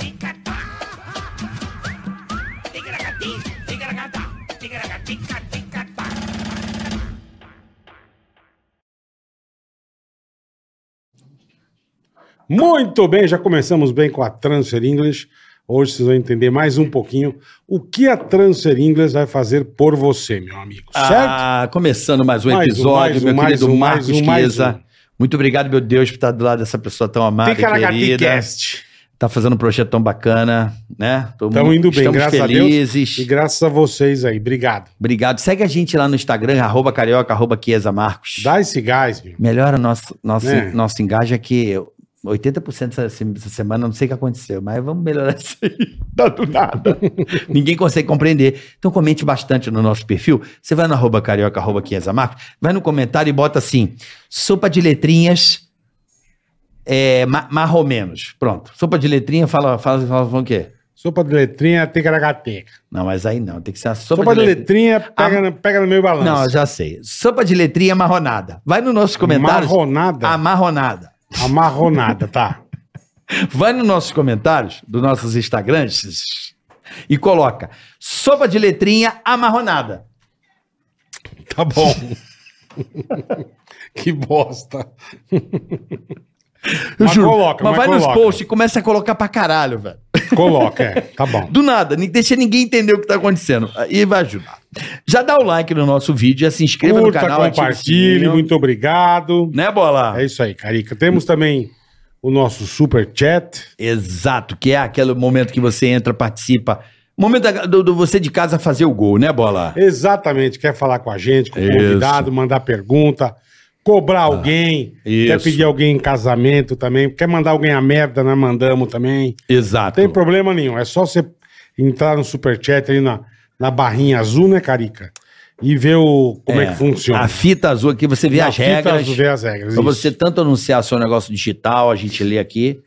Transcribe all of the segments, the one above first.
ticatá. Ticaracati, ticaracatá. Ticaracatica, ticatá. Muito bem, já começamos bem com a Transfer English. Hoje vocês vão entender mais um pouquinho o que a Transfer English vai fazer por você, meu amigo. Certo? Ah, começando mais um Mais um, episódio, mais um, meu mais querido um, mais Marcos um, mais Chiesa. um. Muito obrigado, meu Deus, por estar do lado dessa pessoa tão amada e querida. Ticaracatecast. Tá fazendo um projeto tão bacana, né? Todo Estamos mundo- indo bem, estamos graças felizes. a Deus. E graças a vocês aí. Obrigado. Obrigado. Segue a gente lá no Instagram, arroba carioca, arroba Chiesa Marcos. Dá esse gás, meu. Melhora nosso, nosso, Né? nosso engaja que 80% essa, se- essa semana, não sei o que aconteceu, mas vamos melhorar isso aí. Tá do nada. Ninguém consegue compreender. Então comente bastante no nosso perfil. Você vai no arroba carioca, arroba Chiesa Marcos, vai no comentário e bota assim, sopa de letrinhas, é, ma- marromenos. Pronto. Sopa de letrinha, fala, fala, fala, fala o quê? Sopa de letrinha, ticaracateca. Não, mas aí não. Tem que ser a sopa, Sopa, de letrinha, pega, no, pega no meu balanço. Não, eu já sei. Sopa de letrinha marronada. Vai nos nossos comentários. Amarronada. Amarronada. Amarronada, tá. Vai nos nossos comentários, dos nossos Instagrams, e coloca sopa de letrinha amarronada. Tá bom. que bosta. Eu Mas juro. coloca, mas, mas vai nos coloca. posts e começa a colocar pra caralho, velho. Coloca, é. Tá bom. Do nada, ni- deixa ninguém entender o que tá acontecendo. E vai ajudar. Já dá o like no nosso vídeo, já se inscreva Curta, no canal, ativa o compartilhe, sininho. muito obrigado. Né, Bola? É isso aí, Carica. Temos também o nosso super chat. Exato, que é aquele momento que você entra, participa. Momento da- do, do você de casa fazer o gol, né, Bola? Exatamente, quer falar com a gente, com o Isso. Ah, convidado, mandar pergunta, cobrar alguém, quer isso. pedir alguém em casamento também, quer mandar alguém a merda, nós mandamos também. Não Exato. tem problema nenhum, é só você entrar no super chat ali na, na barrinha azul, né, Carica? E ver o, como é, que funciona. A fita azul aqui, você vê Na as fita regras. azul, ver as regras. Para isso. você tanto anunciar seu negócio digital, a gente lê aqui,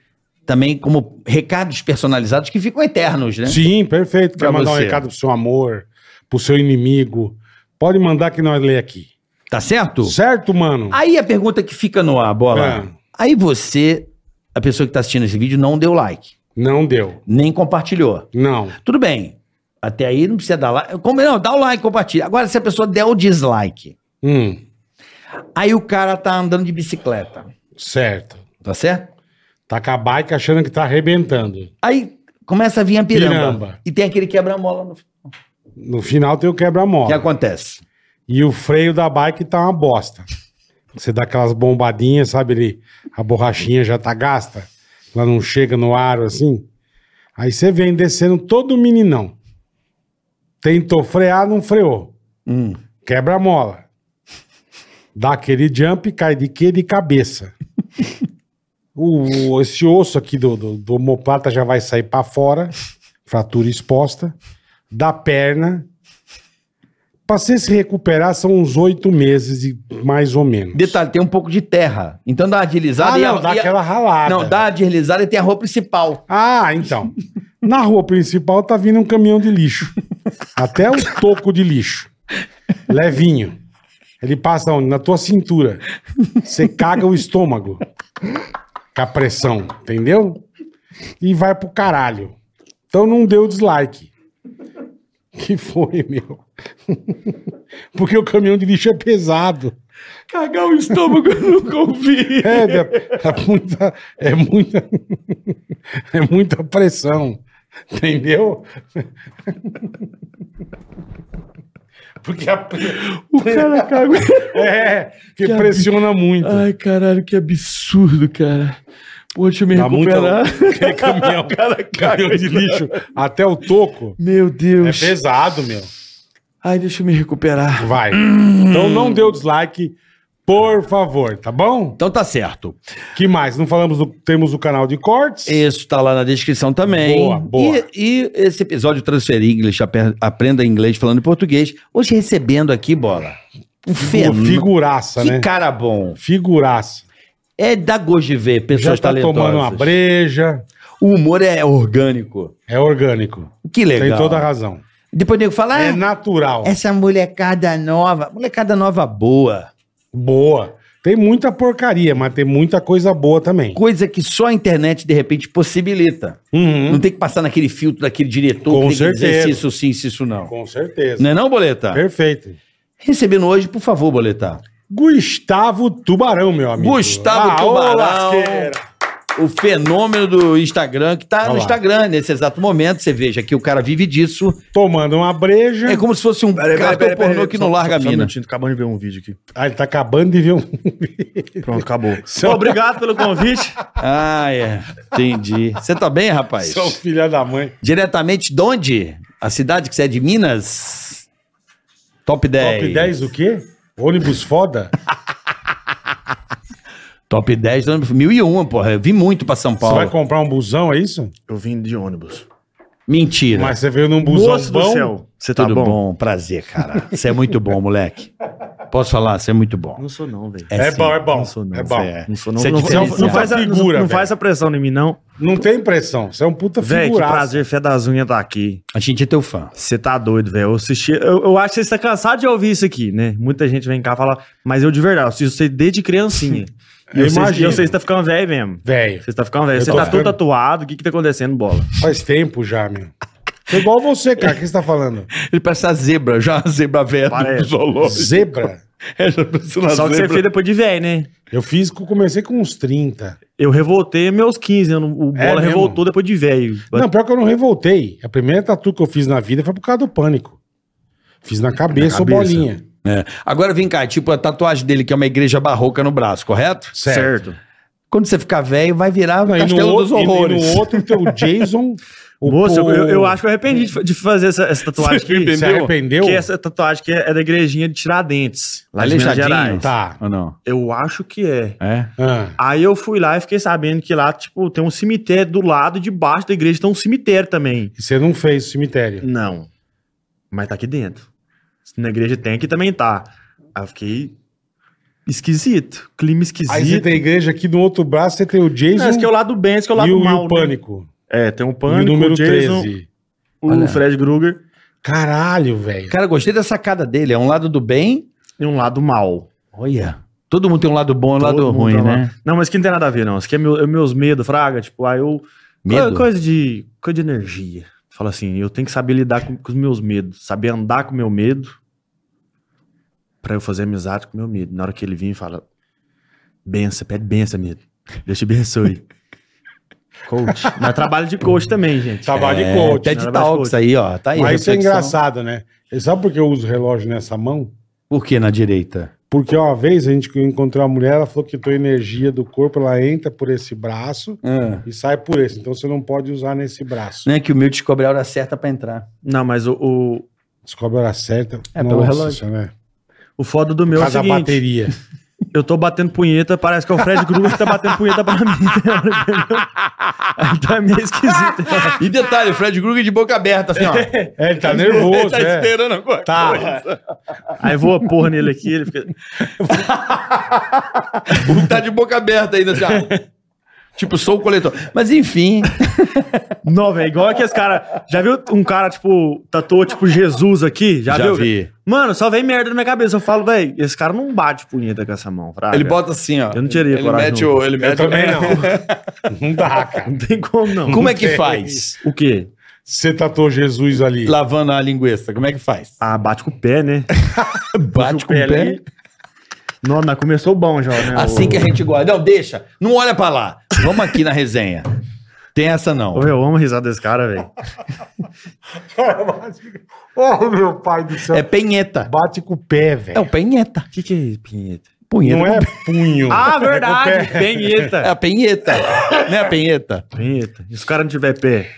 também como recados personalizados que ficam eternos, né? Sim, perfeito. Pra Quer mandar um você. recado pro seu amor, pro seu inimigo. Pode mandar que nós lê aqui. Tá certo? Certo, mano? Aí a pergunta que fica no ar, bola. É. Aí você, a pessoa que tá assistindo esse vídeo, não deu like, Não deu. nem compartilhou. Não. Tudo bem. Até aí não precisa dar like. Como- Não, dá o like, compartilha. Agora, se a pessoa der o dislike, Hum, aí o cara tá andando de bicicleta, certo. tá certo? Tá com a bike achando que tá arrebentando. Aí começa a vir a piramba. Piramba. E tem aquele quebra-mola no O No final tem o que quebra-mola. acontece? E o freio da bike tá uma bosta. Você dá aquelas bombadinhas, sabe? Ele, a borrachinha já tá gasta. Ela não chega no aro assim. Aí você vem descendo todo meninão. Tentou frear, não freou. Hum. Quebra a mola. Dá aquele jump, cai de quê? De cabeça. O, esse osso aqui do, do, do homoplata já vai sair pra fora, fratura exposta, da perna. Pra você se recuperar, são uns oito meses, e mais ou menos. Detalhe, tem um pouco de terra. Então dá uma deslizada ah, e não, a- dá e a- aquela ralada. Não, dá uma deslizada e tem a rua principal. Ah, então. Na rua principal tá vindo um caminhão de lixo. Até o toco de lixo. Levinho. Ele passa onde? Na tua cintura. Você caga o estômago. Com a pressão, entendeu? E vai pro caralho. Então não deu dislike. Que foi, meu? Porque o caminhão de lixo é pesado. Cagar o estômago eu nunca ouvi. É, é, é muita, é muita, é muita pressão, entendeu? Porque a, pre- O cara caga. é, que Que pressiona muito. Ai, caralho, que absurdo, cara. Pô, deixa eu me Dá muita recuperar. aquele é caminhão, né? cara caminhão de lixo até o toco. Meu É Deus. pesado, meu. Ai, deixa eu me recuperar. Vai. Então não dê o dislike, por favor, tá bom? Então tá certo. Que mais? Não falamos do, temos o canal de cortes. Isso tá lá na descrição também. Boa, boa. E, e esse episódio Transfer English, Ape- Aprenda Inglês Falando Português, hoje recebendo aqui, Bola, um Pô, fenômeno. Figuraça, Que né? cara bom. Figuraça. É da gosto de ver Já pessoas tá talentosas. tomando uma breja. O humor é orgânico. É orgânico. Que legal. Tem toda a razão. Depois o nego fala, É "Ah, natural. essa molecada nova, molecada nova boa. Boa. Tem muita porcaria, mas tem muita coisa boa também. Coisa que só a internet, de repente, possibilita. Uhum. Não tem que passar naquele filtro daquele diretor Com que tem que dizer certeza. se isso sim, se isso não. Com certeza. Não é não, Boleta? Perfeito. Recebendo hoje, por favor, Boleta. Gustavo Tubarão, meu amigo. Gustavo ô, Tubarão. lasqueira. O fenômeno do Instagram, que tá Olha no lá. Instagram nesse exato momento. Você veja que o cara vive disso. Tomando uma breja. É como se fosse um cartão pornô que não larga a Só um mina. minutinho, tô acabando de ver um vídeo aqui. Ah, ele tá acabando de ver um. Pronto, é? acabou. Seu- Obrigado pelo convite. Ah, é. Entendi. Você tá bem, rapaz? Seu um filho da mãe. Diretamente de onde? A cidade que você é de Minas? Top 10. Top 10 o quê? Ônibus foda? Top 10 do ano 1001, porra. Eu vi muito pra São Você Paulo. vai comprar um busão, é isso? Eu vim de ônibus. Mentira. Mas você veio num busão Moço do bom? céu, você tá Tudo bom? bom? Prazer, cara. Você é muito bom, moleque. Posso falar? Você é muito bom. Não sou não, velho. É É, sim. bom, é bom. Não sou não. é bom. Cê Não sou não. Você é não, diferenciado. não faz, a, não- Figura, não velho. faz a pressão em mim, não. Não tem pressão. Você é um puta Velho, que figuraça. prazer, fé das unhas tá aqui. A gente é teu fã. Você tá doido, velho. Eu, assisti- eu, eu acho que você tá cansado de ouvir isso aqui, né? Muita gente vem cá falar, mas eu de verdade, eu assisto você desde criancinha. E Eu eu, sei, imagino. eu sei que você tá ficando velho mesmo. Velho, Você tá ficando velho. Eu Você tô tá todo ficando. tatuado. O que que tá acontecendo, bola? faz tempo já, meu. Tô igual você, cara. O que você tá falando? Ele parece a zebra, já a zebra É velha Parece. do zoológico. Zebra? É, já parece tá uma Só que você zebra. fez depois de velho, né? Eu fiz, comecei com uns 30. Eu revoltei meus 15, eu não- o É mesmo? bola revoltou depois de velho. Não, pior que eu não revoltei. A primeira tatu que eu fiz na vida foi por causa do pânico. Fiz na cabeça, o cabeça. bolinha. É. Agora vem cá, tipo a tatuagem dele, que é uma igreja barroca no braço, correto? Certo. Quando você ficar velho, vai virar Não, e no, Castelo outro, dos e Horrores. no outro tem o Jason. O Moço, eu, po- eu- eu acho que eu arrependi de, de fazer essa, essa tatuagem Você arrependeu? aqui. Se arrependeu? Que essa tatuagem que é, é da igrejinha de Tiradentes, lá de Minas Aleijadinho? Gerais. Tá. Ou Ah, não? Eu acho que é. É? Ah, Aí eu fui lá e fiquei sabendo que lá, tipo, tem um cemitério do lado e debaixo da igreja tem um cemitério também. e você não fez o cemitério. Não. Mas tá aqui dentro. Se Na igreja tem aqui também tá. Aí eu fiquei esquisito. Clima Aí você esquisito. tem a igreja aqui no outro braço, você tem o Jason Não, esse que é o lado bem, esse que é o lado e, o, mal. e o né? pânico. É, tem um e o pânico, número o Jason, 13. o Olha. Fred Krueger Caralho, velho. Cara, gostei da sacada dele. É um lado do bem. e um lado mal. Olha. Todo mundo tem um lado bom e um Todo lado mundo ruim, tá lá. né? Não, mas que não tem nada a ver, não. Isso aqui é meu- é meus medos, Fraga. Tipo, aí eu. Medo? Co- Coisa de, coisa de energia. Fala assim, eu tenho que saber lidar com, com os meus medos. Saber andar com o meu medo. Pra eu fazer amizade com o meu medo. Na hora que ele vir, fala. Benção, pede benção, medo. Deus te abençoe. coach. Mas trabalho de coach também, gente. Trabalho É, tá de coach. TED né? Talks aí, ó. Tá aí. Mas isso é reflexão. engraçado, né? E Sabe por que eu uso relógio nessa mão? Por que na direita? Porque uma vez a gente encontrou uma mulher, ela falou que tua energia do corpo, ela entra por esse braço e sai por esse. Então você não pode usar nesse braço. Não é que o meu descobre a hora certa pra entrar. Não, mas o, o, Descobre a hora certa. É, pelo relógio. Senhora, né? o foda do meu por é o causa da seguinte. bateria. Eu tô batendo punheta, parece que é o Fred Krueger que tá batendo punheta pra mim. tá meio esquisito. E detalhe, o Fred Krueger de boca aberta, assim, ó. É, ele tá nervoso, é. agora. Tá. Aí voa porra nele aqui, ele fica. Um tá de boca aberta ainda, assim, ó. Tipo, sou o coletor. Mas enfim. Não, velho, igual aqueles caras. Já viu um cara, tipo, tatuou, tipo, Jesus aqui? Já, Já viu? vi. Mano, só vem merda na minha cabeça. Eu falo, velho, esse cara não bate punheta com essa mão, fraga. Ele bota assim, ó. Ah, Eu não tirei a ele coragem, mete não. o, ele Eu mete o- também não. Não dá, cara. Não tem como, não. Como é que faz? O quê? Você tatuou Jesus ali. Lavando a linguiça, como é que faz? Ah, bate com Ah, o pé, né? Bate ali. Não, mas começou bom já, né? Assim o- que a gente gosta. Não, deixa. Não olha pra lá. Vamos aqui na resenha. Tem essa não. Ô, meu, eu amo a risada desse cara, velho. Ô, meu pai do céu. É penheta. Bate com o pé, É o velho. penheta. O que, que é isso, Pinheta? Punheta. Não é punho. Ah, É verdade! com o pé. É Penheta! a penheta. Não é a penheta? Pinheta. E se o cara não tiver pé?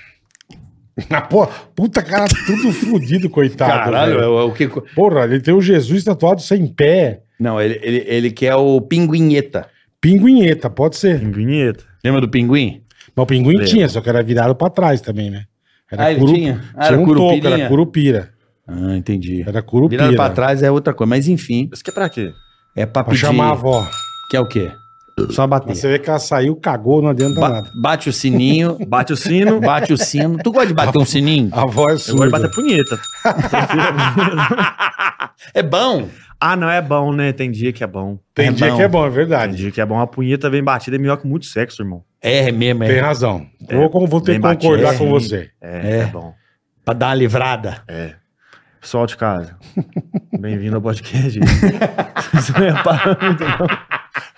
Na porra, puta cara, tudo fudido, Tá, coitado. Caralho, velho. é o, é o que. Porra, ele tem o Jesus tatuado sem pé. Não, ele, ele, ele quer o pinguinheta. Pinguinheta, pode ser. Pinguinheta. Lembra do pinguim? Mas o pinguim Lembra. tinha, só que era virado pra trás também, né? Era Ah, ele curup- tinha? Ah, tinha era um curupirinha. toco, era curupira. Ah, entendi. Era curupira. Virado pra trás é outra coisa. Mas enfim, Isso que é pra quê? é pra Pra pedir. chamar a avó. Que é o quê? Só bater. Mas você vê que ela saiu, cagou, não adianta Ba- nada. bate o sininho, Bate o sino. bate o sino. Tu gosta de bater um sininho? A avó é Eu gosto de bater surda. punheta. É bom. Ah, não, é bom, né? Tem dia que é bom. Tem É dia bom. que é bom, é Tem verdade. dia que é bom. A punheta vem batida é melhor que muito sexo, irmão. É mesmo, Tem é. razão. Vou, vou ter que bem batido, concordar é. com você. É, É. é bom. Pra dar uma livrada. Pessoal de casa, bem-vindo ao podcast. é Vocês não reparam muito, não.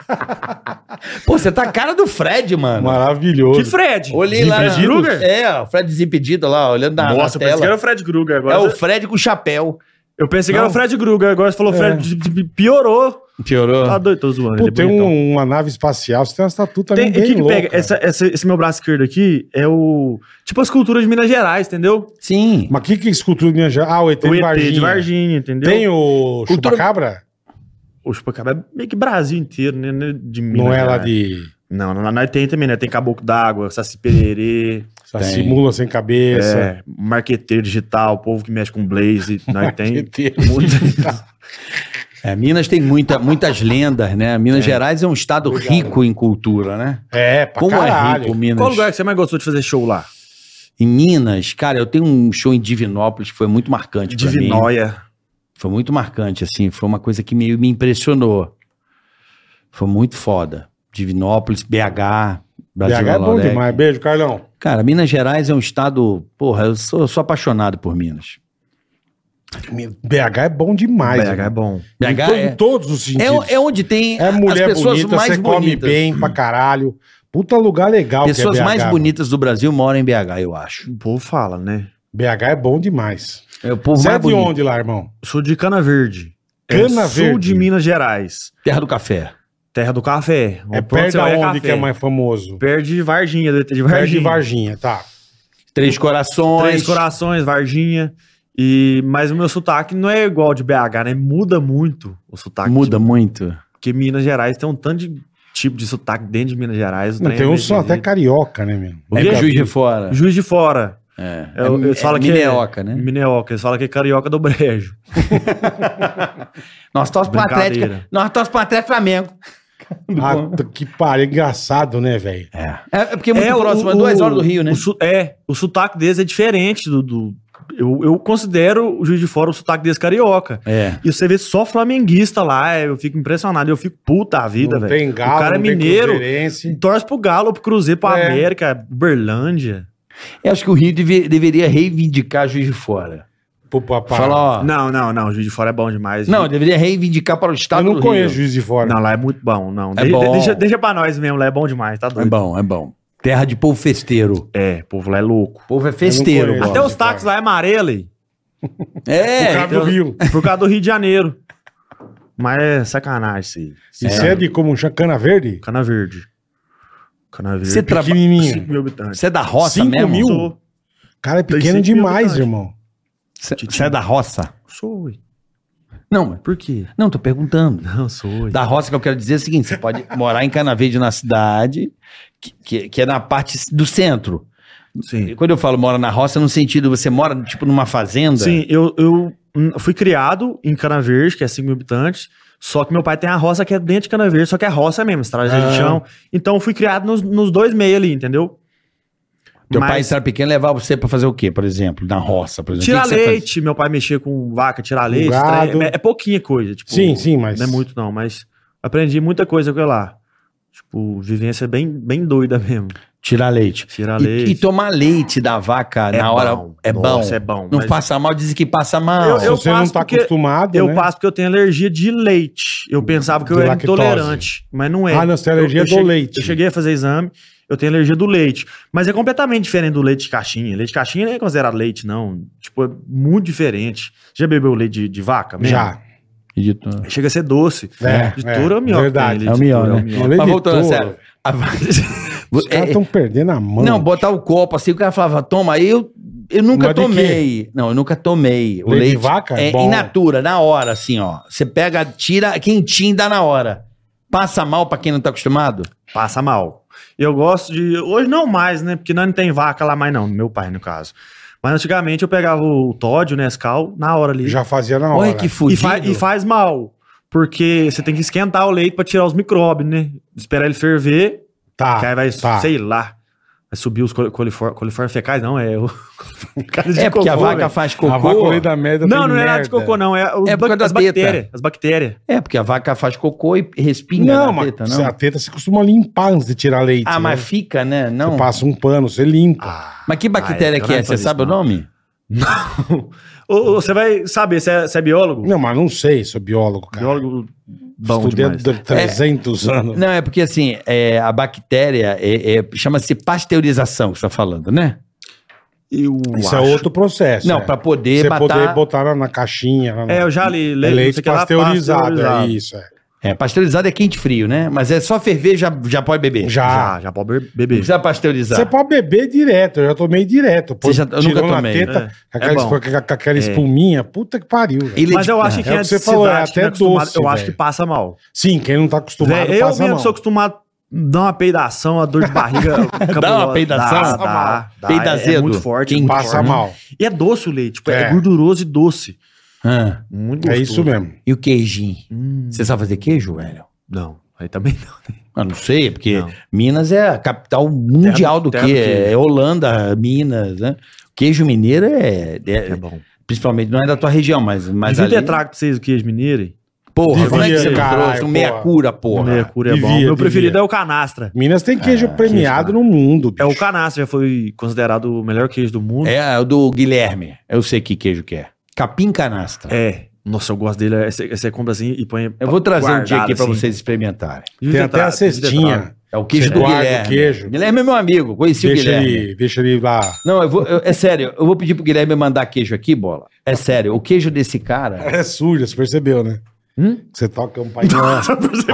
Pô, você tá a cara do Fred, mano. que Maravilhoso. Fred! Olhei lá. na- Desimpedido? É, ó, o Fred desimpedido lá, olhando na, Nossa, eu na pensei que era tela. o Fred Krueger. Agora É o Fred com chapéu. Eu pensei que era o Não. É. Fred Krueger. Agora você falou Fred. Piorou. Piorou. Tá doido, tô zoando. Ah. Pô, ele é tem bonitão. um- uma nave espacial, você tem uma tatu também Tem, o bem que que louca. pega? Essa- essa- esse meu braço esquerdo aqui é o. Tipo as culturas de Minas Gerais, entendeu? Sim. Mas o que que é escultura de Minas Gerais? Ah, o ET, o de ET Varginha. de Varginha, entendeu? Tem o Cultura- chupacabra? O Chupacabra é meio que Brasil inteiro, né? né, De Minas Não é lá Gerais. de... Não, não, não, tem também, né? Tem Caboclo d'Água, Saci Pererê, essa Tem. Simula sem cabeça. é, marqueteiro digital, povo que mexe com Blaze. Nós tem. ET. É, Minas tem muita, muitas lendas, né? Minas Gerais é um estado rico em cultura, né? É, pra Como é caralho. rico Minas? Qual lugar que você mais gostou de fazer show lá? Em Minas, cara, eu tenho um show em Divinópolis que foi muito marcante pra mim. Divinóia. Foi muito marcante, assim. Foi uma coisa que me, me impressionou. Foi muito foda. Divinópolis, BH, Brasil né? BH é bom Lorec. demais. Beijo, Carlão. Cara, Minas Gerais é um estado. Porra, eu sou, eu sou apaixonado por Minas. BH é bom demais. BH é irmão. bom. Em, BH to- é- em todos os É, sentidos. É, é onde tem mulher bonita, você come bonitas. bem pra caralho. Puta lugar legal Pessoas que é BH. mais mano. bonitas do Brasil moram em BH, eu acho. O povo fala, né? BH é bom demais. É o povo Você é mais de bonito. onde lá, irmão? Sou de Cana Verde. Cana é Sul Verde. de Minas Gerais. Terra do café. Terra do café. É O pronto perto você da olha onde café. que é mais famoso? Perto de Varginha, do ET de Perto de Varginha. Varginha, tá. Três corações. Três Corações, Varginha. E, mas o meu sotaque não é igual ao de BH, né? Muda muito o sotaque. Muda muito. Porque Minas Gerais tem um tanto de tipo de sotaque dentro de Minas Gerais. o Não, trem tem um é uns meio são até esquisito. carioca, né, meu? É que de é Juiz de né? Fora. Juiz de Fora. É. É, eles falam que é- Mineoca, né? Mineoca. Eles falam que é carioca do brejo. Nós torcemos pro Brincadeira. Atlético. Nós torcemos pro Atlético e Flamengo. Ah, t- que pariu, engraçado, né, velho? É. é. porque é muito o- próximo, é o- duas horas do Rio, né? o su- é, o sotaque deles é diferente do. do- eu, eu considero o Juiz de Fora o sotaque deles carioca. É. E você vê só flamenguista lá, eu fico impressionado, eu fico puta a vida, não velho. tem galo, o cara é não tem mineiro, cruzeirense. Torce pro Galo, pro Cruzeiro, pro É. América, Uberlândia. Eu acho que o Rio deve- deveria reivindicar Juiz de Fora. Pô, papai. Falar, ó. Não, Não, não, não. Juiz de Fora é bom demais. Juiz- deveria reivindicar para o estado Eu não do conheço Rio. Juiz de Fora. tá não, lá é muito bom, não. É De- bom. de- Deixa, deixa pra nós mesmo, lá é bom demais, tá É doido? bom, é bom. Terra de povo festeiro. É, o povo lá é louco. O povo é festeiro. conheço. mano. Até Juiz os de táxis Fora. lá é amarelo, hein? O É, cara do então- Rio. por causa do Rio de Janeiro. Mas é sacanagem isso E aí. você é de como? Cana Verde? Cana Verde. Cana Verde. tá Você traba- Pequenininho. 5 mil habitantes. Você é da roça Cinco mesmo? mil? Sou, Cara, é Tem pequeno cinco mil demais, habitantes. irmão. Você você é da roça? sou, ué. Não, Por quê? não, tô perguntando. Não, sou, ué. Da roça que eu quero dizer é o seguinte: você pode morar em Canaverde na cidade, que, que, que é na parte do centro. E Sim. quando eu falo mora na roça, é no sentido, você mora tipo numa fazenda? Sim, eu, eu hum, fui criado em Cana Verde, que é 5 mil habitantes. Só que meu pai tem a roça que é dentro de Cana Verde, só que é roça mesmo, estrada Ah. de chão. Então eu fui criado nos, nos dois meios ali, entendeu? Teu pai Mas era pequeno levava você pra fazer o quê, por exemplo? Na roça, por exemplo? tirar O que que você fazia? leite, meu pai mexia com vaca, tirar leite. gado. trem, é, é pouquinha coisa, tipo. Sim, sim, mas. Não é muito não, mas aprendi muita coisa com ele lá. Tipo, vivência bem, bem doida mesmo. Tirar leite. Tirar E- leite. E, tomar leite da vaca na hora é bom. Nossa, é bom. Não mas passa mal, dizem que passa mal. Eu- Se você não passo tá porque acostumado, Eu né? Hum, passo porque eu tenho alergia de leite. Eu pensava que De eu era lactose. intolerante, mas não é. Ah, não, você tem Eu- alergia eu do cheguei- leite. Eu cheguei a fazer exame, eu tenho alergia do leite. Mas é completamente diferente do leite de caixinha. Leite de caixinha não é considerado leite, não. Tipo, é muito diferente. Já bebeu leite de, de vaca mesmo? Já. Acredito. Chega a ser doce. É, de é, touro é o minhoca. verdade. né? É o Leite de mió, touro, né? mió. Olha, Mas de voltando a touro. sério. A vaca- Os É- caras estão perdendo a mão. Não, botar o copo assim, o cara falava, toma, aí eu, eu nunca Mas de tomei. Não, eu nunca tomei. O Leite de leite, vaca é é bom. in natura, na hora, assim, ó. Você pega, tira, quentinho, dá na hora. Passa mal pra quem não tá acostumado? Passa mal. Eu gosto de. Hoje não mais, né? Porque nós não tem vaca lá mais, não. Meu pai, no caso. Mas antigamente eu pegava o Todd, o Nescau, na hora ali. Já fazia na hora. Olha que E, fudido. fa- e faz mal. Porque você tem que esquentar o leite pra tirar os micróbios, né? Esperar ele ferver, Tá, que aí vai, tá. sei lá, vai subir os coli- colifor- coliformes fecais, não, é o... coliformes de é porque a cocô, vaca velho. faz né? A vaca cocô. lei da merda Não, tem não é nada merda. de cocô, não, é, os É por bac- causa as da teta. bactérias, as bactérias. É, porque a vaca faz cocô e respinga Não, não, na mas teta, a não. teta você costuma limpar antes de tirar leite. Ah, né? mas fica, né? Não. Você passa então um pano, você limpa. Mas que bactéria Ah, é, que é? eu não Você faço sabe isso, o nome? Ô, ô, Você vai saber, você é, você é biólogo? Não, mas não sei, sou biólogo, cara. Biólogo é bom Estudei demais. durante 300 anos. Não, é porque assim, é, a bactéria é- é- chama-se pasteurização que você tá falando, né? Eu Isso é acho. outro processo. não, é. pra poder Você botar... poder botar na, na caixinha. lá no- É, eu já li, É não leite sei o que lá, pasteurizado, é isso. é. É, pasteurizado é quente e frio, né? Mas é só ferver já, já pode beber. Já. Já, já pode be- Não beber. precisa pasteurizar. Você pode beber direto, eu já tomei direto. Pô, Você já- eu nunca tirou na tomei. teta, com aquela, é bom. com aquela- com aquela espuminha, puta que pariu. velho. Ele- Mas eu acho que É quem o é que de você falou, é cidade, quem não até acostumado, doce, eu acho velho. que passa mal. Sim, quem não tá acostumado Véi, eu passa mesmo mal. sou acostumado a dar uma peidação, uma dor de barriga. cabulosa. Dá uma peidação? Dá, Passa dá, mal. dá. Peida é, é azedo. muito forte. Quem muito Passa forte. mal. E é doce o leite, tipo, é. É. gorduroso e doce. Ah, Muito É gostoso. isso mesmo. e o queijinho? Hum, Você sabe fazer queijo, velho? não, aí também não. Ah, não sei, porque Não. Minas é a capital mundial do terra do que queijo. é Holanda, Minas, né? Queijo mineiro é, é- É bom. principalmente não é da tua região, mas mas Devia ter ali, trago pra vocês o queijo mineiro. hein? porra, como é que Devia, você me caralho, trouxe? Um meia porra. cura, porra. Meia cura é devia, bom. Meu devia. preferido é o canastra. Minas tem queijo premiado no mundo, bicho. É o canastra, já foi considerado o melhor queijo do mundo. É é o do Guilherme. Eu sei que queijo que é. Capim canastra. É. Nossa, eu gosto dele. Aí Você você compra assim e põe. Eu vou trazer um dia guardado, aqui pra assim. vocês experimentarem. Devia Tem ter até a trago, devia ter trago. cestinha. É o queijo Você do guarda o Guilherme. queijo. Guilherme é meu amigo, conheci o Deixa Guilherme. ele, deixa ele lá. Não, eu vou, eu- é sério, eu vou pedir pro Guilherme mandar queijo aqui, bola. É sério, o queijo desse cara. Ela é surda, você percebeu, né? Hum? Você toca a campainha.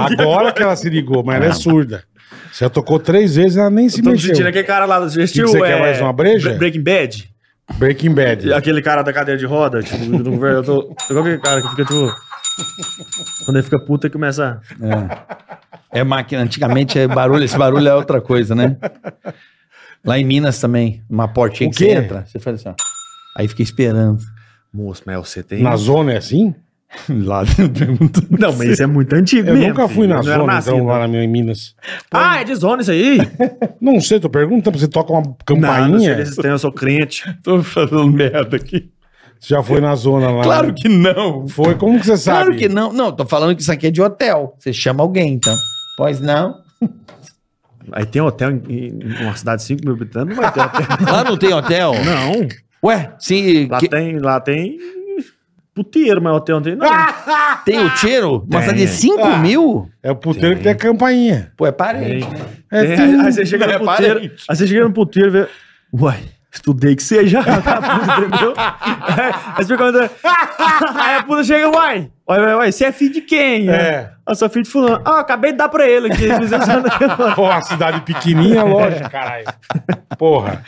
Agora que ela se ligou, mas ela é surda. Você já tocou três vezes, ela nem se Eu tô me mexeu. sentindo aquele cara lá do assistiu, é, Que que você quer mais uma breja? É. Bre- Breaking Bad. Breaking Bad. E Aquele cara da cadeira de roda, tipo, eu não converso, eu tô. Igual aquele cara que fica, tipo. Quando ele fica puta e começa. a- É máquina, antigamente é barulho, esse barulho é outra coisa, né? Lá em Minas também, uma portinha O que quê? você entra, você faz assim, ó. Aí fica esperando. Moço, mas você tem. Na zona é assim? Lá perguntando. Não, mas isso é muito antigo, Eu mesmo, nunca fui filho. na Eu não era zona, nascido. então, lá na minha, em Minas. Ah, é de zona isso aí? Não sei, tô perguntando, você toca uma Não, não sei campainha? desse trem, eu sou crente. Tô falando merda aqui. Você já foi na zona lá? Claro que não. Foi, como que você Ah. sabe? Claro que não. Não, tô falando que isso aqui é de hotel. Você chama alguém, então. Pois não. Aí tem hotel em, em uma cidade de 5 mil habitantes, não vai ter hotel. Lá não tem hotel? Não. Ué, sim, Lá que- tem. Lá tem. Puteiro, mas hotel não tem. Não. tem o tiro? Mas é de Tem. 5 Ah. mil? É o puteiro Sim. que tem a campainha. Pô, é parente, Tem. né? É Tem, tudo. aí, aí você chega É no puteiro, parente. aí você chega no puteiro e vê, uai, estudei que seja, Tá entendeu? Aí, aí você pergunta, aí a puta chega, uai, uai, uai, uai, você é filho de quem? É. Eu sou filho de fulano. Ah, acabei de dar pra ele aqui. ele fez essa- Pô, a cidade pequenininha, lógico, caralho. Porra.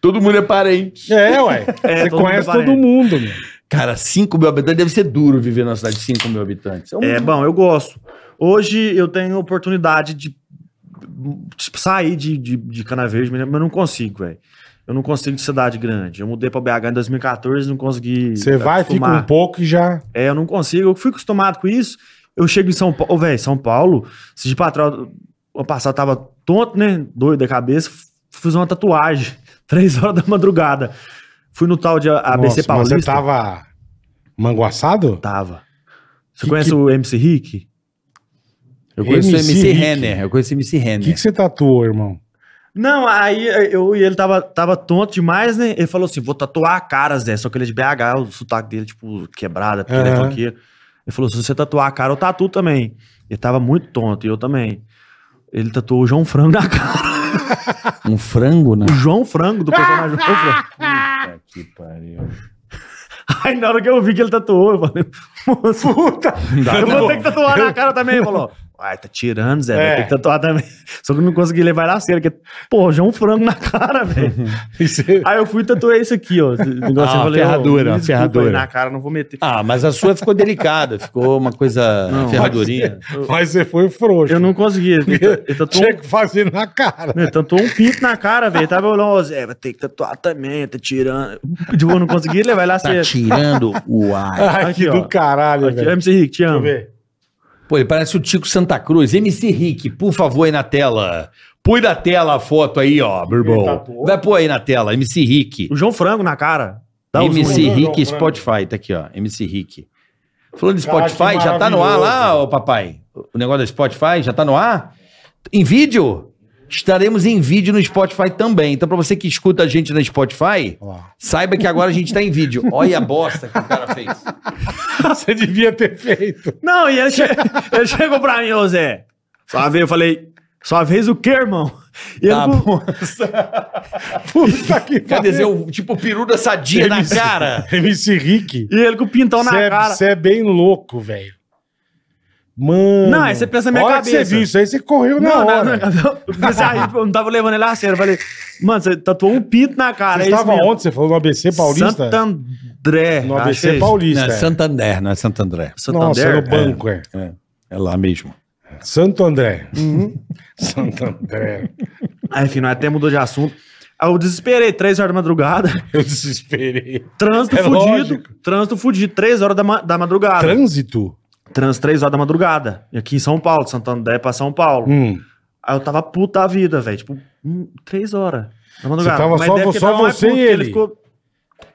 Todo mundo é parente. É, ué. É, você todo mundo conhece é todo parente. mundo, meu. Cara, 5 mil habitantes deve ser duro viver numa cidade de 5 mil habitantes. É um- Uhum. é, bom, eu gosto. Hoje eu tenho oportunidade de tipo, sair de, de, de Cana Verde, mas eu não consigo, velho. Eu não consigo de cidade grande. Eu mudei pra BH em 2014 não consegui Você vai, fica um acostumar. pouco e já. É, eu não consigo. Eu fui acostumado com isso. Eu chego em São Paulo. Ô, velho, São Paulo, se de patrão. Ano passado tava tonto, né? Doido da cabeça. f- Fiz uma tatuagem. Três horas da madrugada. Fui no tal de A- Nossa, ABC mas Paulista. Tá, Você tava manguaçado? Tava. Você Que- conhece que- o MC Rick? Eu conheço o MC Rick. Renner. Eu conheço o MC O Renner. né? que, que você tatuou, irmão? Não, aí eh, eu e ele tava, tava tonto demais, né? Ele falou assim: vou tatuar a cara, Zé. Só que ele é de BH, o sotaque dele, tipo, quebrada, porque ele é Aham. funkeiro. Ele falou: se você tatuar a cara, eu tatuo também. Ele tava muito tonto, e eu também. Ele tatuou o João Frango na cara. Um frango, né? O João Frango, do personagem João Frango. Puta que pariu. Aí na hora que eu vi que ele tatuou, eu falei, moço, puta, eu vou ter que tatuar na cara também. Ele falou, ai, tá tirando, Zé, É. vai ter que tatuar também. Só que eu não consegui levar na cera, que, pô, já é um frango na cara, velho. Isso é- Aí eu fui e tatuei isso aqui, ó. esse Negócio, Ah, eu falei, ó, ferradura, me desculpa ferradura. aí na cara, não vou meter. Ah, mas a sua ficou delicada, ficou uma coisa Não, ferradurinha. Mas você foi frouxo. Eu não consegui, ele, ta- ele tatuou... Tinha um- que fazer na cara. Ele tatuou um pinto na cara, velho. Tava olhando, ó, Zé, vai ter que tatuar também, tá tirando. Tipo, eu não consegui levar lá Tá cera. tirando o ar. Ai, Aqui, que ó. do caralho, Aqui, é velho. MC Rick, te Deixa eu amo. ver. Pô, ele parece o Tico Santa Cruz. MC Rick, por favor, aí na tela. Põe na tela a foto aí, ó, meu Ele irmão. tatuou? Vai pôr aí na tela, MC Rick. O João Frango na cara. Dá um zoom MC aí. zoom aí. Rick Não, não, Spotify, tá aqui, ó. MC Rick. Falando de Cara, Spotify, que já tá no ar lá, maravilhoso. ô papai? O negócio do Spotify já tá no ar? Em vídeo? Estaremos em vídeo no Spotify também. Então, pra você que escuta a gente no Spotify, Ó lá. saiba que agora a gente tá em vídeo. Olha a bosta que o cara fez. Você devia ter feito. Não, e ele, che- ele chegou pra mim, ô Zé. Sua vez, eu falei, sua vez o quê, irmão? E ele, Tá pô, bom. Puta que Quer dizer, o, tipo o peru da sadia na cara. MC Rick. e ele com o pintão na Você é, cara. cê é bem louco, velho. Mano. Não, é, aí você pensa na minha a hora que cabeça. você viu isso aí, você correu na Não, hora. não, não, não, eu pensei, aí, tipo, eu não tava levando ele a sério. Eu falei, mano, você tatuou um pinto na cara. você é isso estava mesmo. ontem, você falou no ABC Paulista? Santo André. No acho que é ABC isso. Não, Paulista. é é. Santander, não é Santo André. Santo Nossa, André? no banco, é. É, é lá mesmo. Santo André. Uhum. É, Santo André. Aí, Ah, enfim, nós até mudou de assunto. Aí eu desesperei, três horas da madrugada. Eu desesperei. Trânsito É fudido. lógico. Trânsito fudido, três horas da, ma- da madrugada. Trânsito? Trans, três horas da madrugada. E aqui em São Paulo, Santo André pra São Paulo. Hum. Aí eu tava puto da vida, velho. Tipo, hum, três horas. Na madrugada. Você tava só- deve que só tava mais você puto, e porque ele. ficou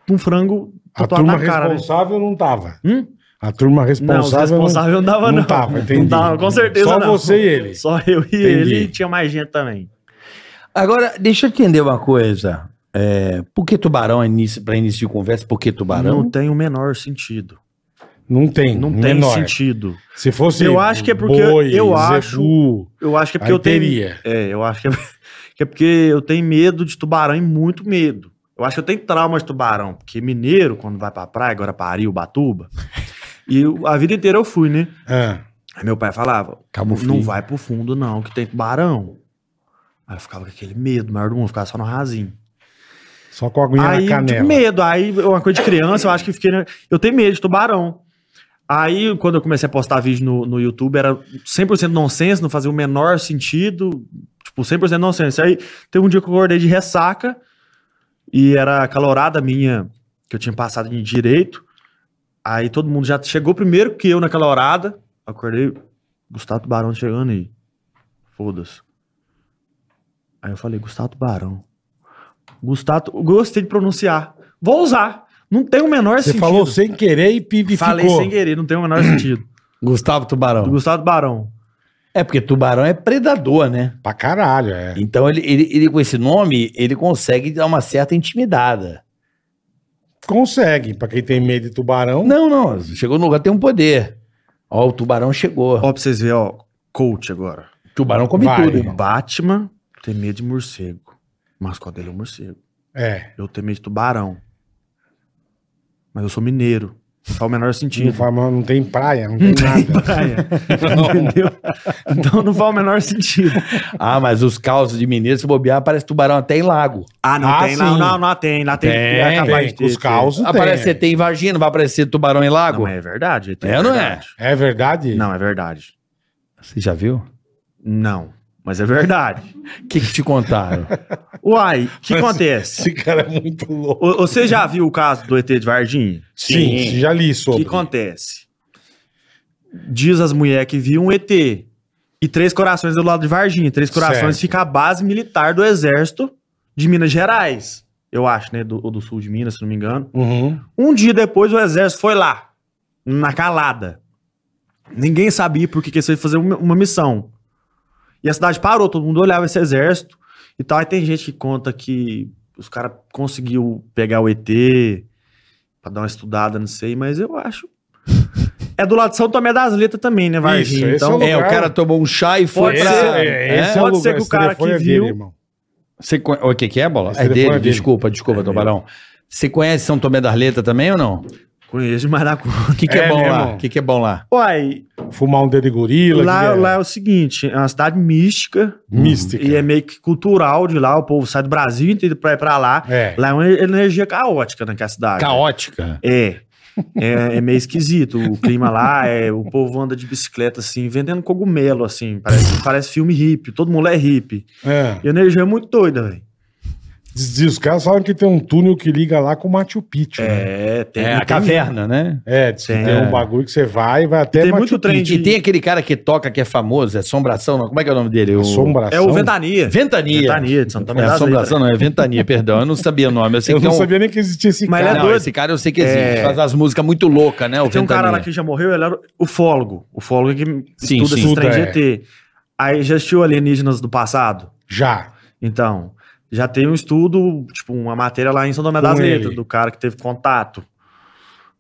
com um frango A tatuado turma na cara. né? responsável não tava. Hum? A turma Não, os responsável não, responsáveis não dava, não não. tava, entendi. Não tava, com certeza Só não. você e ele. Só eu e ele. Entendi. E tinha mais gente também. Agora, deixa eu entender uma coisa. É, por que tubarão é início, para início de conversa? Por que tubarão? Não tem o menor sentido. não tem. Não tem menor. sentido. Se fosse Eu acho que é porque eu acho- Eu acho que é porque aí eu tenho... teria. É, eu acho que é, que é porque eu tenho medo de tubarão e muito medo. Eu acho que eu tenho trauma de tubarão, porque mineiro, quando vai pra praia, agora pariu, batuba, e eu- a vida inteira eu fui, né? Ah, Aí meu pai falava, Camufli. não vai pro fundo não, que tem tubarão. Aí eu ficava com aquele medo, maior do mundo, ficava só no rasinho. só com a aguinha Aí, na tipo, canela. medo. Aí, uma coisa de criança, eu acho que fiquei. Eu tenho medo de tubarão. Aí, quando eu comecei a postar vídeo no, no YouTube, era 100% nonsense, não fazia o menor sentido. Tipo, 100% nonsense. Aí, teve um dia que eu acordei de ressaca e era a calorada minha, que eu tinha passado de direito. Aí, todo mundo já chegou primeiro que eu na calorada. Acordei, Gustavo Tubarão chegando aí. Foda-se. Aí eu falei, Gustavo Tubarão. Gustavo, gostei de pronunciar. Vou usar. Não tem o menor Você sentido. falou sem querer e pibi Falei ficou. Então. sem querer, não tem o menor sentido. Gustavo Tubarão. Do Gustavo Barão. É porque tubarão é predador, né? Pra caralho, é. Então ele, ele, ele, com esse nome, ele consegue dar uma certa intimidada. Consegue, pra quem tem medo de tubarão. Não, não. Chegou no lugar, tem um poder. Ó, o tubarão chegou. Ó, pra vocês verem, ó. Coach agora. O tubarão come vai. tudo. O Batman tem medo de morcego. O mascote dele é um morcego. É, Eu tenho medo de tubarão. Mas eu sou mineiro. Não faz o menor não, sentido. faz- não tem praia, não tem nada. Praia. Entendeu? Então não faz o menor sentido. Ah, mas os causos de mineiro, se bobear, aparece tubarão até em lago. Ah, não Ah, tem. Não, sim. não, não tem. Lá tem. é capaz de ter, os ter. causos aparece tem. ET em vagina, vai aparecer tubarão em lago. Não, é verdade. É ou não é? verdade. É verdade? Não, é verdade. Você já viu? Não. Mas é verdade. O que, que te contaram? Uai, o que Mas- acontece? Esse cara é muito louco. O- Você já viu o caso do ET de Varginha? Sim, já li O sobre. que acontece? Diz as mulheres que viu um ET e Três Corações do lado de Varginha. Três Corações Certo. fica a base militar do Exército de Minas Gerais. Eu acho, né? Do, ou do sul de Minas, se não me engano. Uhum. Um dia depois, o exército foi lá, na calada. Ninguém sabia por que que eles iam fazer uma, uma missão. E a cidade parou, todo mundo olhava esse exército. e tal. Aí tem gente que conta que os caras conseguiu pegar o ET pra dar uma estudada, não sei, mas eu acho. É do lado de São Tomé das Letras também, né, Isso, Varginha? esse Então, é É, o lugar- cara tomou um chá e foi Pode pra... ser, é, É? esse é o Pode lugar, ser que o esse cara telefone que é dele, viu- irmão. Você conhe- O que que é, Bola? Esse É telefone dele, é dele. desculpa, desculpa, Tom Barão. Você conhece São Tomé das Letras também ou não? Conheço demais da conta. O que que é, É bom lá? mesmo. O que que é bom lá? Uai, Fumar um dedo de gorila. lá, que é lá é o seguinte, é uma cidade mística Mística. e é meio que cultural de lá, o povo sai do Brasil inteiro pra ir pra lá. É. Lá é uma energia caótica né, naquela cidade. Caótica. É. É, é meio esquisito o clima lá, é, o povo anda de bicicleta assim, vendendo cogumelo assim, parece, parece filme hippie, todo mundo é hippie. É. E a energia é muito doida, velho. Diz- diz, os caras falam que tem um túnel que liga lá com o Machu Picchu. né? É, tem, É tem- a caverna, né? É, diz que Tem. tem um bagulho que você vai e vai até Tem muito trem E tem aquele cara que toca, que é famoso, é Assombração, não? Como é que é o nome dele? O- Assombração. É o Ventania. Ventania. Ventania de Santa É, assombração não, é Ventania, perdão. Eu não sabia o nome. Eu sei Eu que não tem um- sabia nem que existia esse Então, Mas cara. ele é Não, doido. esse cara eu sei que existe. É. Faz as músicas muito loucas, né? O Tem um cara Ventania. lá que já morreu, ele era ufólogo. Ufólogo é que Sim, estuda sim. esses Estuda, trem é. GT. Aí já assistiu alienígenas do passado? Já. Então, já tem um estudo, tipo, uma matéria lá em São Tomé Com das ele. Letras, do cara que teve contato.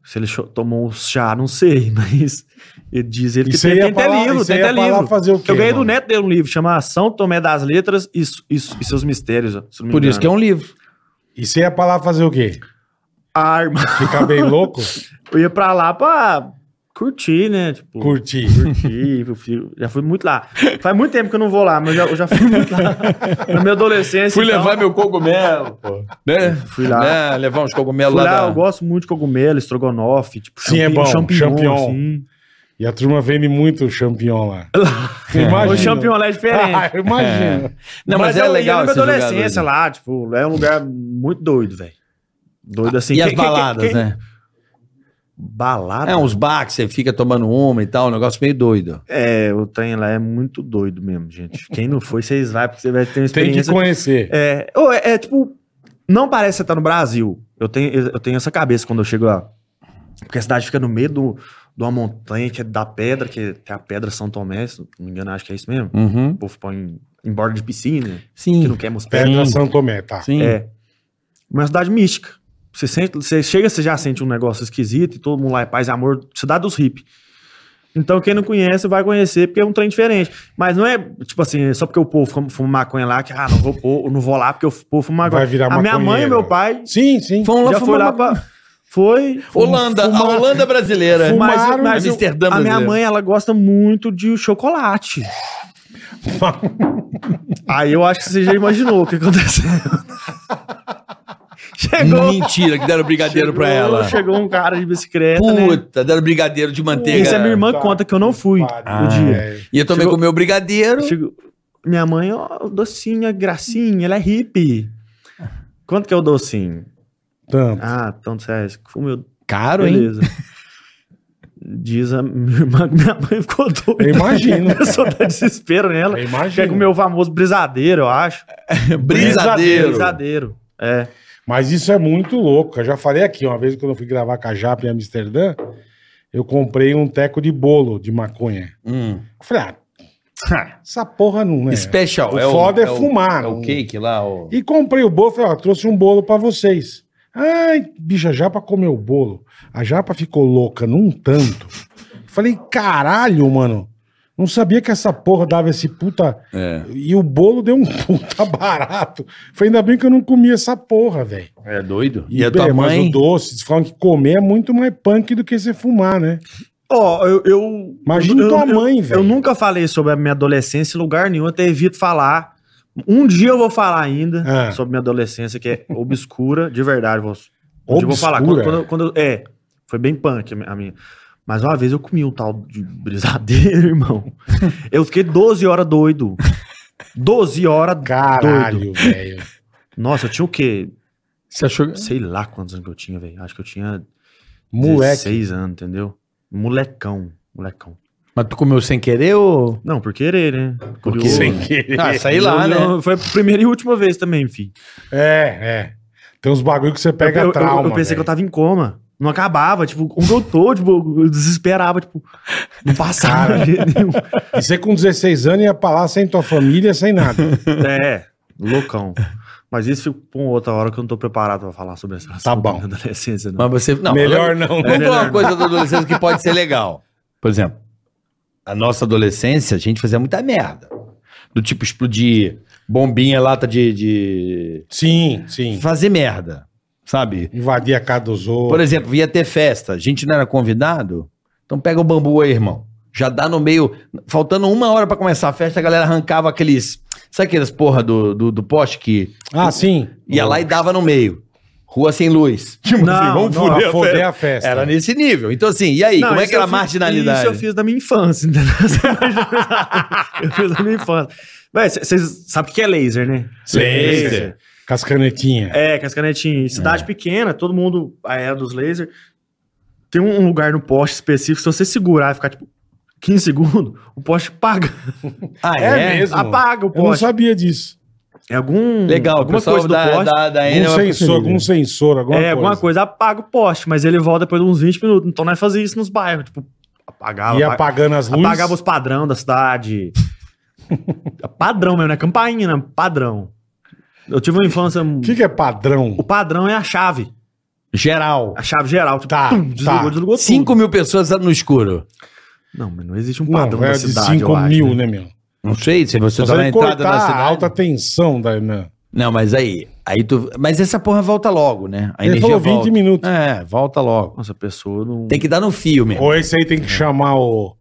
Se ele cho- tomou um chá, não sei, mas ele diz ele que Isso tem, aí tem ia pra até lá- livro, isso aí tem ia até pra lá livro. fazer o quê? Eu ganhei do mano? neto dele um livro, chama São Tomé das Letras e, Su- e Su- e seus mistérios. se não me Por isso que é engano. um livro. Isso aí ia pra lá fazer o quê? é um Ah, irmão, Ficar bem louco? eu ia pra lá pra curtir, né? Tipo, Curtir. curtir, eu fui- já fui muito lá. Faz muito tempo que eu não vou lá, mas eu já, eu já fui muito lá. Na minha adolescência. então, meu cogumelo, pô. Né? Fui É. lá. Né? Levar uns cogumelos Fui lá. lá, da- eu gosto muito de cogumelo, estrogonofe, tipo, Sim, é bom, champignon. assim. E a turma vende muito champignon lá. O champignon lá é diferente. Ah, imagina. Não, mas, é eu ia legal na esse minha lugar adolescência doido. lá, tipo, é um lugar muito doido, velho. Doido assim. E Quem- as quem- quem- baladas, quem- né? Balada? É, uns bar que você fica tomando uma e tal, um negócio meio doido. É, o trem lá é muito doido mesmo, gente. Quem não foi, vocês vai, porque você vai ter uma Tem que experiência. conhecer. É, ou é, é, tipo, não parece que você tá no Brasil. Eu tenho, eu tenho essa cabeça quando eu chego lá. Porque a cidade fica no meio do- de uma montanha que é da pedra, que é a pedra São Tomé, se não me engano, acho que é isso mesmo. Uhum. O povo põe em borda de piscina, que Sim. não quer mostrar. Pedra São Tomé, tá? Sim. É. Uma cidade mística. Você, sente, você chega, você já sente um negócio esquisito e todo mundo lá é paz e amor. Cidade dos hippies. Então, quem não conhece, vai conhecer, porque é um trem diferente. Mas não é, tipo assim, é só porque o povo fuma- fuma maconha lá, que, ah, não vou, pôr, não vou lá porque o povo fuma maconha. Vai virar A minha mãe e maconheiro. meu pai Sim, sim. Vamos lá já foi fumar lá uma- pra... Foi... Holanda, a Holanda brasileira. Fuma- É. Mas, Fumaram, mas eu- Amsterdã a minha brasileiro. mãe, ela gosta muito de chocolate. Aí eu acho que você já imaginou o que aconteceu. Chegou. Mentira, que deram brigadeiro pra ela. Chegou um cara de bicicleta. né? Puta, deram brigadeiro de manteiga. Isso é minha irmã Tá. conta que eu não fui Ah, no dia. é. E eu também Chegou- comi o brigadeiro. Chegou- Minha mãe, ó, docinha, gracinha, ela é hippie. Quanto que é o docinho? Tanto. Ah, tanto reais. Fumeu, Caro, hein? beleza. Diz a minha irmã que minha mãe ficou doida. Eu imagino. Eu só dá desespero nela. Eu Quer imagino. comer o famoso brisadeiro, eu acho. Brisadeiro. Brisadeiro. É. Mas isso é muito louco. Eu já falei aqui, uma vez quando eu fui gravar com a Japa em Amsterdã, eu comprei um teco de bolo de maconha. Hum. Eu falei, ah, essa porra não é. Special. O foda é fumar, É o não- cake lá, o... E comprei o bolo, falei, ó, trouxe um bolo pra vocês. Ai, bicho, a japa comeu o bolo. A japa ficou louca num tanto. Falei, caralho, mano. Não sabia que essa porra dava esse puta. É. E o bolo deu um puta barato. Foi ainda bem que eu não comi essa porra, velho. É doido? E, a tua bem, Mas mãe... o doce, eles falam que comer é muito mais punk do que você fumar, né? Ó, eu, eu. Imagina eu- tua eu- mãe, velho. Eu nunca falei sobre a minha adolescência em lugar nenhum, eu até evito falar. Um dia eu vou falar ainda Ah. sobre minha adolescência, que é obscura, de verdade. Vou, um dia eu vou falar. Quando, Obscura? quando, eu- quando eu- é, foi bem punk a minha- a minha. Mas uma vez eu comi um tal de brisadeiro, irmão. Eu fiquei 12 horas doido. 12 horas doido. Caralho, velho. Nossa, eu tinha o quê? Você achou... Sei lá quantos anos que eu tinha, velho. Acho que eu tinha Moleque. 16 anos, entendeu? Molecão, molecão. Mas tu comeu sem querer ou... Não, por querer, né? Porque- Sem querer. Ah, saí lá, né? Eu- eu- Foi a primeira e última vez também, filho. É, é. Tem uns bagulho que você pega eu, eu- trauma. eu pensei que velho. eu tava em coma. Não acabava, tipo, onde eu tô, tipo, eu desesperava, tipo, não passava de jeito nenhum. E você com 16 anos ia pra lá sem tua família, sem nada. É. Loucão. Mas isso fica pra uma outra hora que eu não tô preparado pra falar sobre essa Tá bom. da adolescência, não. Mas você. Não, Melhor não. Vamos falar uma coisa da adolescência que pode ser legal. É, né? Por exemplo, a nossa adolescência, a gente fazia muita merda. Do tipo explodir bombinha, lata de. de- Sim, sim. Fazer merda. Sabe? Invadir a casa dos Por outros. exemplo, ia ter festa, a gente não era convidado. Então pega o bambu aí, irmão. Já dá no meio. Faltando uma hora pra começar a festa, a galera arrancava aqueles. Sabe aquelas porra do, do, do poste que Ah, sim. ia lá e dava no meio? Rua sem luz. Tipo Não, não, Pra fuder foder, a festa. a festa. Era nesse nível. Então, assim, e aí? Não, como é isso que era eu a fiz- marginalidade? Isso eu fiz da minha infância, entendeu? eu fiz da minha infância. Véi, vocês sabem o que é laser, né? Laser. Com as canetinhas. É, com as canetinhas. É. Cidade pequena, todo mundo, a era dos lasers. Tem um lugar no poste específico, se você segurar e ficar tipo 15 segundos, o poste paga. Ah, É mesmo? Apaga o Eu não poste. sabia disso. É algum. Legal, o alguma pessoal coisa do da, poste. da, da Enel Algum é sensor, algum sensor, alguma é, alguma coisa. coisa, apaga o poste, mas ele volta depois de uns 20 minutos. Então nós fazia isso nos bairros, tipo, apagava. Ia apa- apagando as luzes. apagava os padrão da cidade. padrão mesmo, não é campainha, né? Padrão. Eu tive uma infância. O que, que é padrão? O padrão é a chave. geral. A chave geral. Tipo, Tá, desligou, tá. desligou tudo. 5 mil pessoas no escuro. Não, mas não existe um padrão Não, é da de cidade, 5 eu acho. mil, né? né, meu? Não sei se você Você tá na vai entrada cortar da a cidade. alta tensão da né? Não, mas aí, aí tu... Mas essa porra volta logo, né? A Ele energia falou 20 volta. minutos. É, volta logo. Nossa, a pessoa não. Tem que dar no fio mesmo. Ou esse aí tem que chamar o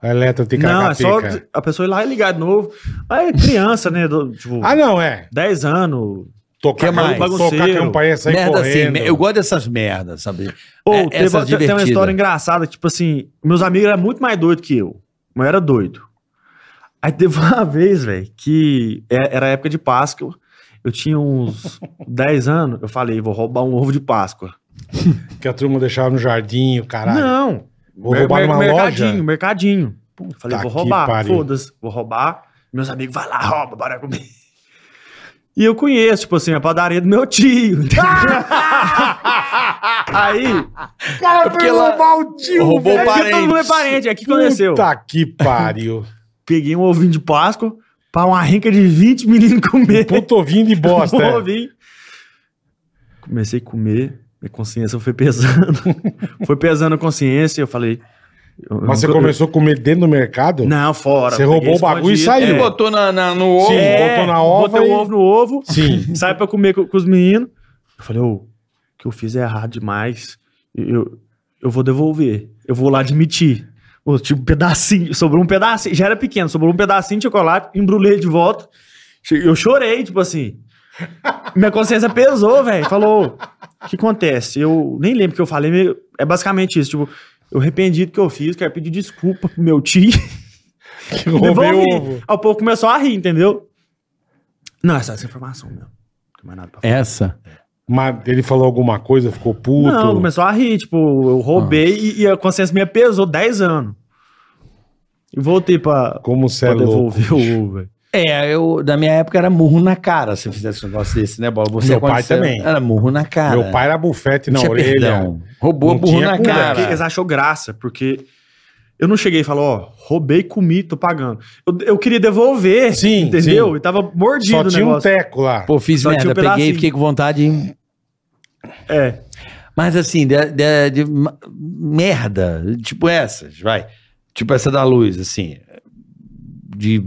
a Eletra tem que Não, é só HPK. a pessoa ir lá e ligar de novo. Aí é criança, né? do- tipo, Ah, não, é. 10 anos. Tocar, Que mais? cam- tocar Bagunceiro. campainha, sair merda correndo. assim, eu gosto dessas merdas, sabe? Ou É, teve- essas tem, tem uma divertidas. história engraçada, tipo assim, meus amigos eram muito mais doidos que eu. Mas eu era doido. Aí teve uma vez, velho, que é- era época de Páscoa. Eu tinha uns 10 anos, eu falei, vou roubar um ovo de Páscoa. Que a turma deixava no jardim, o caralho. Não. Vou roubar numa mercadinho, loja? mercadinho. falei, vou que roubar. pariu. Foda-se, vou roubar. Meus amigos, vai lá, rouba, bora comer. E eu conheço, tipo assim, a padaria do meu tio. Aí, Cara, É porque ela o tio, roubou é porque todo mundo é parente. parente, é o que aconteceu. Puta que pariu. peguei um ovinho de Páscoa pra uma renca de 20 meninos comer. Puto ovinho Um de bosta. Um é. ovinho. Comecei a comer, minha consciência foi pesando. foi pesando a consciência, eu falei. eu- Mas você eu- começou a comer dentro do mercado? eu- Não, fora. Você eu roubou peguei o bagulho e escondido. saiu. É, botou na, na- no ovo. Sim. é, botou na botei ova e- o ovo no ovo, Sim. sai pra comer co- com, os meninos. Eu falei, ô, o que eu fiz é errado demais. Eu, eu vou devolver. Eu vou lá admitir. Ô, tipo, um pedacinho, sobrou um pedacinho, já era pequeno, sobrou um pedacinho de chocolate, embrulhei de volta. Che- Eu chorei, tipo assim. Minha consciência pesou, velho. Falou, o que acontece? Eu nem lembro o que eu falei, mas é basicamente isso. Tipo, eu arrependi do que eu fiz, quero pedir desculpa pro meu tio. Que roubei o Devolvi. ovo. Aí o povo começou a rir, entendeu? Não, essa é essa informação mesmo. Não tem mais nada pra falar. Essa? Mas ele falou alguma coisa, ficou puto. Não, começou a rir, tipo, eu roubei e, e a consciência minha pesou 10 anos. E voltei pra, Como você é pra louco. devolver o ovo, velho. É, eu, na minha época era murro na cara se eu fizesse um negócio desse, né, Bola? Você Meu pai aconteceu- também. Era murro na cara. Meu pai era bufete na Tinha orelha. perdão. Roubou Não burro tinha na cura. cara. Porque eles achou graça, porque eu não cheguei e falei, ó, roubei, comi, tô pagando. Eu, eu queria devolver, Sim, entendeu? sim. E tava Só mordido o tinha um negócio. teco lá. Pô, fiz Só tinha merda, um peguei, pedacinho. fiquei com vontade. e- É. Mas assim, de, de- de ma- merda, tipo essas, vai. Tipo essa da luz, assim. De,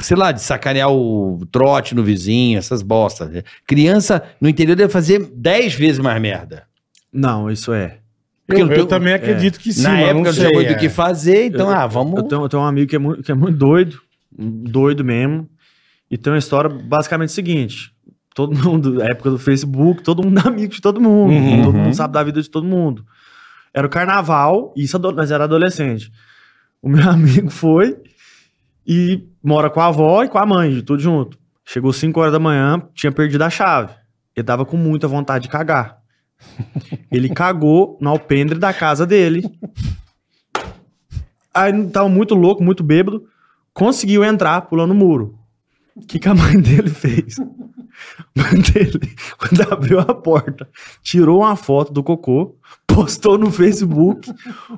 sei lá, de sacanear o trote no vizinho, essas bostas. né? Criança no interior deve fazer 10 vezes mais merda. Não, isso é. Porque eu, não tem- eu também acredito que sim, Na mas não época não sei, tinha muito é. o que fazer, então, Eu- ah, vamos. Eu tenho, eu tenho um amigo que é, muito, que é muito doido, doido mesmo, e tem uma história basicamente seguinte: todo mundo, na época do Facebook, todo mundo é amigo de todo mundo, Uhum. todo mundo sabe da vida de todo mundo. Era o carnaval, e isso ado- nós era adolescente. O meu amigo foi e mora com a avó e com a mãe, de tudo junto. Chegou 5 horas da manhã, tinha perdido a chave. Ele tava com muita vontade de cagar. Ele cagou no alpendre da casa dele. Aí tava muito louco, muito bêbado. Conseguiu entrar pulando o muro. O que, que a mãe dele fez? A mãe dele, quando abriu a porta, tirou uma foto do cocô, postou no Facebook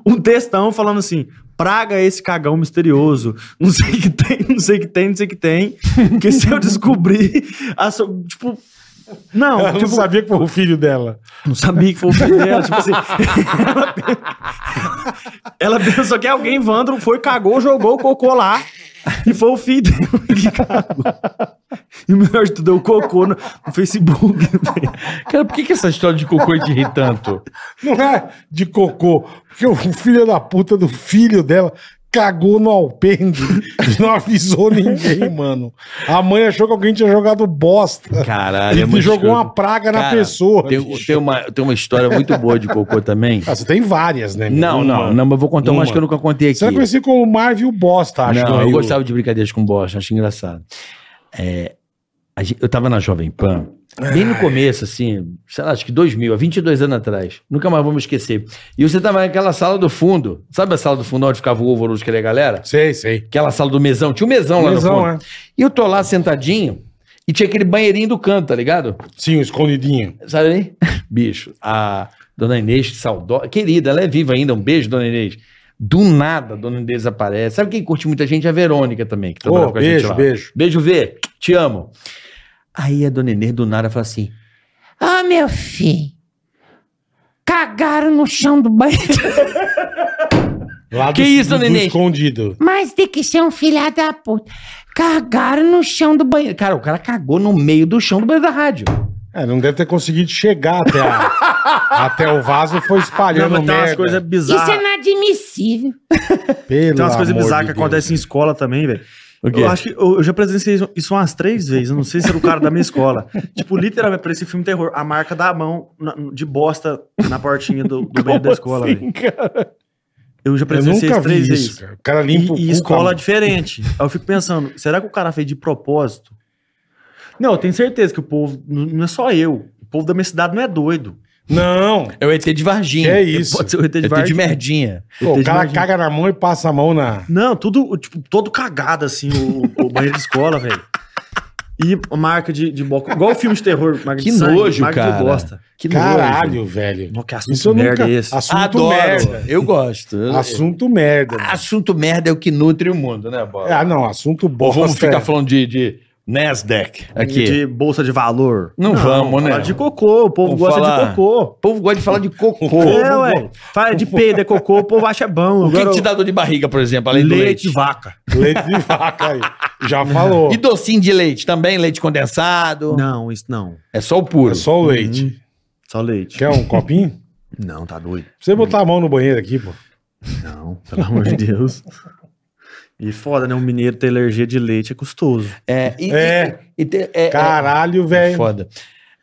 um textão falando assim: Praga é esse cagão misterioso. Não sei o que tem, não sei o que tem, não sei o que tem. Porque se eu descobrir, a so- tipo. Não, Ela tipo, não sabia que foi o filho dela. não sabia que foi o filho dela. Tipo assim. Ela, pe- ela pensou que alguém, Vandro, foi, cagou, jogou o cocô lá. E foi o filho dela que cagou. E o melhor de tudo é o cocô no, no Facebook. velho. Cara, por que, que essa história de cocô te ri tanto? Não é de cocô. Porque o filho da puta do filho dela cagou no alpendre. e Não avisou ninguém, mano. A mãe achou que alguém tinha jogado bosta. Caralho, Ele é muito jogou escroto. uma praga na Cara, pessoa. Tem, um- bicho. tem uma, tem uma história muito boa de cocô também. Ah, você tem várias, né? meu? Não, não, Uma. não, mas eu vou contar umas Uma. que eu nunca contei aqui. Será que eu conheci como Marvel Bosta, acho. não, né? eu gostava de brincadeiras com bosta, acho engraçado. É, a gen- eu tava na Jovem Pan, bem É. no começo, assim, sei lá, acho que 2000, há 22 anos atrás. Nunca mais vamos esquecer. E você tava naquela sala do fundo. Sabe a sala do fundo onde ficava o ovo Luz, que ele é a galera? Sei, sei. Aquela sala do mesão. Tinha um mesão, lá no Lesão, fundo. é. E eu tô lá sentadinho e tinha aquele banheirinho do canto, tá ligado? Sim, um escondidinho. Sabe ali? Bicho, a dona Inês, saudosa, querida, ela é viva ainda, um beijo, dona Inês. Do nada, a dona Inês aparece. Sabe quem curte muita gente? A Verônica também, que trabalha Ô, com a gente beijo, lá. beijo. Beijo, Vê, te amo. Aí a dona Inês do nada fala assim: Ah, meu filho. Cagaram no chão do banheiro. Lá Que isso, neném? escondido. Mas tem que ser um filha da puta. cagaram no chão do banheiro. Cara, o cara cagou no meio do chão do banheiro da rádio. É, não deve ter conseguido chegar até a- até o vaso foi Não, espalhando mas tem umas merda. coisas Isso é bizarras. inadmissível. Pelo Tem umas coisas amor bizarras de que Deus. acontecem em escola também, velho. O quê? Eu acho que eu, eu já presenciei isso- isso umas três vezes. Eu não sei se era o cara da minha escola. Tipo, literalmente, parecia filme terror. A marca da mão na- de bosta na portinha do, do banheiro da escola, velho. Eu assim? já Eu presenciei nunca isso três vi vezes. isso, cara. O cara limpa o E, e cu escola com diferente. Aí eu fico pensando, será que o cara fez de propósito? Não, eu tenho certeza que o povo. n- Não é só eu. O povo da minha cidade não é doido. a- Não. É o ET de Varginha. É Que isso. Pode ser o ET de ET de Varginha. merdinha. Pô, o Entendi, cara imagina. caga na mão e passa a mão na. Não, tudo, tipo, todo cagado, assim, o, o banheiro de escola, velho. E a marca de, de boca. Igual filme de terror, marca Que de sangue, nojo, marca cara. de bosta. Que nojo. Caralho, velho. Não, que assunto Isso eu merda Então nunca... é esse? Assunto Adoro. merda. Eu gosto. Eu- Assunto merda. Assunto merda é o que nutre o mundo, né, Bola? Ah, não, assunto Ou bosta. é vamos ficar falando de, de Nasdaq aqui. De bolsa de valor. Não vamos, né? fala de cocô, o povo Vamos gosta falar. de cocô. O povo gosta de falar de cocô. É, ué. Fala de peido, é cocô, o povo acha bom. O que, Agora que te dá dor de barriga, por exemplo, além do leite leite? de vaca. Leite de vaca aí. Já falou. E docinho de leite também? Leite condensado? Não, isso não. É só o puro. É só o leite. Só leite. Quer um copinho? Não, tá doido. Pra você botar a mão no banheiro aqui, pô. Não, pelo amor de Deus. E foda, né? Um mineiro ter alergia de leite é custoso. É, e, É. e- e tem- é, é- Caralho, é velho. foda.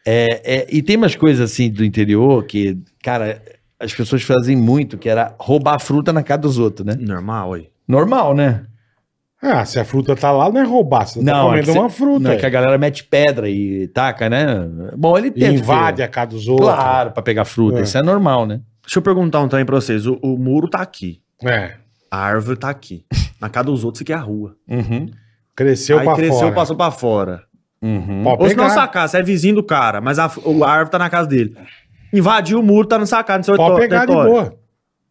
É, é, e tem umas coisas assim do interior que, cara, as pessoas fazem muito, que era roubar a fruta na casa dos outros, Hum. né? Normal, ué. Normal, né? Ah, se a fruta tá lá, não é roubar. Você tá Não, é comendo que você- uma fruta. Não, é aí. que a galera mete pedra e taca, né? Bom, ele E tenta. invade a casa dos outros. Claro, pra pegar fruta. É. Isso é normal, né? Deixa eu perguntar um trem pra vocês. O, o muro tá aqui. É. A árvore tá aqui. Na casa dos outros, isso aqui é a rua. Uhum. Cresceu Aí pra cresceu, fora. passou pra fora. Uhum. Ó, Ou se não pegar. sacar, você é vizinho do cara, mas a, o- a árvore tá na casa dele. Invadiu o muro, tá no sacar, no seu Pode to- pegar de território. boa.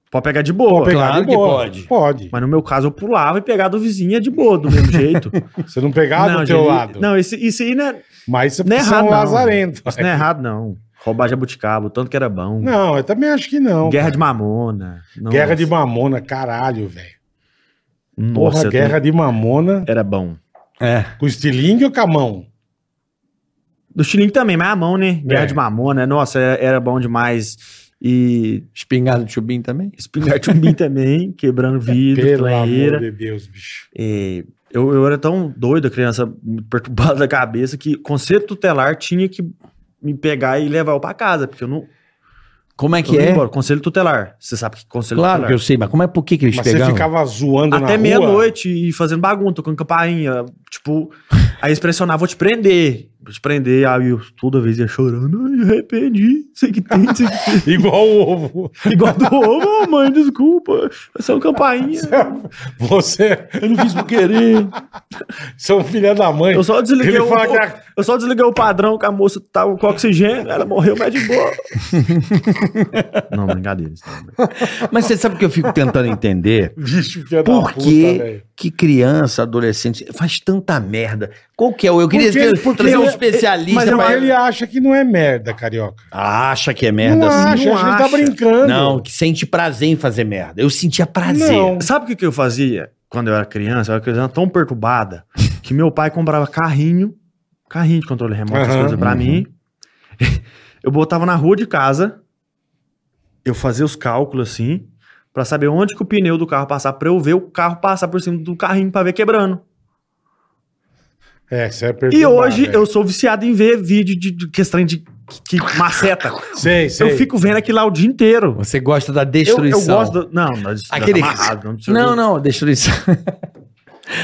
Pode pegar de boa. Pode pegar Claro de que boa. pode. Pode. Mas no meu caso, eu pulava e pegava do vizinho é de boa, do mesmo jeito. Você não pegar do teu gente, lado. Não, isso, isso aí não é, Mas você Não é precisa ser um errado, não. lazarento. isso não é errado, não. Roubar jabuticaba, o tanto que era bom. Não, eu também acho que não. guerra de mamona. Não. Guerra de mamona, caralho, velho. Nossa, Porra, eu guerra de mamona tenho- Era bom. É. com estilingue ou com a mão? Do Chilingue também, mas a mão, né? Guerra É. de mamona. Nossa, era, era bom demais. E Espingarda de chubim também? espingar chumbim também, quebrando vidro, Pelo planheira. amor de Deus, bicho. É, eu, eu era tão doido, criança muito perturbada da cabeça, que conselho tutelar tinha que me pegar e levar eu pra casa, porque eu não. Como é eu que não ia é? embora. Conselho tutelar. Você sabe que conselho Claro que eu tutelar. sei, mas como é por que, que eles Mas você pegaram? ficava zoando na Até rua? meia-noite e fazendo bagunça, tocando campainha, Tipo, aí eles pressionavam, vou te prender. Vou te prender. Aí eu toda vez ia chorando, ai, arrependi. Sei que tem, sei que tem. Igual o ovo. Igual do ovo, "Ô, mãe, desculpa. São campainha. Você, Eu não fiz por querer. seu filho da mãe. Eu só desliguei Ele o. fala que a- Eu só desliguei o padrão que a moça tava com oxigênio, ela morreu, mas de boa. não, brincadeira. isso não. é Mas você sabe o que eu fico tentando entender? Bicho, filho da Por puta, que, velho. que criança, adolescente, faz tanta merda? Qual que é o... Eu queria Porque- ter- porque trazer um eu- especialista Mas é pra... ele acha que não é merda, carioca. Acha que é merda não assim? acha, não acha, que ele tá acha. brincando. Não, que sente prazer em fazer merda. Eu sentia prazer. Não. Sabe o que, que eu fazia quando eu era criança? Eu era criança tão perturbada que meu pai comprava carrinho, carrinho de controle remoto, essas Aham. coisas pra mim. Eu botava na rua de casa, eu fazia os cálculos assim, pra saber onde que o pneu do carro passar, pra eu ver o carro passar por cima do carrinho pra ver quebrando. É, você é E perturbado, hoje velho. eu sou viciado em ver vídeo de, de questão de que, que maceta. Sei, sei. Eu fico vendo aquilo lá o dia inteiro. Você gosta da Eu, eu destruição. gosto. do- Não, não, isso Aquele- tá amarrado, não, precisa- Não, não, destruição.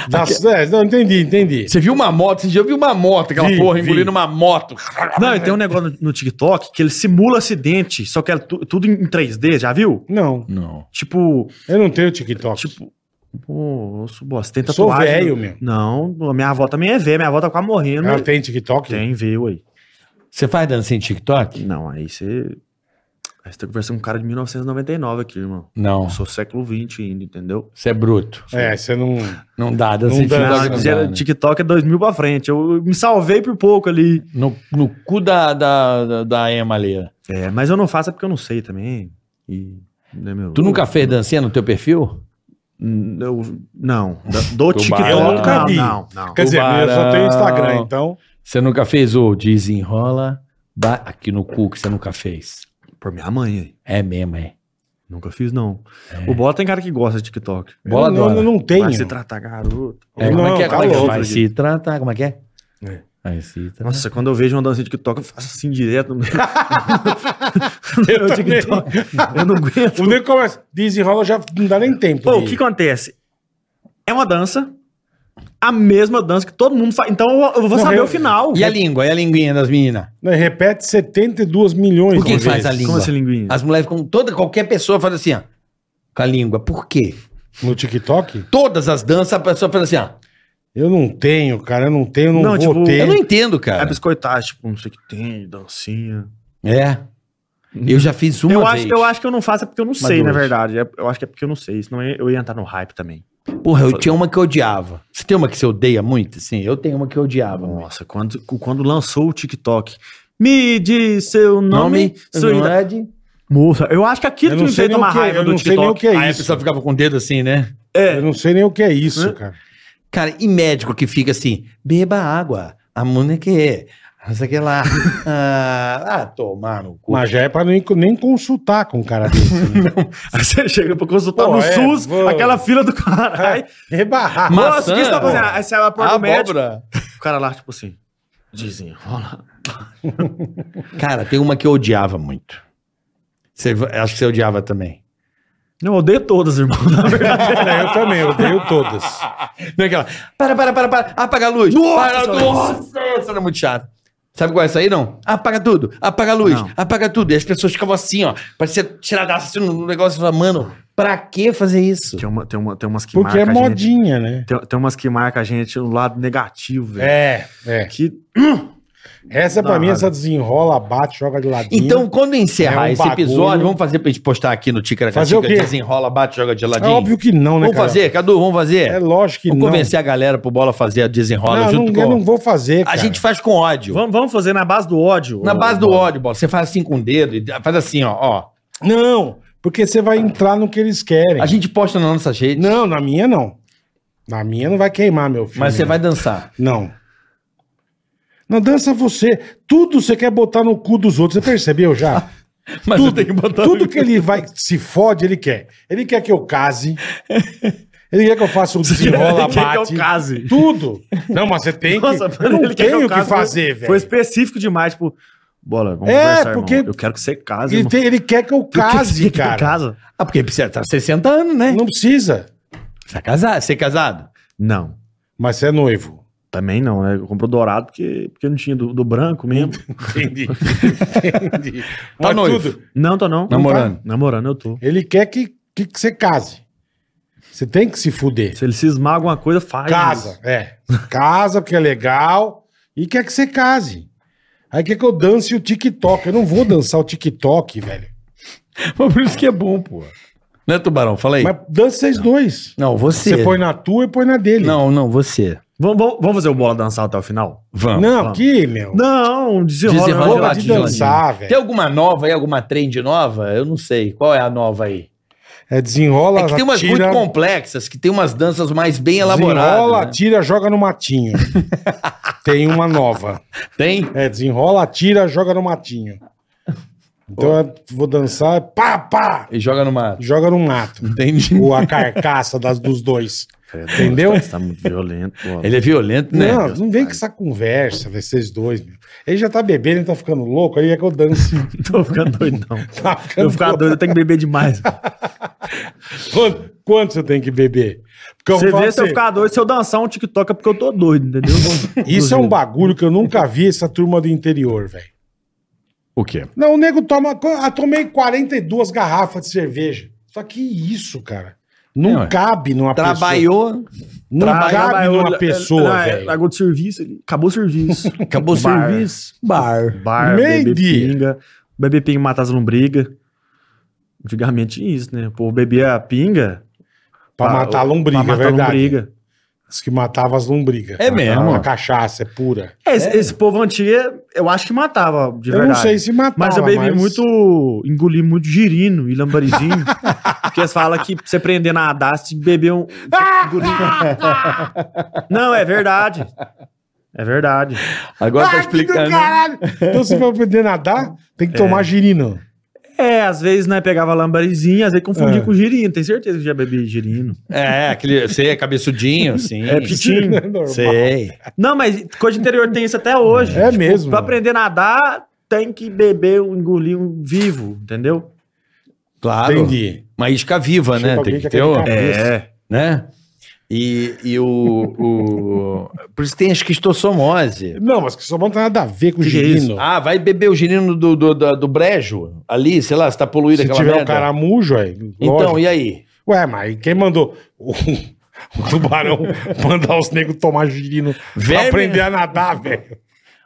Da- é, não, entendi, entendi. Você viu uma moto, você já viu uma moto, aquela Vi, porra vi. engolindo uma moto. Ah, Não, e tem um é. negócio no, no TikTok que ele simula acidente, só que é tu- tudo em 3D, já viu? Não, Não. Tipo, eu não tenho TikTok. tipo, tá pô, eu sou bosta, tem Sou tatuagem. velho, Ah, meu. Não, a minha avó também é velha, minha avó tá quase morrendo. Ela tem TikTok? Tem, veio aí. Você faz dancinha em TikTok? Não, aí você. Aí você tá conversando com um cara de 1999 aqui, irmão. Não. Eu sou século XX ainda, entendeu? um Você é bruto. É, você não. Não dá, dancinha em Não dá, TikTok. Não, Não era- dá, né? TikTok é 2000 pra frente. Eu, eu me salvei por pouco ali. no, no cu da, da, da- da Emma ali. É, mas eu não faço é porque eu não sei também. E, né, meu, Tu nunca fez dancinha no teu perfil? Hum, eu- não. Da- Do TikTok. barão. Eu nunca não, vi. não, não. Quer dizer, eu só Tubarão. tenho Instagram, então. Você nunca fez o desenrola ba- aqui no cu que você nunca fez? Por minha mãe, aí. É mesmo, é. Nunca fiz, não. O Bola tem cara que gosta de TikTok. Bola eu, não, adora. eu não tenho. Vai se tratar, garoto. É, como é Não, que é? tá Como é que é? louco. Vai se tratar, como é que é? É. Vai se tratar. Nossa, quando eu vejo uma dança de TikTok, eu faço assim direto. no meu- no meu Eu também. TikTok. Eu não aguento. O nego começa. Desenrola já não dá nem tempo. Pô, o de- que acontece? É uma dança. A mesma dança que todo mundo faz. Então eu, eu vou Não, saber eu- o final. E a língua? E a linguinha das meninas? né, repete 72 milhões Por que de faz a vezes língua? Como assim, linguinha? As mulheres com toda qualquer pessoa faz assim, ó, com a língua. Por quê? No TikTok? Todas as danças a pessoa faz assim, ó. Eu não tenho, cara. Eu não tenho, não, Não, vou tipo, ter. Eu não entendo, É cara. biscoitar, tipo, não sei o que tem, dancinha. É. Eu já fiz uma eu, vez. acho, eu acho que eu não faço é porque eu não sei, na hoje. verdade. É- Eu acho que é porque eu não sei. Senão eu eu ia entrar no hype também. Porra, eu tinha uma que eu odiava. Você tem uma que você odeia muito? Sim, eu tenho uma que eu Tá odiava. muito. Nossa, quando, quando lançou o TikTok. Me diz seu nome, sua não idade. é de... Moça, eu acho que aquilo Eu que não me sei fez nem o tomar que é, raiva eu do não sei nem o TikTok. que Aí é a isso. pessoa ficava com o dedo assim, né? Eu não sei nem o que é isso, Hã? cara. Cara, e médico que fica assim, beba água, a que é, não sei o que lá. ah, ah, tomar no cu. Mas já é pra nem, nem consultar com um cara desse. né? Aí você chega pra consultar Pô, no é, SUS, vou- aquela fila do caralho. Rebarrar. Mas- Nossa, o que você tá Maçã, fazendo? Aí você vai pro Ah, médico. Ah, abóbora. O cara lá, tipo assim, dizem, rola. Cara, tem uma que eu odiava muito. Você, acho que você odiava também. Não, eu odeio todas, irmão. Na verdade. É, eu também, eu odeio todas. Não é aquela. Para, para, para, para. Apaga a luz. é Para, nossa, essa era muito chata. Sabe qual é essa aí, não? Apaga tudo, apaga a luz, Não. apaga tudo. E as pessoas ficavam assim, ó. Parecia tiradaço assim, no negócio. Eu falava, Mano, pra que fazer isso? Tem, uma, tem, uma, tem umas que Porque é marca a gente- modinha, né? Tem, tem umas que marca a gente no lado negativo, velho. É, é. Que Essa é pra Não, mim, nada. essa desenrola, bate, joga de ladinho. Então, quando encerrar É um esse bagulho. episódio, vamos fazer pra gente postar aqui no Ticaracatica, Fazer o quê? desenrola, bate, joga de é ladinho. óbvio que não, né, vamos cara? fazer, Cadu, vamos fazer. É lógico que vamos não. convencer a galera pro Bola fazer a desenrola não, junto não, com... eu não vou fazer, A cara. gente faz com ódio. Vamos, vamos fazer na base do ódio. Na ô, base do Bola. ódio, Bola. Você faz assim com o dedo e faz assim, ó. ó. Não, porque você vai entrar no que eles querem. A gente posta na nossa rede, Não, na minha não. Na minha não vai queimar, meu filho. mas você vai dançar. Não. Não, dança você. Tudo você quer botar no cu dos outros. Você percebeu já? Mas Tudo. eu tenho que botar... um- Tudo que ele vai se fode, ele quer. Ele quer que eu case. Ele quer que eu faça o desenrola, Ele quer que eu bate. case. Tudo. Não, mas você tem Nossa, que... Eu não ele quer tenho eu o que case, né? fazer, Foi velho. específico demais, tipo, bola, vamos É, conversar, irmão. porque- Eu quero que você case, Ele, irmão. tem- ele quer que eu case, Ele quer que eu cara. casa? Ah, porque você tá 60 anos, né? Não precisa. Você é casado? Você é casado? Não. Mas você é noivo. Também não, né? Eu comprei o dourado porque, porque não tinha do, do branco mesmo. Entendi. Entendi. Tá Mas noivo. Não, tô não. Namorando. Não tá? Namorando, eu tô. Ele quer que, que, que você case. Você tem que se fuder. Se ele cismar alguma coisa, faz. Casa, é. Casa, porque é legal. E quer que você case. Aí quer que eu dance o TikTok. Eu não vou dançar o TikTok, velho. Mas por isso que é bom, pô. Né, Tubarão? Fala aí. Mas dance vocês dois. Não, você. Você põe na tua e põe na dele. Não, não, você. Vamos, vamos, vamos fazer o bola dançar até o final? Vamos. Não, vamos. que, meu. Não, Desenrola desenrola. não, de Porra lá Bola de geladinho. dançar, Tem velho. alguma nova aí, alguma trend nova? Eu não sei. Qual é a nova aí? É desenrola, É que tem umas muito complexas, que tem umas danças mais bem Desenrola, elaboradas. né? atira, joga no matinho. Tem uma nova. Tem? É, desenrola, atira, joga no matinho. Então eu vou dançar, pá, pá! E joga numa. Joga no mato. Entendi. Ou a carcaça das, dos dois. Credo, Entendeu? Você tá muito violento, bola. Ele é violento, né? não, não vem com essa conversa, velho, vocês dois. Meu. Ele já tá bebendo, ele tá ficando louco, aí é que eu danço. Tô ficando doidão. Tá Se eu ficando ficar doido, eu tenho que beber demais. Quanto, quanto você tem que beber? Porque eu Você falo vê se eu assim, ficar doido, se eu dançar um TikTok é porque eu tô doido, entendeu? Isso é um Inclusive. bagulho que eu nunca vi essa turma do interior, velho. O quê? Não, o nego toma. co- Ah, tomei 42 garrafas de cerveja. Só que isso, cara. Não, Não, é. cabe numa pessoa. Trabalhou, Não cabe Trabalhou- numa pessoa, Ah, é, velho. Largou de serviço, ele- acabou o serviço. acabou o Bar. serviço. Bar. Bar, Meio beber dia. pinga. Beber pinga e matar as lombrigas. Antigamente tinha isso, né? Pô, bebia pinga Pra matar a lombriga, pra matar é verdade. lombriga. Diz que matava as lombrigas. É mesmo? A cachaça é pura. Esse, esse povo antigo, eu acho que matava, de eu verdade. não sei se matava. Mas eu bebi muito, engoli muito girino e lambarizinho. porque eles falam que pra você prender na ADA, você tem que beber um. Engolindo. não, é verdade. É verdade. Agora tá Ah, que do explicando. caralho! Então, se for aprender a nadar, tem que tomar girino. É, às vezes, né, pegava lambarizinho, às vezes É. confundia com girino. Tem certeza que eu já bebi girino. É, aquele. Você é cabeçudinho, sim. É pitinho. É normal. Sei. Não, mas coisa de interior tem isso até hoje. Tipo, É mesmo. Pra aprender a nadar, tem que beber, um- engolir um vivo, entendeu? Claro. Entendi. Uma isca viva, Chupa né? alguém Tem que que ter. o- acredita. É. Né? E, e o, o- Por isso tem a esquistossomose. Não, mas que só não tem nada a ver com Que que é girino. Ah, vai beber o girino do, do, do, do brejo ali, sei lá, se tá poluído se aquela tiver um merda. caramujo, aí. Então, e aí? Ué, mas quem mandou o, o tubarão mandar os negros tomar girino pra Verme. aprender a nadar, velho?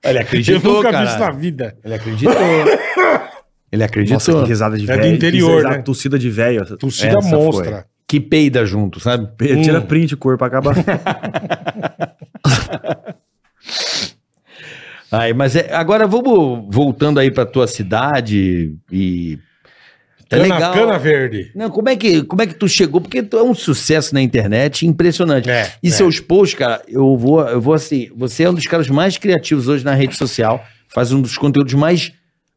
Ele Eu acreditou, nunca cara. vi isso na vida. Ele acreditou. Ele Nossa, acreditou. que que... risada de É do velho. que interior, risada- né? Tossida de velho. Torcida Essa monstra. peida junto, sabe? Pe- Tira Hum. print, cor, pra acabar. Aí, mas é- agora vamos voltando aí pra tua cidade e. Tá Cana, legal. cana verde. Não, como é, que, como é que tu chegou? Porque tu é um sucesso na internet impressionante. É, e é. seus posts, cara, eu vou, eu vou assim. Você é um dos caras mais criativos hoje na rede social. Faz um dos conteúdos mais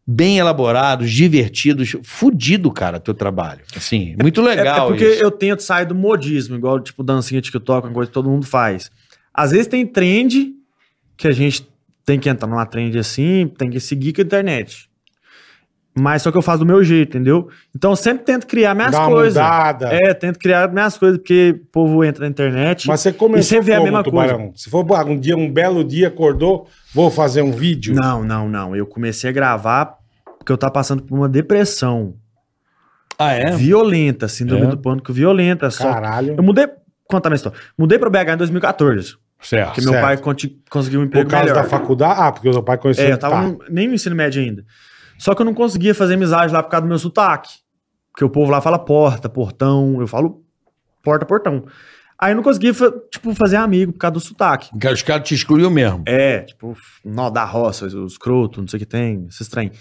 bem elaborados, divertidos. Fudido, cara, teu trabalho. Assim, muito legal. É porque isso. eu tento sair do modismo, igual tipo dancinha TikTok, uma coisa que todo mundo faz. Às vezes tem trend que a gente tem que entrar numa trend assim, tem que seguir com a internet. Mas só que eu faço do meu jeito, entendeu? Então eu sempre tento criar minhas Dá uma coisas. mudada. É, tento criar minhas coisas, porque o povo entra na internet. Mas você começou E você vê é a mesma Se for bah, um dia, um belo dia, acordou, vou fazer um vídeo. Não, não, não. Eu comecei a gravar porque eu tava passando por uma depressão Ah, é? violenta, síndrome É? do pânico violenta. Só Caralho. Eu mudei, contar minha história. Mudei pro BH em 2014, Certo. porque meu certo. pai conti- conseguiu um Por emprego causa melhor. da faculdade? Ah, porque o seu pai conheceu. É, eu tava tá. no- nem no ensino médio ainda. Só que eu não conseguia fazer amizade lá por causa do meu sotaque. Porque o povo lá fala porta, portão, eu falo porta, portão. Aí eu não conseguia, fa- tipo, fazer amigo por causa do sotaque. Porque Os caras te excluíam mesmo. É, tipo, nó da roça, os escroto, não sei o que tem, esses trem.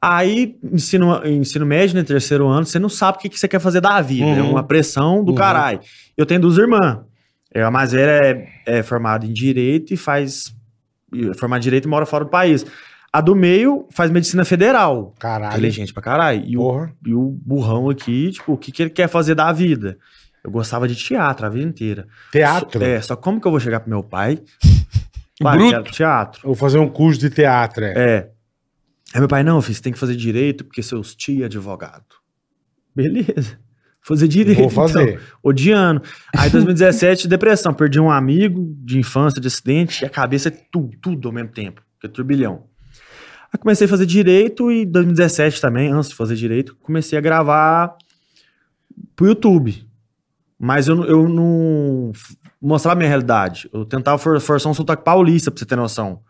Aí, ensino, ensino médio, né, terceiro ano, você não sabe o que, que você quer fazer da vida. Uhum. É uma pressão do Uhum. caralho. Eu tenho duas irmãs. É, A mais velha é, é formada em Direito e faz... é Formada em Direito e mora fora do país. A do meio faz Medicina Federal. Caralho. Inteligente pra caralho. E o, Porra. e o burrão aqui, tipo, o que, que ele quer fazer da vida? Eu gostava de teatro a vida inteira. Teatro. É, só como que eu vou chegar pro meu pai? Bruto. quero teatro. Eu Vou fazer um curso de teatro. É. É. Aí meu pai, não, filho, você tem que fazer direito porque seus tios é advogado. Beleza. Fazer direito. Vou fazer. odiando. Aí 2017, depressão. Perdi um amigo de infância, de acidente, e a cabeça é tudo, tudo ao mesmo tempo. Que é turbilhão. Aí comecei a fazer direito e 2017 também, antes de fazer direito, comecei a gravar pro YouTube. Mas eu, não- eu não f- mostrava a minha realidade. Eu tentava for- forçar um sotaque paulista, pra você ter noção.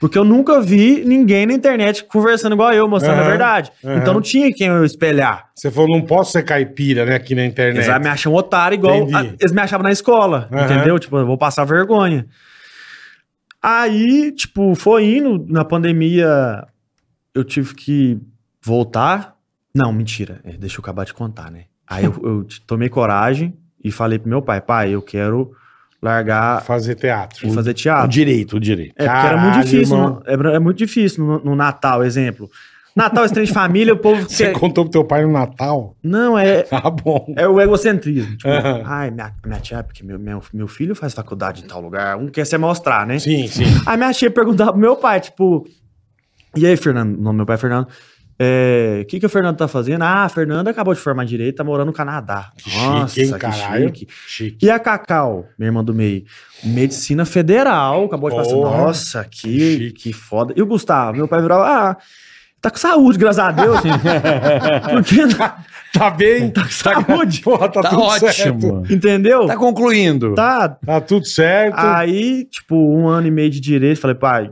Porque eu nunca vi ninguém na internet conversando igual eu, mostrando a Aham, verdade. aham. Então não tinha quem eu espelhar. Você falou, não posso ser caipira, né, aqui na internet. Eles lá me acham otário igual Entendi. a- eles me achavam na escola, Aham. entendeu? Tipo, eu vou passar vergonha. Aí, tipo, foi indo. Na pandemia, eu tive que voltar. Não, mentira. É, deixa eu acabar de contar, né? Aí eu, eu t- tomei coragem e falei pro meu pai, pai, eu quero largar Fazer teatro. e fazer O teatro. direito, o direito. É, porque era muito Caralho, difícil. irmão. no- era- é muito difícil no, no Natal, exemplo. Natal, estranho de família, o povo... Você quer- contou pro teu pai no Natal? Não, é, Ah, Tá bom. é o egocentrismo. Tipo, Aham. ai, minha, minha tia, porque meu, meu, meu filho faz faculdade em tal lugar. Um quer se mostrar, né? Sim, sim. Aí minha tia perguntava pro meu pai, tipo... E aí, Fernando? O nome do meu pai é Fernando. É, O que, que o Fernando tá fazendo? Ah, a Fernanda acabou de formar direito, tá morando no Canadá. Que chique, hein, caralho. Chique. E a Cacau, minha irmã do meio? Medicina Federal. Acabou de falar assim, Porra. nossa, que, Chique. que foda. E o Gustavo? Meu pai virou, ah, tá com saúde, graças a Deus. Porque tá Tá bem? com saúde, Porra, tá, Tá tudo certo. ótimo. entendeu? Tá concluindo. Tá, Tá tudo certo. Aí, tipo, um ano e meio de direito, falei, pai,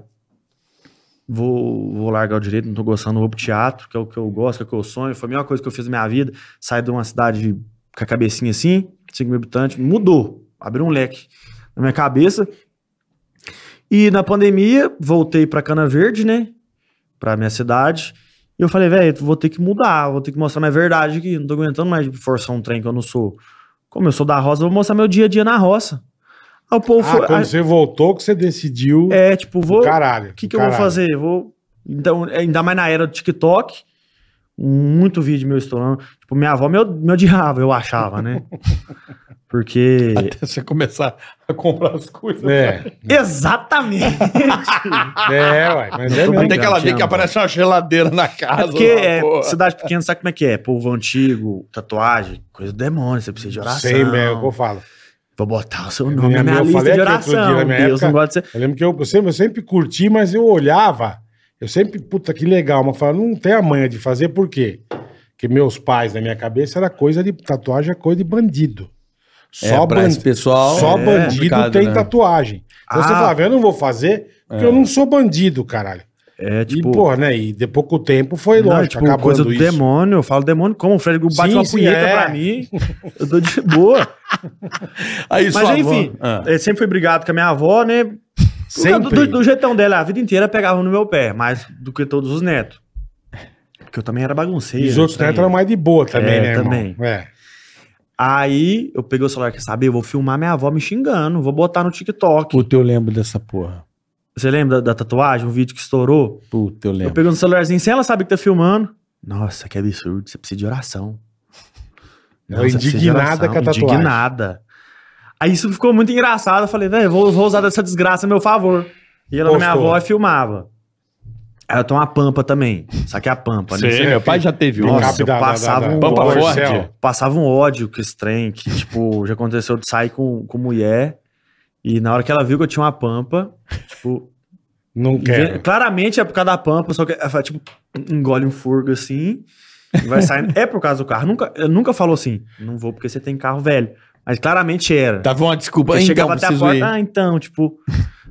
vou, vou largar o direito, não tô gostando, vou pro teatro, que é o que eu gosto, que é o que eu sonho. Foi a melhor coisa que eu fiz na minha vida. Saí de uma cidade com a cabecinha assim, 5 mil habitantes, mudou. Abriu um leque na minha cabeça. E na pandemia, voltei pra Cana Verde, né? Pra minha cidade. E eu falei, velho, vou ter que mudar, vou ter que mostrar minha verdade aqui. Não tô aguentando mais forçar um trem que eu não sou. Como eu sou da roça, eu vou mostrar meu dia a dia na roça. Aí o povo Ah, foi. quando aí- você voltou, que você decidiu. é, tipo, vou. do O Caralho. que, do que eu vou caralho. fazer? Vou. Então, ainda mais na era do TikTok, muito vídeo meu estourando. Tipo, minha avó me, od- me odiava, eu achava, né? Porque. Até você começar a comprar as coisas. É, Exatamente! é, ué, mas é Eu tô mesmo. Até que ela Te vê que amo. aparece uma geladeira na casa. É porque lá, é, porra. cidade pequena, sabe como é que é? Povo antigo, tatuagem, coisa do demônio, você precisa de oração. Sei mesmo, é o que eu falo. Vou botar o seu Minha- nome na minha eu lista falei de aqui outro dia, oração. na minha Deus época- não gosta de ser. Eu lembro que eu, eu sempre, eu sempre curti, mas eu olhava, eu sempre, puta, que legal, mas eu falava, não tem a manha de fazer, por quê? Porque meus pais, na minha cabeça, era coisa de tatuagem, é coisa de bandido. É, Só, pra ban- esse pessoal. só é bandido complicado, tem né? tatuagem. Então você Ah. falava, eu não vou fazer, porque eu não sou bandido, caralho. É, tipo, e, porra, né, e de pouco tempo foi, não, lógico, tipo, acabando coisa do isso. demônio. Eu falo demônio como? O Fred bate Sim, uma sim, punheta é. pra mim. Eu tô de boa. Aí, Mas sua avó- enfim, Ah. eu sempre fui brigado com a minha avó, né? Do, Sempre. do- do jeitão dela, a vida inteira pegava no meu pé, mais do que todos os netos. Porque eu também era bagunceiro. assim. E os outros estranho. netos eram mais de boa também, É, né, irmão? também. É. Aí eu peguei o celular, quer saber? Eu vou filmar minha avó me xingando, vou botar no TikTok. Puta, eu lembro dessa porra. Você lembra da, da tatuagem, um vídeo que estourou? Puta, eu É. Eu lembro. peguei no celularzinho, se ela sabe que tá filmando. Nossa, que absurdo, você precisa de oração. Ela Nossa, precisa de indignada oração, com a tatuagem. Indignada. Aí isso ficou muito engraçado, eu falei, velho, vou, vou usar dessa desgraça a meu favor. E ela na minha Postou. avó e filmava. Aí eu tenho uma pampa também, só que é a pampa, né? Sim, meu pai já teve Picape uma. Nossa, eu da- da- passava da- um Pampa ódio. Ford. passava um ódio com esse trem, que, tipo, já aconteceu de sair com, com mulher, e na hora que ela viu que eu tinha uma pampa, tipo, Não ve- quero. claramente é por causa da pampa, só que ela fala, tipo, engole um furgo assim, e vai saindo. é por causa do carro. Nunca, ela nunca falou assim, não vou porque você tem carro velho. Mas claramente era. Tava uma desculpa. Eu Então, chegava até a preciso porta, ir. ah, então, tipo,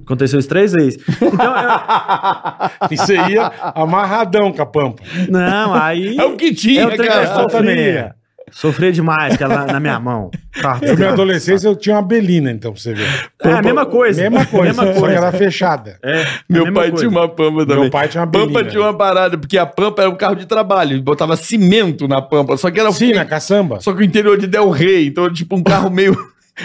aconteceu isso três vezes. Então, eu- E você ia é amarradão com a pampa. não, aí. É o que tinha, eu tenho que cara. Eu também sofrer. ia. Sofrer demais, que ela na minha mão. Tá. Na minha adolescência eu tinha uma belina, então, pra você ver. É a mesma coisa. Mesma coisa, Mesma só que coisa. era fechada. É, a Meu mesma pai coisa. tinha uma pampa também. Meu pai tinha uma belina. Pampa tinha uma parada, porque a Pampa era um carro de trabalho, botava cimento na Pampa, só que era Sim, na caçamba. só que o interior de Del Rey, então era tipo um carro meio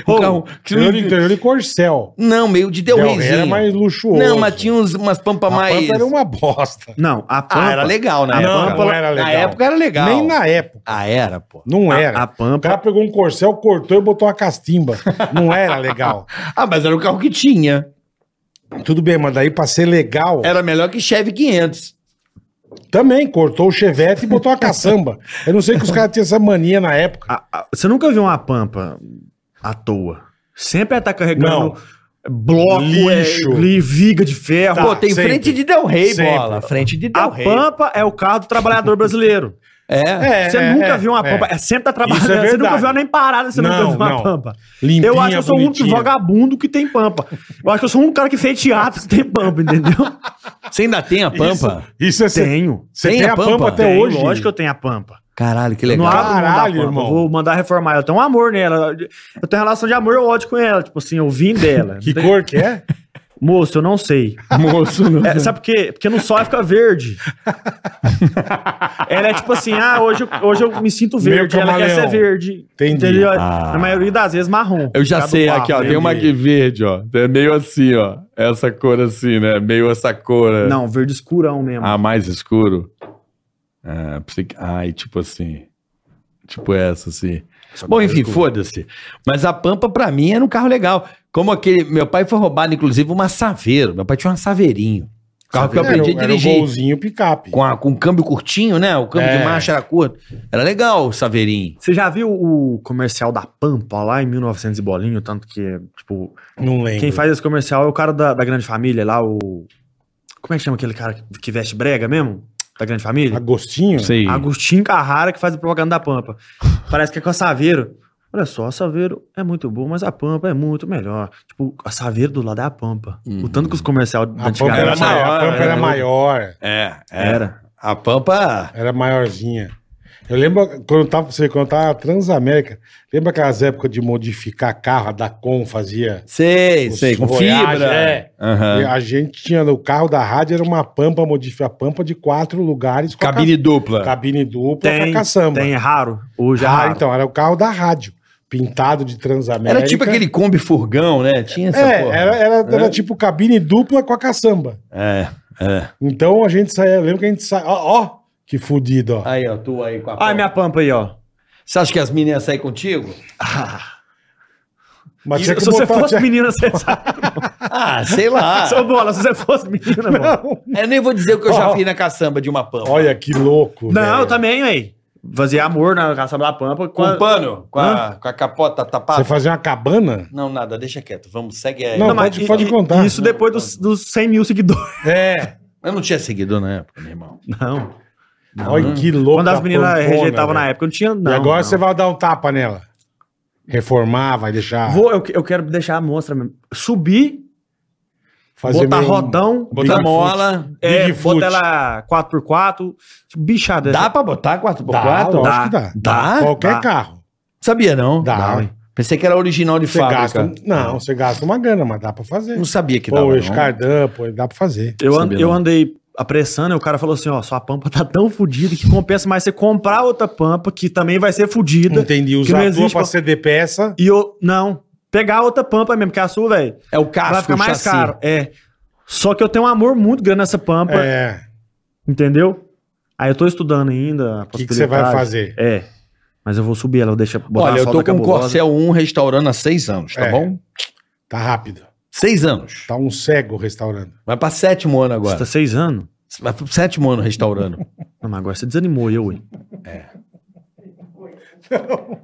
um carro que Eu não, era interior de Corcel. não, meio de Del, Del Rey Reyzinho. era mais luxuoso. Não, mas tinha uns, umas Pampa A mais pampa era uma bosta. Não, a pampa. Ah, era legal na A época. Pampa- não era legal. Na época era legal. Nem na época. Ah, era, pô. Não a- era. A, O pampa. cara pegou um corcel, cortou e botou uma castimba. Não era legal. Ah, mas era o carro que tinha. Tudo bem, mas daí pra ser legal. Era melhor que Chevy 500. Também cortou o chevette e botou a caçamba. Eu não sei que os caras tinham essa mania na época. A- a- você nunca viu uma pampa à toa. Sempre ela tá carregando bloco, Lixo. é, li- viga de ferro. Tá, Pô, tem sempre. frente de Del Rey, Sempre. bola. Frente de Del a Rey. pampa é o carro do trabalhador brasileiro. É. você nunca viu uma pampa. É. sempre tá trabalhando. Isso é você nunca verdade. viu ela nem parada, você Não, nunca viu uma não. pampa. Limpinha, eu acho que eu sou um o único bonitinha. vagabundo que tem pampa. Eu acho que eu sou o único cara que fez teatro que tem pampa, entendeu? Você ainda tem a pampa? Isso, isso é ser- tenho. Você Tem tem, a a pampa, pampa? até Tenho, hoje? Lógico É que eu tenho a pampa. Caralho, que Eu não legal. abro mão da Caralho, pampa, irmão. Vou mandar reformar ela. Eu tenho um amor nela. Eu tenho relação de amor e ódio com ela. Tipo assim, eu vim dela. Que cor que é? Moço, eu não sei. Moço, não. É, sabe por quê? Porque no sol ela fica verde. ela é tipo assim, ah, hoje, eu- hoje eu me sinto Meio verde. Ela quer camaleão. ser verde. Entendi. Entendeu? Ah. Na maioria das vezes, marrom. Eu já Tá Por causa sei, do barro, aqui, ó. Tem entendeu? uma aqui verde, ó. É meio assim, ó. Essa cor assim, né? Meio essa cor. né? é. Não, verde escurão mesmo. Ah, mais escuro. É, Ah, pensei que- ai, tipo assim. Tipo essa, assim. Só que é Bom, verde enfim, escuro. foda-se. Mas a Pampa, pra mim, era um carro legal. Como aquele. Meu pai foi roubado, inclusive, uma saveiro. Meu pai tinha um saveirinho. Carro que eu Era o- aprendi a era o dirigir. golzinho picape. Com, a- com o câmbio curtinho, né? O câmbio É. de marcha era curto. Era legal o saveirinho. Você já viu o comercial da Pampa lá em 1900 e bolinho? Tanto que, tipo, Não lembro. Quem faz esse comercial é o cara da, da Grande Família lá, o. Como é que chama aquele cara que- que veste brega mesmo? Da Grande Família? Agostinho? Sei. Agostinho Carrara, que faz a propaganda da Pampa. Parece que é com a Saveiro. Olha só, a Saveiro é muito boa, mas a Pampa é muito melhor. Tipo, a Saveiro do lado é a Pampa. O tanto que né? os comerciais da Uhum. A antiga pampa era Antigamente maior. era- A pampa era era- maior. É, Era. A Pampa. Era maiorzinha. Eu lembro quando eu tava, você, quando eu tava na Transamérica, lembra aquelas épocas de modificar carro, a Dacom fazia Sei, Os sei, com Voyage, fibra. é. Ah. Aham. E A gente tinha no carro da rádio era uma pampa modificada, pampa de quatro lugares com a Cabine ca- dupla. cabine dupla com Tem, a caçamba. tem, é raro. Hoje é Já, raro. então, era o carro da rádio, pintado de Transamérica. Era tipo aquele Kombi furgão, né? Tinha essa É, porra. era, era, era tipo cabine dupla com a caçamba. É, é. Então a gente saía, eu lembro que a gente saía, ó, ó, que fudido, ó. Aí, ó, tu aí com tá a Olha a minha Pampa aí, ó. Você acha que as meninas iam sair contigo? Mas E tinha se que você botar- fosse tinha- menina, você sabe. Ah, sei lá. Seu bola, se você fosse menina, mano. Eu nem vou dizer o que eu já Ó. fiz na caçamba de uma pampa. Olha que louco. Não, tá velho. eu também, aí. Fazia amor na caçamba da Pampa. Com o pano? Com a, com a capota tapada? Você fazia uma cabana? Não, nada, deixa quieto. Vamos, segue aí. Não, Não, mas... pode- pode contar. Isso depois dos, dos 100 mil seguidores. É. Eu não tinha seguidor na época, meu irmão. Não. Olha que louco. Quando as meninas rejeitavam na época. época, eu não tinha, não. E agora não. você vai dar um tapa nela. Reformar, vai deixar. Vou, eu, eu quero deixar a monstra mesmo. Subir, botar meio- rodão, Botar Bigfoot. mola. é, Bigfoot. botar ela 4x4, tipo, bichada. Dá pra botar 4x4? Dá, lógico que dá. Dá? Ah, Qualquer Dá. carro. Sabia não? Dá. hein? Pensei que era original de Você fábrica. gasta. um- Não, você gasta uma grana, mas dá pra fazer. Não sabia que dava Pô, não. escardan, pô, dá pra fazer. Eu, an- Sabia eu não. andei apressando e o cara falou assim, ó, sua pampa tá tão fodida que compensa mais você comprar outra pampa que também vai ser fodida. Entendi. não Usar a tua existe pra pra- CD peça. E eu, não, pegar outra pampa mesmo, que é a sua, velho. É o casco, Vai ficar mais o chassi. caro. É. Só que eu tenho um amor muito grande nessa pampa. É. Entendeu? Aí eu tô estudando ainda. a O que, que você vai possibilidade. fazer? É. Mas eu vou subir ela, eu deixo botar Olha, a eu tô solda com um cabulosa. Corcel 1 restaurando há seis anos, tá É. bom? Tá rápido. Seis anos. Tá um cego restaurando. Vai pra sétimo ano Você tá agora. seis anos? Vai pro sétimo ano restaurando. Não, mas agora você desanimou eu, hein? É. Não.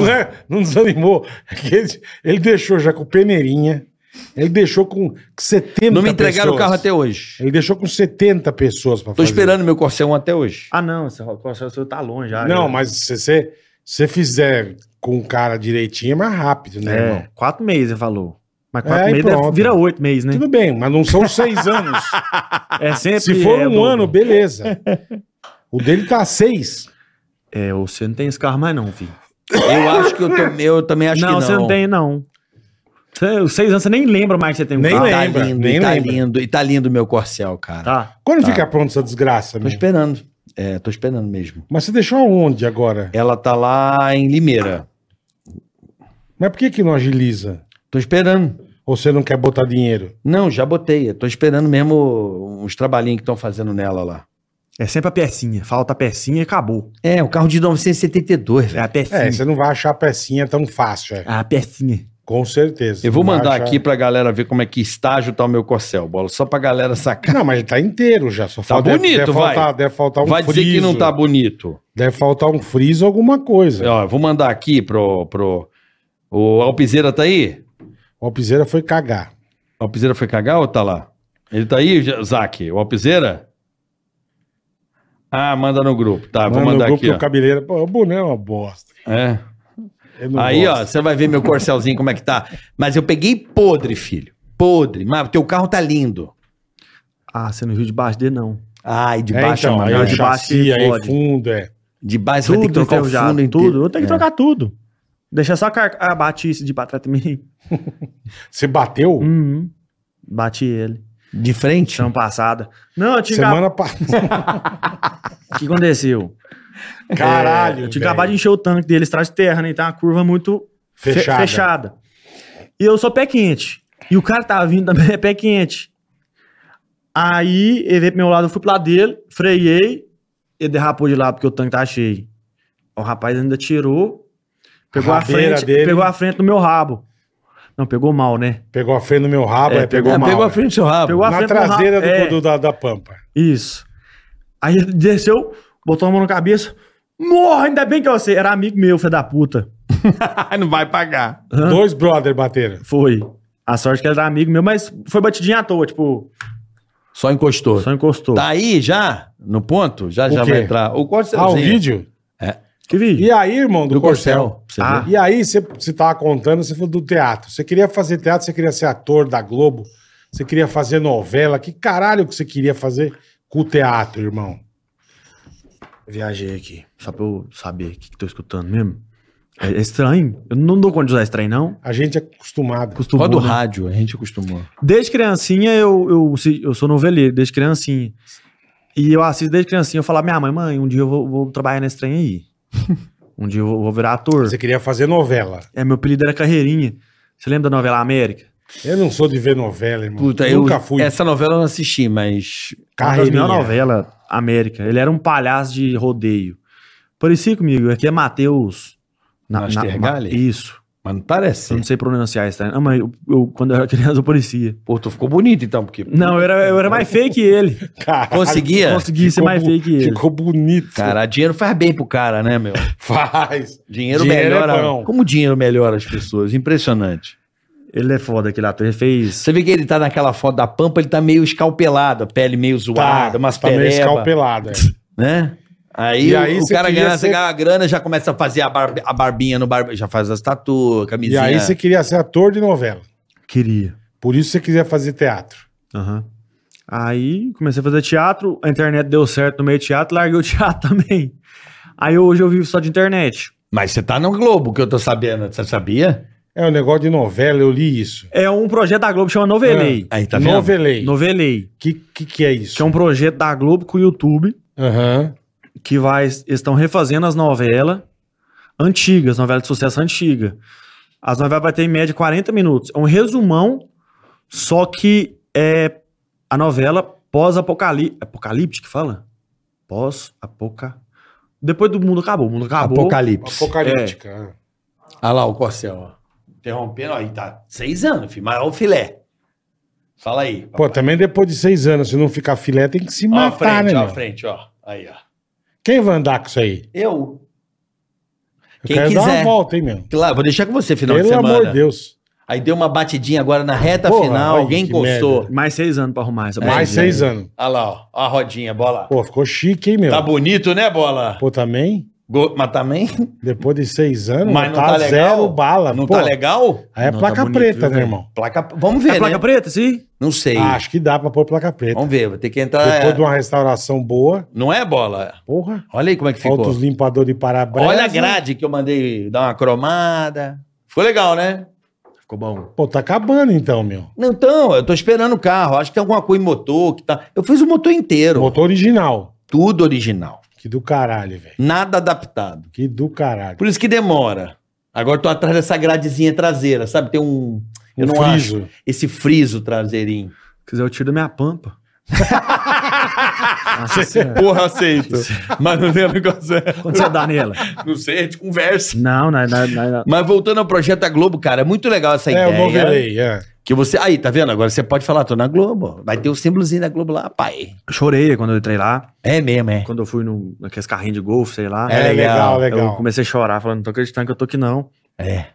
Não, é- não desanimou. É que Ele, ele deixou já com peneirinha. Ele deixou com 70 Não me entregaram o pessoas. carro até hoje. Ele deixou com 70 pessoas pra Tô fazer. esperando meu Corcel 1 até hoje. Ah, não, esse processo seu tá longe já. Não, Eu- mas se você, se você fizer com o cara direitinho, é mais rápido, né, É, irmão? quatro meses, ele falou. Mas quatro É, e meses deve- pronto. vira oito meses, né? Tudo bem, mas não são seis anos. É sempre. Se for é, um do- né? ano, beleza. O dele tá seis. É, você não tem esse carro mais, não, filho. Eu acho que eu, tam- eu também acho não, que não. você não tem, não. Você, os seis anos, você nem lembra mais que você tem um Nem E carro. tá lembra, lindo, nem e tá lembra. lindo, e tá lindo meu Corcel, cara. Tá. Quando fica pronta essa desgraça, Tô meu? esperando. É, tô esperando mesmo. Mas você deixou aonde agora? Ela tá lá em Limeira. Mas por que que não agiliza? Tô esperando. Ou você não quer botar dinheiro? Não, já botei. Eu tô esperando mesmo uns trabalhinhos que estão fazendo nela lá. É sempre a pecinha. Falta a pecinha e acabou. É, o carro de 972, É velho. a pecinha. Ah, É, você não vai achar a pecinha tão fácil, é. A pecinha. Com certeza. Eu vou Vai mandar achar- aqui pra galera ver como é que estágio tá o meu corcel, bola. Só pra galera sacar. Não, mas ele tá inteiro já. Só Tá bonito, deve vai. Faltar, deve faltar um Vai dizer que não friso. É. tá bonito. Deve faltar um friso ou alguma coisa. Ó, eu vou mandar aqui pro. pro... O Alpizeira tá aí? O Alpizeira foi cagar. O Alpizeira foi cagar ou tá lá? Ele tá aí, J- Zaque? O Alpizeira? Ah, manda no grupo. Tá, vou Mano, mandar o grupo aqui. do Ó. cabeleiro. Pô, o boné é uma bosta. É. Eu não Aí, ó, gosto. você vai ver meu corcelzinho como é que tá. Mas eu peguei podre, filho. Podre. Mas teu carro tá lindo. Ah, você não viu debaixo dele, não. Ai, de É, baixo então, é aí maior. o de De, baixo chassi, ele aí fode. fundo, é. baixo vai ter que Tudo trocar o fundo enferrujado, inteiro. tudo. Eu tenho que trocar tudo. Deixar só a, car- a batisse de pra trás também. Você bateu? Uhum. Bati ele. De frente? É, Semana passada. Não, eu tinha um acabado. Semana passada. O que aconteceu? Caralho, É, eu tinha velho. acabado de encher o tanque dele, estrada de terra, né? Então uma curva muito fe- Fechada. fechada. E eu sou pé quente. E o cara tava vindo também é pé quente. Aí ele veio pro meu lado, eu fui pro lado dele, freiei, ele derrapou de lado porque o tanque tá cheio. O rapaz ainda tirou, pegou a, Rabeira frente, dele. pegou a frente do meu rabo. Não, pegou mal, né? Pegou a freio no meu rabo, É, aí pegou É, mal. pegou é. a frente do seu rabo. Pegou a Na frente do meu traseira do, rabo. É. do- da, da pampa. Isso. Aí ele desceu, botou a mão na cabeça. Morra, ainda bem que você era amigo meu, filho da puta. não vai pagar. Hã? Dois brother bateram. Foi. A sorte que ele era amigo meu, mas foi batidinha à toa, tipo, Só encostou. só encostou. Tá aí já? No ponto? Já O já quê? vai entrar. O corcelzinho. Ah, o vídeo? Que vídeo? E aí, irmão, do, Do Corcel? corcel. pra você Ah. ver. E aí, você, você tava contando, você falou do teatro. Você queria fazer teatro, você queria ser ator da Globo, você queria fazer novela. Que caralho que você queria fazer com o teatro, irmão? Viajei aqui, só pra eu saber o que, que tô escutando mesmo. É, é estranho. Eu não dou conta de usar estranho, não. A gente é acostumado. Costumou, Só do né? rádio, a gente acostumou. Desde criancinha, eu, eu, se- eu sou noveleiro, desde criancinha. E eu assisto desde criancinha, eu falava, minha mãe, mãe, um dia eu vou, vou trabalhar nesse trem aí. um dia eu vou, vou virar ator. Você queria fazer novela. É, meu apelido era Carreirinha. Você lembra da novela América? Eu não sou de ver novela, irmão. Puta, Nunca eu, fui. Essa novela eu não assisti, mas. Carreirinha. é Uma das melhores novelas América. Ele era um palhaço de rodeio. Parecia comigo, aqui é Matheus. Nastergalli? Isso. Mas não parece. Eu não sei pronunciar isso. tá? Não, mas eu, eu- quando eu era criança, eu parecia. Pô, tu ficou bonito então, porque. Não, eu era, eu era mais feio que ele. Caralho, Conseguia? É, Consegui ser ficou mais bu- feio que ele. Ficou bonito. Cara, dinheiro faz bem pro cara, né, meu? Faz. Dinheiro, Dinheiro é melhora. bom. como o dinheiro melhora as pessoas? Impressionante. Ele é foda, aquele ator. Ele fez. Você vê que ele tá naquela foto da pampa, ele tá meio escalpelado, a pele meio zoada, umas tá meio pereba, escalpelada. né? Aí, E o- aí o você cara queria ganha, ser- você ganha a grana, já começa a fazer a, barba- a barbinha no barbeiro, já faz as tatu, a E camisinha. aí você queria ser ator de novela. Queria. Por isso você quiser fazer teatro. Aham. Aí comecei a fazer teatro, a internet deu certo no meio do teatro, larguei o teatro também. Aí hoje eu vivo só de internet. Mas você tá no Globo, que eu tô sabendo. Você sabia? É um negócio de novela, eu li isso. É um projeto da Globo que chama Novelei. Ah, Aí tá vendo? Então, Novelei. O Novelei. que, que que é isso? Que é um projeto da Globo com o YouTube. Aham. que vai, eles estão refazendo as novelas antigas, novelas de sucesso antiga. As novelas vai ter em média 40 minutos. É um resumão, só que é a novela pós-apocalipse. Apocalipse que fala? Pós-apoca. Depois do mundo acabou. O mundo acabou. Apocalipse. Apocalíptica. ah. Olha lá o Corcel, ó. Interrompendo, ó, aí tá seis anos, filho. Mas olha o filé. Fala aí. Pô, também depois de seis anos, se não ficar filé, tem que se Ó a matar, frente, né? ó a meu? frente, ó. Aí, ó. Quem vai andar com isso aí? Eu. Eu Quem quero dar uma quiser. volta, hein, meu? Claro, vou deixar com você final Pelo de semana. amor de Deus. Aí deu uma batidinha agora na reta Porra, final, olha alguém que encostou. merda. Mais seis anos pra arrumar É, essa Mais né? barriguinha. seis anos. Olha lá, ó. Ó a rodinha, bola. Pô, ficou chique, hein, meu? Tá bonito, né, bola? Pô, também? Go- Mas também Depois de seis anos, Mas não tá legal? zero bala. não pô. tá legal? Aí é Não, tá placa bonito, preta, viu, né, velho? irmão? Placa... Vamos É ver, placa né? preta, sim? Não sei. Ah, acho que dá pra pôr placa preta. Vamos é. ver, vou ter que entrar. Depois de uma restauração boa, Não é, bola? porra. Olha aí como é que Falta ficou. os limpadores de para-brisa. Olha a grade que eu mandei dar uma cromada. Ficou legal, né? Ficou bom. Pô, tá acabando então, meu. Não, então, eu tô esperando o carro. Acho que tem alguma coisa em motor que tá. Eu fiz o motor inteiro. Motor original. Tudo original. Que do caralho, velho. Nada adaptado. Que do caralho. Por isso que demora. Agora eu tô atrás dessa gradezinha traseira, sabe? Tem um. Eu Um não acho. friso. Esse friso traseirinho. Se quiser, eu tiro da minha pampa. Nossa senhora. Porra, aceito. Mas não tem um negócio. é- Quando você dá nela? Não sei, a gente conversa. Não, é, não, não, não, não. Mas voltando ao projeto da Globo, cara, é muito legal essa É, o ideia. novelei, é. que você. Aí, tá vendo? Agora você pode falar, tô na Globo. Vai ter o símbolozinho da Globo lá, pai. é. Chorei quando eu entrei lá. É mesmo, é. Quando eu fui no, naqueles carrinhos de golfe, sei lá. É É, legal, legal, legal. Eu comecei a chorar, falando, não tô acreditando que eu tô aqui não. É.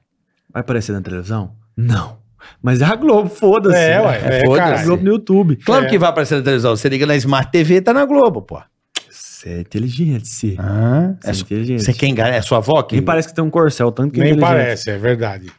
Vai aparecer na televisão? Não. Mas é a Globo, foda-se. É, ué. É, É, foda-se. A cara. Globo no YouTube. Claro É. que vai aparecer na televisão. Você liga na Smart TV, tá na Globo, pô. Você é inteligente, você. Ah, é inteligente. você quer enganar? É sua avó que. Nem parece que tem um corcel, tanto que é Nem inteligente. parece, é verdade.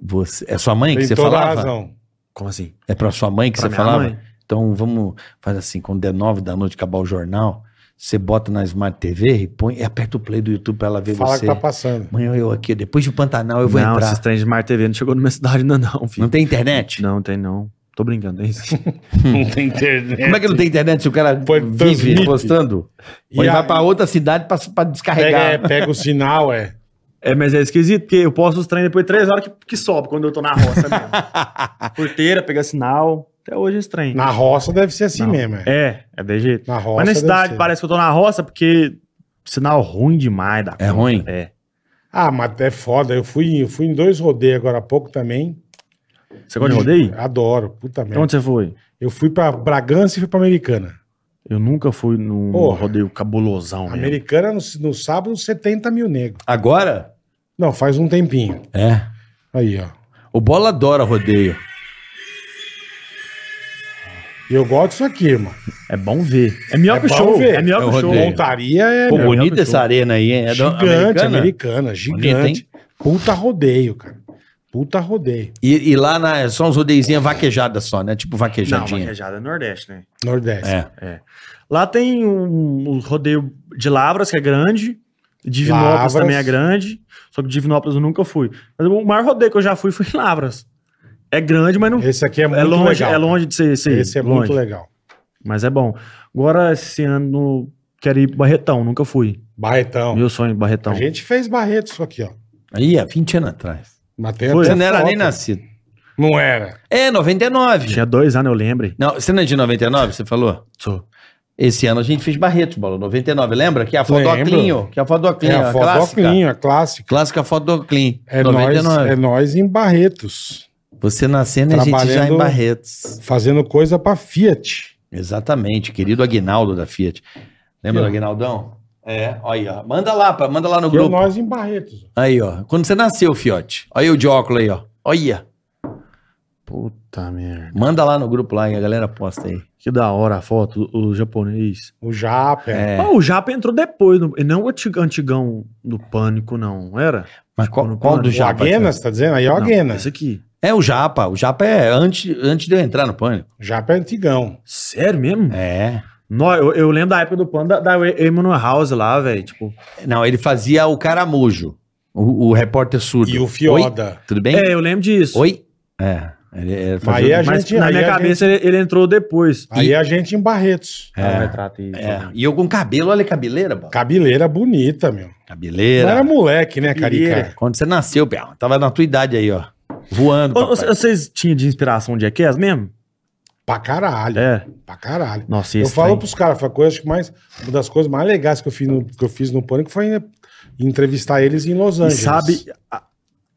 Você- é sua mãe que Tem você toda falava? a razão. Como assim? É pra sua mãe que Pra você minha falava? mãe? Então vamos, faz assim, quando der nove da noite, acabar o jornal, você bota na Smart TV e põe, e aperta o play do YouTube pra ela ver Fala você. que tá passando. Amanhã eu aqui, depois do Pantanal eu vou não, entrar. esses trens de Mar TV não chegou na minha cidade ainda não, filho. Não tem internet? Não, tem não. Tô brincando, é isso. Hum. Não tem internet. Como é que não tem internet se o cara Põe- vive transmite. postando? Ou E ele a- vai pra outra cidade pra, pra pega, descarregar. é, pega o sinal, é. É, mas é esquisito, porque eu posto os trens depois de três horas que, que sobe quando eu tô na roça mesmo. é. Porteira, pegar sinal. Até hoje é estranho. Na roça deve ser assim Não. mesmo, é. É, é de jeito. Na roça. mas na deve cidade ser. parece que eu tô na roça porque sinal ruim demais da É ruim? É. Ah, mas é foda. Eu fui, eu fui em dois rodeios agora há pouco também. Você gosta de rodeio? Adoro, puta merda. Então, Onde você foi? Eu fui pra Bragança e fui pra Americana. Eu nunca fui num Porra. rodeio cabulosão mesmo. Americana no, no sábado, 70 mil negros. Agora? Não, faz um tempinho. É. Aí, ó. O Bola adora rodeio. E eu gosto disso aqui, irmão. É bom ver. É melhor É que o bom show. ver. É melhor que É o um show. rodeio. Montaria é Pô, É, bonita é essa arena aí, hein? É da- gigante, americana, americana? gigante. Bonito, Puta rodeio, cara. Puta rodeio. E, e lá na, são uns rodeizinhos vaquejadas só, né? Tipo Não, vaquejadinha. vaquejada é Nordeste, né? Nordeste. É. Lá tem um, um rodeio de Lavras, que é grande. Divinópolis Lavras. também é grande. Só que Divinópolis eu nunca fui. Mas o maior rodeio que eu já fui foi em Lavras. É grande, mas não. É, Esse aqui é muito longe, legal. é longe de ser. ser Esse é longe. muito legal. Mas é bom. Agora, esse ano, quero ir Barretão, nunca fui. Barretão. Meu sonho, Barretão. A gente fez Barreto isso aqui, ó. Aí, há 20 anos atrás. Mas tem Foi. até Você não era foto. nem nascido. Não era. É, 99. Tinha dois anos, eu lembro. Não, você não é de 99, você falou? Sou. Esse ano a gente fez Barreto, Bola, 99. Lembra? Que é a foto do Lembro. Oclinho. Que é a foto do É Oclinho, a a foto do clássica. Oclinho, a clássica. Clássica foto do Oclinho, É nós, 99. é nós em Barretos. Você nascendo e a gente já Trabalhando- em Barretos. Fazendo coisa pra Fiat. Exatamente, querido Aguinaldo da Fiat. Lembra do Eu. Aguinaldão? É, olha aí, ó. Manda lá, pra, manda lá no E é grupo. nós em Barretos. Aí, ó. Quando você nasceu, Fiote. Olha eu de óculos aí, ó. Olha. Puta merda. Manda lá no grupo lá e a galera posta aí. Que da hora a foto, o, o japonês. O Japa. é. É. Ah, o Japa entrou depois, no- e não o antig- antigão do Pânico, não, era? Mas qual, qual do O O Japa? Aguena, você tá dizendo? Aí é o Não, Aguena. Esse aqui. É o Japa. O Japa é antes, antes de eu entrar no pânico. Japa é antigão. Sério mesmo? É. Nó, eu, eu lembro da época do Pânico, da, da Emmanuel House lá, velho, tipo... Não, ele fazia o caramujo. O, o repórter surdo. E o Oi? Fioda. Tudo bem? É, eu lembro disso. Oi? É. Ele, ele Aí fazia a o- Mas gente- na aí minha a cabeça ele, ele entrou depois. Aí é a gente em Barretos. Ah, o retrato aí, É. tá E eu com cabelo, olha a cabeleira, Bola. Cabeleira bonita, meu. Cabeleira. Não era moleque, né, Carica? Cabeleira. Quando você nasceu, Bel, tava na tua idade aí, ó. Voando. bom. Ô, ô, papai. Vocês tinham de inspiração de Jackass mesmo? Pra caralho. É. Pra caralho. Nossa, Eu esse falo trem. pros caras, foi a coisa que mais, uma das coisas mais legais que eu fiz no, que eu fiz no Pânico foi entrevistar eles em Los E Angeles. sabe, a-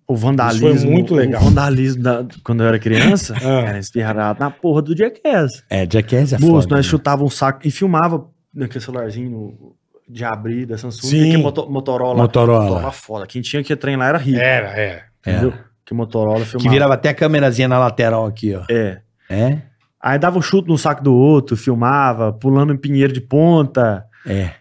o vandalismo. Isso foi muito legal. O vandalismo da- quando eu era criança Ah. era inspirado na porra do Jackass. É, Jackass é Moço, foda, nós né? chutávamos um saco e filmava naquele celularzinho no- de abrir da Samsung. Sim. Que moto- Motorola. Motorola. foda. Quem tinha que trem lá era rico. Era, era. É. Entendeu? Que Motorola filmava. Que virava até a câmerazinha na lateral aqui, ó. É. É? Aí dava um chute no saco do outro, filmava, pulando em pinheiro de ponta. É.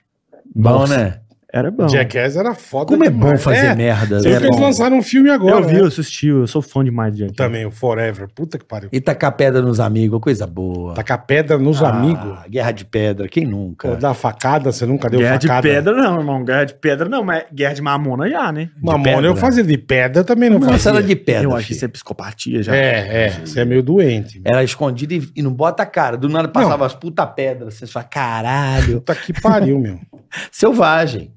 Bom, Nossa, né? Era bom. Jackass era foda Como é bom demais. fazer É, merda, Você viu né? que eles Bom. lançaram um filme agora, eu vi, né? eu assisti, eu sou fã demais de Jackass. Também, o Forever. Puta que pariu. E tacar pedra nos amigos, coisa boa. Tacar pedra nos Ah, amigos. Guerra de pedra, quem nunca? Pô, dar facada, você nunca deu É, Guerra de facada. né? pedra não, irmão. Guerra de pedra não, mas guerra de mamona já, né? Mamona pedra. eu fazia de pedra, eu também não Não, isso fazia. era de né? pedra. eu acho que filho. isso é psicopatia já. É, é. Você é meio doente. meu. Era escondido e, e não bota a cara. Do nada passava as puta pedras. Você fala, caralho, Puta que pariu, meu. selvagem.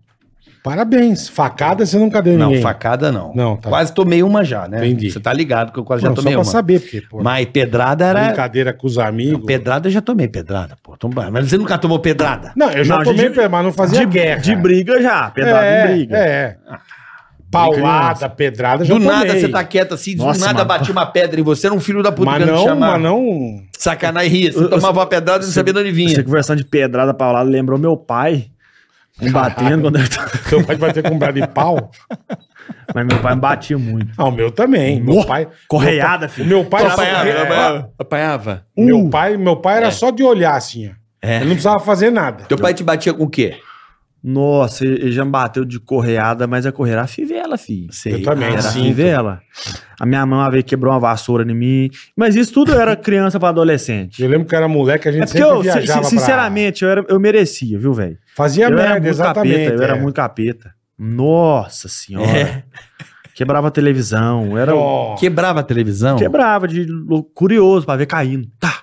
Parabéns. Facada você nunca deu em Não, ninguém. facada não. Não, tá. Quase tomei uma já, né? Entendi. Você tá ligado que eu quase Não, já só tomei pra uma. saber, porque, pô, Mas pedrada era. brincadeira com os Não, amigos. pedrada eu já tomei pedrada, pô. Tomba- Mas você nunca tomou pedrada? Não, eu já Não, tomei, de- pé, mas não fazia de, guerra. de briga já, pedrada é, em briga. É. Paulada, pedrada, já Ah, Do nada tomei. você tá quieto assim, Nossa, do nada mano. bati uma pedra em você, era um filho da puta Mas querendo te não, chamar. mas não... Sacanagem ria. Você Eu- eu- tomava uma pedrada e não você- sabia de onde vinha. Você conversando de pedrada pra lá, lembrou meu pai me batendo quando eu tava... Seu pai vai ter comprado de pau? Mas meu pai me batia muito. Ah, o meu também. Meu Nossa, pai... Correada, O filho. meu pai... Um. Apanhava, era- apanhava, apanhava. Uh! Meu pai, meu pai era só de olhar assim, ó. É. Ele não precisava fazer nada. Teu pai te batia com o quê? Nossa, ele já me bateu de correada, mas é a correada era fivela, filho. Sei. Eu também, Era sim. fivela. A minha mãe uma vez quebrou uma vassoura em mim. Mas isso tudo eu era criança pra adolescente. Eu lembro que era moleque, a gente É porque sempre eu, si- viajava pra- sinceramente, eu, era, eu merecia, viu, velho? Fazia eu merda, era muito exatamente. capeta, eu era é. muito capeta. Nossa senhora. É. Quebrava a televisão, era um Ó, Quebrava a televisão? quebrava de lou- curioso pra ver caindo. Tá,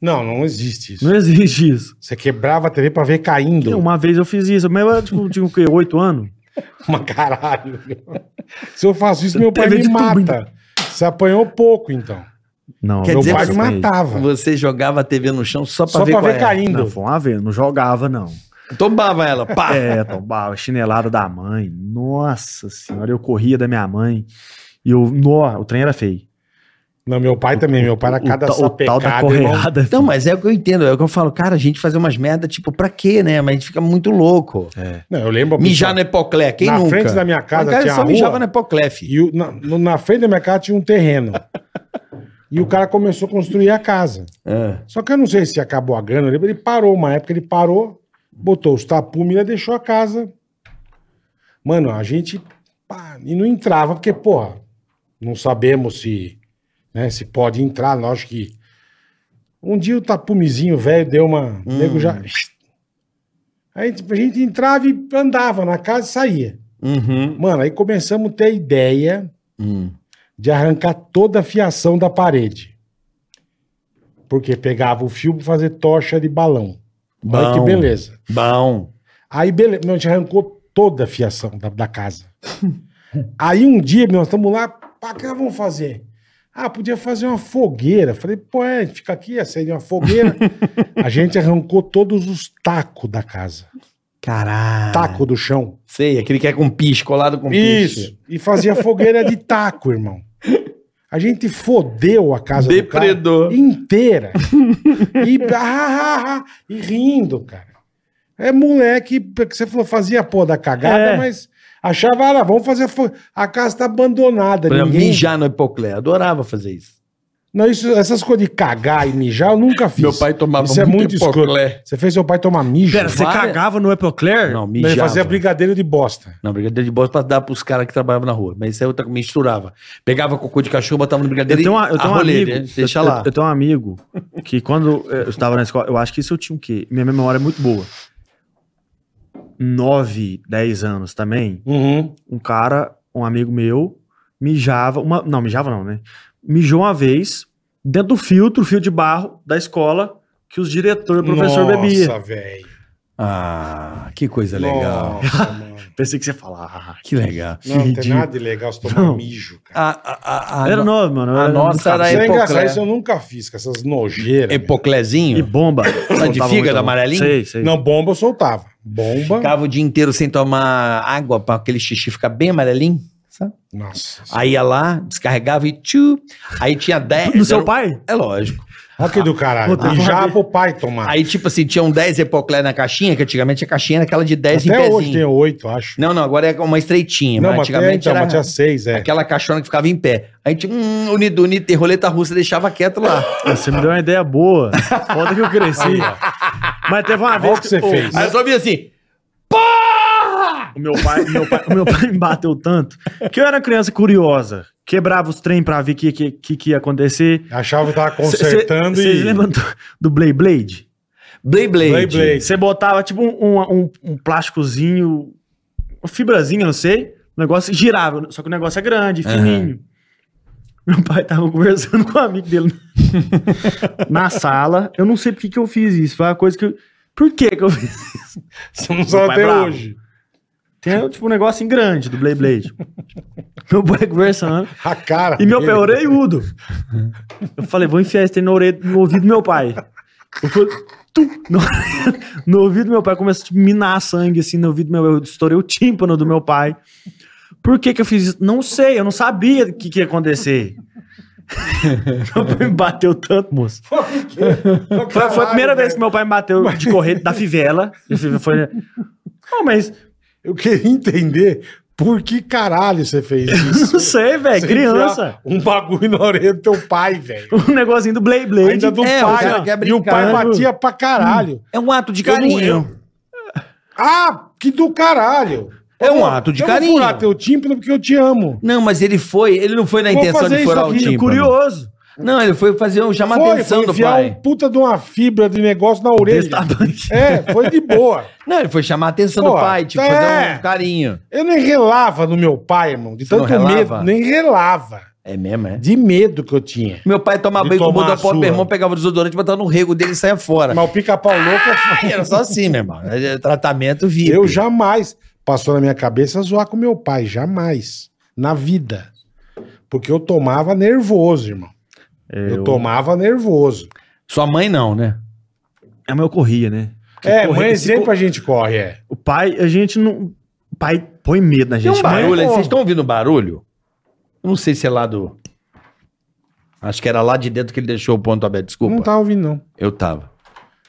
Não, não existe isso. não existe isso. Você quebrava a TV pra ver caindo. Uma vez eu fiz isso, mas eu tipo, tinha o quê? Oito anos? Mas caralho. Se eu faço isso, meu pai TV me de tubo, mata. Você apanhou pouco, então. Não, Quer meu dizer meu pai que me eu apanhei. matava. Você jogava a TV no chão só pra Só ver pra qual ver era. caindo. Não, foi uma vez, não jogava, não. Tombava ela, pá. É, tombava, chinelada da mãe. Nossa senhora, eu corria da minha mãe. E eu, nó, o trem era feio. Não, meu pai também. Meu pai era cada o, ta- o tal da sapecada. irmão. correada. Então, mas é o que eu entendo. É o que eu falo. Cara, a gente fazer umas merda, tipo, pra quê, né? Mas a gente fica muito louco. Não, eu lembro. Mijar no epoclé, quem É. Na nunca? frente da minha casa O cara tinha só a mijava rua. no epoclé, filho. E o- na, no- na frente da minha casa tinha um terreno. E o cara começou a construir a casa. É. Só que eu não sei se acabou a grana. eu lembro, Ele parou uma época, ele parou, botou os tapumes e deixou a casa. Mano, a gente. pá, e não entrava, porque, porra, não sabemos se, né, se pode entrar. Lógico que. Um dia o tapumezinho velho deu uma. Hum. O nego já. Aí tipo, a gente entrava e andava na casa e saía. Uhum. Mano, aí começamos a ter ideia Hum. de arrancar toda a fiação da parede. Porque pegava o fio pra fazer tocha de balão. Olha que Bom. beleza. Bom. Aí, beleza, a gente arrancou toda a fiação da, da casa. Aí um dia, nós estamos lá, pá, o que nós vamos fazer? Ah, podia fazer uma fogueira. Falei, pô, é, fica aqui, acende uma fogueira. a gente arrancou todos os tacos da casa. Caralho. Taco do chão. Sei, aquele que é com piche, colado com Isso. piche. E fazia fogueira de taco, irmão. A gente fodeu a casa do Depredou. cara inteira. E, ah, ah, ah, ah, e rindo, cara. É moleque que você falou, fazia a porra da cagada, É. mas achava, ah, lá, vamos fazer. fo- A casa tá abandonada. Pra Ninguém... mijar no epoclé. Adorava fazer isso. Não, isso, essas coisas de cagar e mijar eu nunca fiz. tomava Isso é muito escuro. Você fez seu pai tomar mijo? Pera, você Várias- cagava no Epocler? Não, Mas mijava. ele fazia brigadeiro de bosta. Não, brigadeiro de bosta pra dar pros caras que trabalhavam na rua. Mas isso aí eu ta- misturava. Pegava cocô de cachorro, botava no Eu brigadeiro tenho, uma- eu tenho um arrolei, amigo. né? Deixa eu- lá. Eu, eu tenho um amigo que quando eu estava na escola, eu acho que isso eu tinha o quê? Minha memória é muito boa. 9, 10 anos também. Uhum. Um cara, um amigo meu, mijava. Uma, não, mijava não, né? Mijou uma vez dentro do filtro, fio de barro da escola que os diretores, o professor bebia. Nossa, velho. Ah, que coisa legal. Nossa, mano. Pensei que você ia falar. ah, Que legal. Não, não tem Ridículo. nada de legal se tomar Não. mijo, cara. A, a, a, era a, nove, mano. a era nossa muito era cabeça. Isso é epoclé. engraçado, isso eu nunca fiz, com essas nojeiras. meu. E epoclézinho. bomba. Tá de Soltava fígado muito, amarelinho? Sei, sei. Não, bomba eu soltava. Bomba. Ficava o dia inteiro sem tomar água pra aquele xixi ficar bem amarelinho. Sabe? Nossa. Aí ia lá, descarregava e tchu. Aí tinha 10. Do seu era um- pai? É lógico. Olha que do caralho. Puta, Mijar vale. pro pai tomar. Aí, tipo assim, tinham 10 epoclé na caixinha, que antigamente a caixinha era aquela de 10 em Até pezinho. hoje tem oito, acho. Não, não, agora é uma estreitinha. Não, mas mas tem, antigamente então, mas era tinha seis, é. aquela caixona que ficava em pé. Aí tinha um unido, unido, roleta russa, deixava quieto lá. Você me deu uma ideia boa. Foda que eu cresci. Mas teve uma Olha vez o que você fez. Aí eu só ouvia assim, O meu pai, meu pai, o meu pai me bateu tanto que eu era criança curiosa. Quebrava os trem pra ver o que, que, que, que ia acontecer. Achava que tava consertando Vocês e... lembram do, do Blade Blade? Blade Blade. Blade Blade. Você botava tipo um, um, um plásticozinho, uma fibrazinha, não sei. O negócio girava, só que o negócio é grande, fininho. Meu pai tava conversando com um amigo dele na sala. Eu não sei por que que eu fiz isso. Foi uma coisa que eu. Por que que eu fiz? Você não sabe Meu pai até é bravo. hoje. Tem, tipo, um negócio assim grande do Blade Blade. Meu boy conversando. A cara. E meu pé dele. orelhudo. Eu falei, vou enfiar esse trem na orelha, no ouvido do meu pai. Eu falei, tum, no, no ouvido do meu pai, começa a tipo, minar sangue, assim, no ouvido do meu eu estourei o tímpano do meu pai. Por que que eu fiz isso? Não sei, eu não sabia o que, que ia acontecer. meu pai me bateu tanto, moço. Foi, foi a primeira vez que meu pai me bateu de correr da fivela. Ele Foi, não, mas Eu queria entender por que caralho você fez isso. não sei, velho, Você É, criança. enfiar Um bagulho na orelha do teu pai, velho. Um negocinho do Blade Blade. Ainda do É, o pai. né? cara quer e o pai brincar. batia pra caralho. É um ato de Eu não- carinho. Ah, que do caralho. É um ato de eu carinho. Eu vou furar teu tímpano porque eu te amo. Não, mas ele foi, ele não foi na Vou intenção fazer de isso furar o aqui, tímpano. Curioso. Não, ele foi fazer um chamar a atenção do enfiar pai. um puta de uma fibra de negócio na orelha. Desse tamanho. É, foi de boa. Não, ele foi chamar a atenção do Pô, pai, tipo, é. fazer um carinho. Eu nem relava no meu pai, irmão. De Você não tanto medo. relava? Nem relava. É mesmo, é? De medo que eu tinha. Meu pai tomava De banho com o tomar mundo a a pó, sua. meu irmão pegava o desodorante, botava no rego dele e saia fora. Mas o pica-pau louco é Ai, era só assim, meu irmão. É Tratamento VIP. Eu jamais passou na minha cabeça zoar com meu pai, jamais. Na vida. Porque eu tomava nervoso, irmão. Eu, tomava nervoso. Sua mãe não, né? É, mas eu corria, né? Porque é, correr- mãe, se sempre co- a gente corre, é. O pai, a gente não. O pai põe medo na Tem gente. né? um mas- barulho aí. Vocês estão ouvindo barulho? Eu não sei se é lá do... Acho que era lá de dentro que ele deixou o ponto aberto. Desculpa. Não tá ouvindo, não. Eu tava.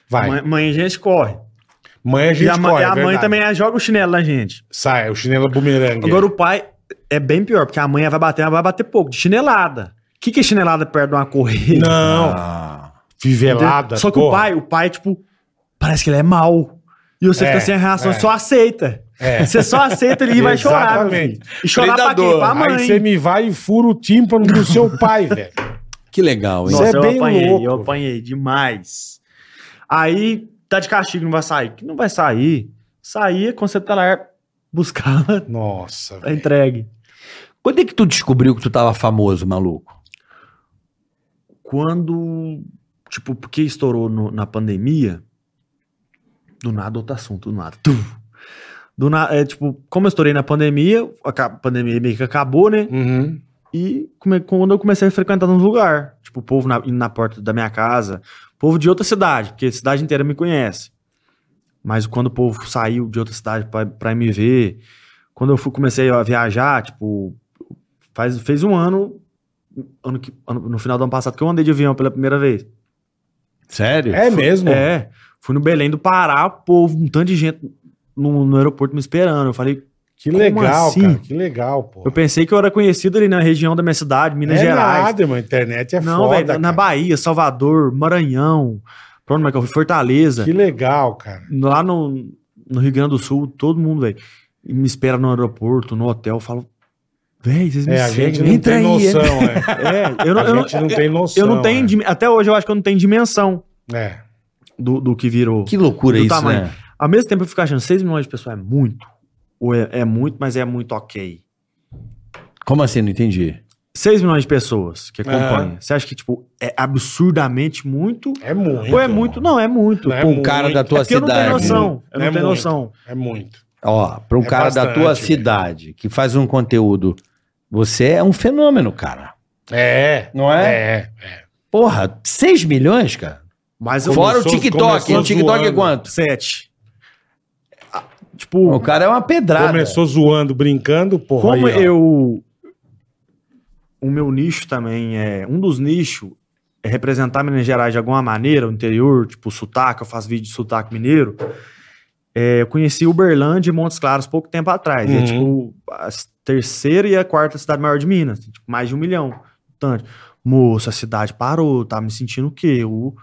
Vai. Mãe, Mãe, mãe, a gente corre. a gente e a, ma- corre. e a mãe verdade. também é, joga o chinelo na gente. Sai, o chinelo é bumerangue. Agora o pai é bem pior, porque a mãe vai bater, ela vai bater pouco, de chinelada. O que, que é chinelada perto de uma corrida? Não, Ah. Entendeu? fivelada. Só que o porra. pai, o pai, tipo, parece que ele é mau. E você É, fica sem a reação, é. só aceita. É. Você só aceita ele e vai chorar. meu filho. Exatamente. E chorar pra quê? Predador. Pra mãe. Aí você me vai e fura o tímpano do seu pai, velho. Que legal, hein? Nossa. é bem apanhei, louco. então eu apanhei demais. Aí tá de castigo, não vai sair. Que não vai sair. Saía, quando você tá lá, buscava, Nossa, tá velho. entregue. Quando é que tu descobriu que tu tava famoso, maluco? Quando, tipo, porque estourou no- na pandemia, do nada outro assunto, do nada. Tum. Do nada, é tipo, como eu estourei na pandemia, a pandemia meio que acabou, né? Uhum. E come- quando eu comecei a frequentar nos lugares, tipo, o povo na, indo na porta da minha casa, povo de outra cidade, porque a cidade inteira me conhece. Mas quando o povo saiu de outra cidade pra- pra me ver, quando eu fui, comecei a viajar, tipo, faz, fez um ano, ano, que- ano- no final do ano passado, que eu andei de avião pela primeira vez. Sério? É mesmo? É, fui no Belém do Pará, o povo, um tanto de gente no, no aeroporto me esperando. Eu falei, Que Como legal, assim? cara. Que legal, pô. eu pensei que eu era conhecido ali na região da minha cidade, Minas é Gerais. nada, irmão. A internet é Não, foda, velho, na- na cara. Bahia, Salvador, Maranhão, pra onde mais que eu fui? Fortaleza, Que legal, cara. lá no, no Rio Grande do Sul, todo mundo, velho, e me espera no aeroporto, no hotel, eu falo, velho, vocês me É, a gente seguem, não entra tem aí. noção, é. É, eu não, eu a não, gente não tem noção. né? eu não tenho, dim- até hoje eu acho que eu não tenho dimensão é. É. do, do que virou. Que loucura Do isso, tamanho. né? Ao mesmo tempo eu fico achando, 6 milhões de pessoas é muito, ou é, é muito, mas é muito ok. Como assim? Não entendi. 6 milhões de pessoas que Aham. acompanham, você acha que, tipo, é absurdamente muito, É muito. ou é muito? Não, é muito. Não é Pra um muito, cara da é tua É porque eu não tenho cidade. noção. Eu É não tenho muito. noção. É muito. Ó, pra um É cara da tua bastante, velho. cidade que faz um conteúdo, você é um fenômeno, cara. É. Não é? É. Porra, 6 milhões, cara? Mas eu Fora o começou- TikTok. começou O TikTok é zoando. quanto? sete. Ah, O Tipo, cara é uma pedrada. Começou zoando, brincando, porra. como aí, ó. eu. O meu nicho também é. Um dos nichos é representar Minas Gerais de alguma maneira, o interior, tipo sotaque, eu faço vídeo de sotaque mineiro. É, eu conheci Uberlândia e Montes Claros pouco tempo atrás. Uhum. É tipo a s- terceira e a quarta cidade maior de Minas. Tem, tipo, mais de um milhão. Tanto. Moço, a cidade parou, tá me sentindo o quê? Eu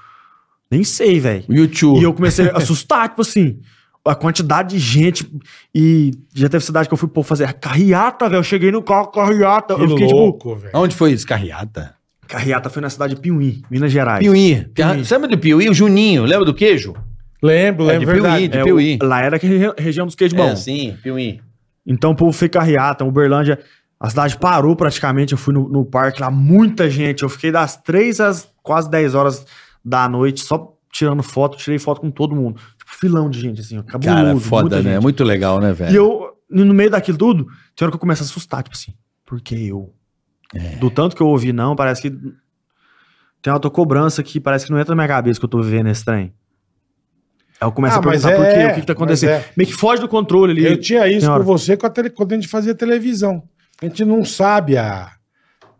nem sei, velho. YouTube. E eu comecei a assustar, tipo assim, a quantidade de gente. E já teve cidade que eu fui pô, fazer carreata, velho. Eu cheguei no carro, carreata. Que eu fiquei tipo. louco, velho. Onde foi isso? Carreata? Carreata foi na cidade de Piuí, Minas Gerais. Piuí. Terra- Sabe do Piuí? O Juninho. Lembra do queijo? Lembro, É de lembro, verdade. Piuí, de É, Piuí. o- lá era a re- região dos queijos É, bons. sim, Piuí. Então o povo fez carreata, Uberlândia. A cidade parou praticamente. Eu fui no, no parque lá, muita gente. Eu fiquei das 3 às quase 10 horas da noite só tirando foto. Tirei foto com todo mundo. Tipo, filão de gente, assim, ó, cabuloso. Cara, foda, muita né? gente. Muito legal, né, E velho? eu, no no meio daquilo tudo, tinha hora que eu começo a assustar, tipo assim, por que eu? Do tanto que eu ouvi, não, parece que tem autocobrança que parece que não entra na minha cabeça que eu tô vivendo esse trem. Aí eu começo Ah, a mas perguntar por é, quê, o que, que tá mas acontecendo. é. Meio que foge do controle ali. Tipo, Eu tinha isso Tem hora. com você com a tele- quando a gente fazia televisão. A gente não sabe a,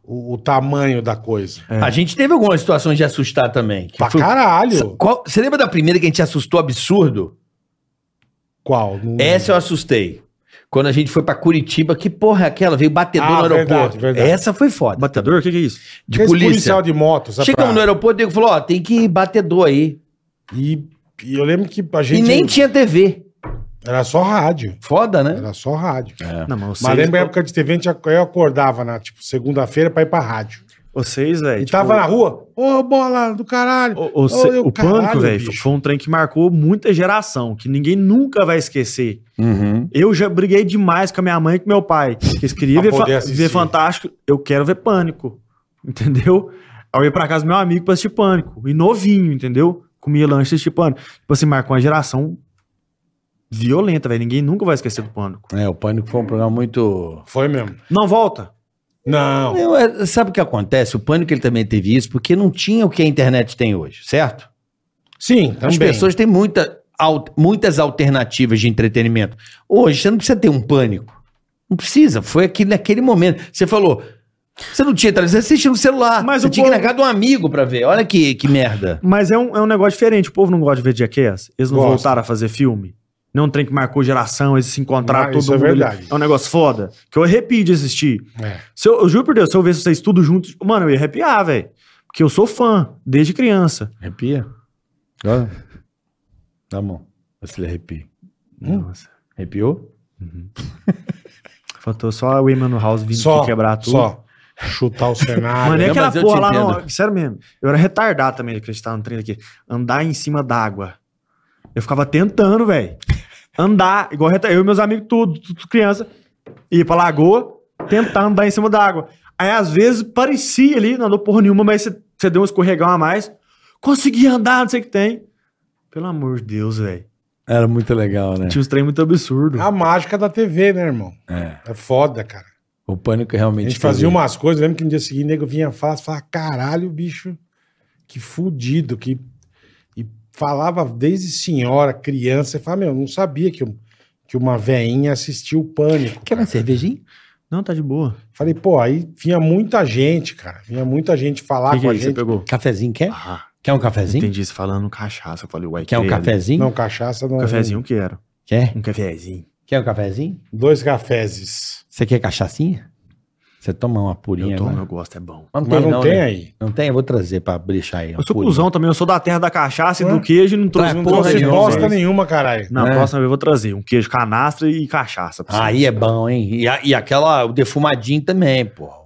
o, o tamanho da coisa. É. A gente teve algumas situações de assustar também. que Pra foi- caralho. Qual- Você lembra da primeira que a gente assustou absurdo? Qual? Não- É Essa eu assustei. Quando a gente foi pra Curitiba, que porra é aquela? Veio batedor Ah, no aeroporto. verdade, verdade. Essa foi foda. Batedor? O que, que é isso? De Esse polícia. policial de moto, sabe? Chegamos pra- no aeroporto, o Diego falou: ó, tem que ir batedor aí. E, e eu lembro que a E gente. nem tinha TV. Era só rádio. Foda, né? Era só rádio. Não, mas Mas vocês, lembra a época de TV, a gente, eu acordava na tipo, segunda-feira pra ir pra rádio. vocês E velho. tipo, tava na rua, ô bola do caralho. O, o, se- eu- o caralho, pânico, velho, bicho. foi um trem que marcou muita geração, que ninguém nunca vai esquecer. Uhum. Eu já briguei demais com a minha mãe e com meu pai. que Eles queriam Pra ver, fa- poder assistir. ver Fantástico, eu quero ver Pânico. Entendeu? Aí eu ia pra casa do meu amigo pra assistir Pânico. E novinho, entendeu? Comia lanche e assistia Pânico. Tipo assim, marcou uma geração violenta, velho. Ninguém nunca vai esquecer do Pânico. É, o Pânico foi um programa muito. Foi mesmo. Não, volta. Não. Eu, é, sabe o que acontece? O pânico ele também teve isso, porque não tinha o que a internet tem hoje, certo? Sim, As também. pessoas têm muita, al- muitas alternativas de entretenimento. Hoje, você não precisa ter um pânico. Não precisa. Foi aqui naquele momento. Você falou. Você não tinha televisão, você assistia no celular. Mas você o tinha que povo- negar de um amigo pra ver. Olha que, que merda. Mas é um, é um negócio diferente. O povo não gosta de ver Jackass. Eles não Gosta. voltaram a fazer filme. Não é um trem que marcou geração, eles se encontraram Ah, todo isso é mundo. ali. verdade. É um negócio foda. Que eu arrepio de assistir. É. Se eu, eu juro por Deus, se eu visse vocês tudo junto, mano, eu ia arrepiar, velho. Porque eu sou fã, desde criança. Arrepia? Olha. Dá a mão. Você arrepia. Hum. Nossa. Arrepiou? Faltou só o Emmanuel House vindo Só, aqui quebrar tudo. só chutar o cenário. Mano, é Não, aquela Ah, mas eu porra te lá, entendo. não. Sério mesmo. Eu era retardado também de acreditar no trem daqui. Andar em cima d'água. Eu ficava tentando, velho. Andar, igual reta- eu e meus amigos, tudo, tudo criança. Ia pra lagoa, tentar andar em cima d'água. Aí, às vezes, parecia ali, não andou porra nenhuma, mas você- você deu um escorregão a mais. Conseguia andar, não sei o que tem. Pelo amor de Deus, velho. Era muito legal, É. né? Tinha uns trem muito absurdo. É Ah. A mágica da TV, né, irmão? É. É foda, cara. O Pânico A realmente. gente fazia teve- umas coisas, lembro que no dia seguinte o nego vinha falar, você falava, caralho, bicho, que fudido, que... E falava desde senhora, criança, e falava, meu, eu não sabia que, um- que uma veinha assistiu o Pânico. Quer uma cervejinha? Não, tá de boa. Falei, pô, aí vinha muita gente, cara, vinha muita gente Ah, falar que com é a isso? Você gente. pegou? Cafezinho quer? Ah, Quer um cafezinho? entendi isso falando cachaça. Eu falei, uai, Quer um credo. cafezinho? Não, cachaça não. Um cafezinho eu quero. Quer? Um cafezinho. Quer um cafezinho? Dois cafezes. Você quer cachaçinha? Você toma uma purinha eu tomo, agora? eu gosto, é bom. Mas Mas não, tem né? aí. Não tem? Eu vou trazer pra brechar aí. uma Eu sou purinha. cuzão também, eu sou da terra da cachaça e Ué? do queijo e não trouxe Traz Não um Tá, porra trouxe trouxe nenhuma, bosta velho. nenhuma, caralho. Na É. próxima vez eu vou trazer um queijo canastra e cachaça. pra você. Aí é bom, hein? E, a- e aquela, o defumadinho também, pô. Uma Pô,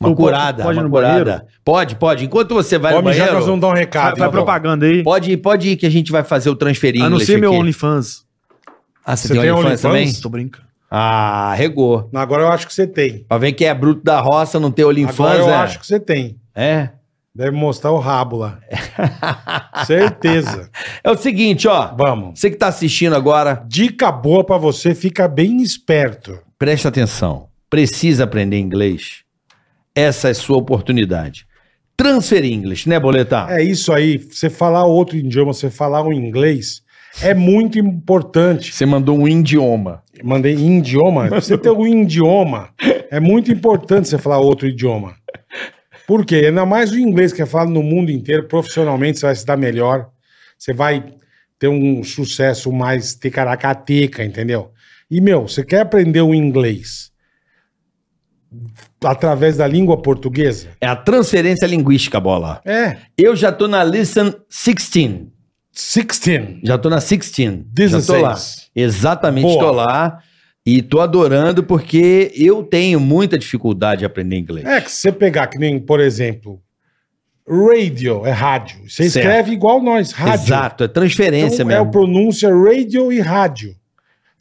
pode- curada, pode ir uma no curada. banheiro? Pode, pode. Enquanto você vai Pode no mijar que banheiro, nós vamos dar um Vai, recado. vai então. propaganda aí. pode ir, pode ir que a gente vai fazer o transferinho. A Ah, não ser meu OnlyFans. Ah, você, Você tem, tem OnlyFans também? OnlyFans? Tô brincando. Ah, regou. Agora eu acho que você tem. Pra ver quem é bruto da roça, não ter Agora OnlyFans, eu né? acho que você tem. É. Deve mostrar o rabo lá. Certeza. É o seguinte, ó. Vamos. Você que tá assistindo agora, Dica boa pra você, fica bem esperto. preste atenção. Precisa aprender inglês? Essa é sua oportunidade. Transferir inglês, né, Boletar? É isso aí. Você falar outro idioma, você falar um inglês, é muito importante. Você mandou um idioma. Mandei em idioma. Você ter um idioma, é muito importante você falar outro idioma. Por quê? Ainda mais o inglês que é falado no mundo inteiro, profissionalmente você vai se dar melhor. Você vai ter um sucesso mais ticaracateca, entendeu? E, meu, você quer aprender o inglês através da língua portuguesa? É a transferência linguística, bola. É. Eu já tô na Listen 16. 16. Já tô na 16. Já tô lá. 16. Exatamente, Boa. tô lá. E tô adorando porque eu tenho muita dificuldade de aprender inglês. É que se você pegar, que nem, por exemplo, radio é rádio. Você Certo. escreve igual nós, rádio. Exato, é transferência Então, é o mesmo. pronúncia radio e rádio.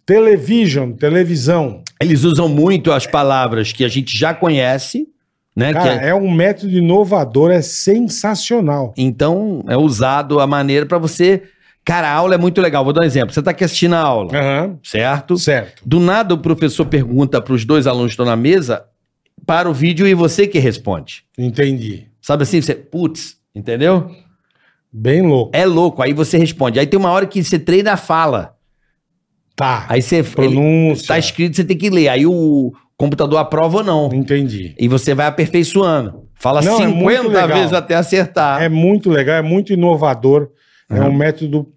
Television, televisão. Eles usam muito as palavras que a gente já conhece, né? Cara, que é- é um método inovador, é sensacional. Então é usado a maneira pra você Cara, a aula é muito legal. Vou dar um exemplo. Você tá aqui assistindo a aula, Aham. certo? Certo. Do nada o professor pergunta pros dois alunos que estão na mesa, para o vídeo e você que responde. Entendi. Sabe assim? Você, putz, entendeu? Bem louco. É louco. Aí você responde. Aí tem uma hora que você treina a fala. Tá. Aí você. ele- Pronúncia. Tá escrito, você tem que ler. Aí o computador aprova ou não. Entendi. E você vai aperfeiçoando. Fala Não, é muito 50 legal. vezes até acertar. É muito legal, é muito inovador. É um método,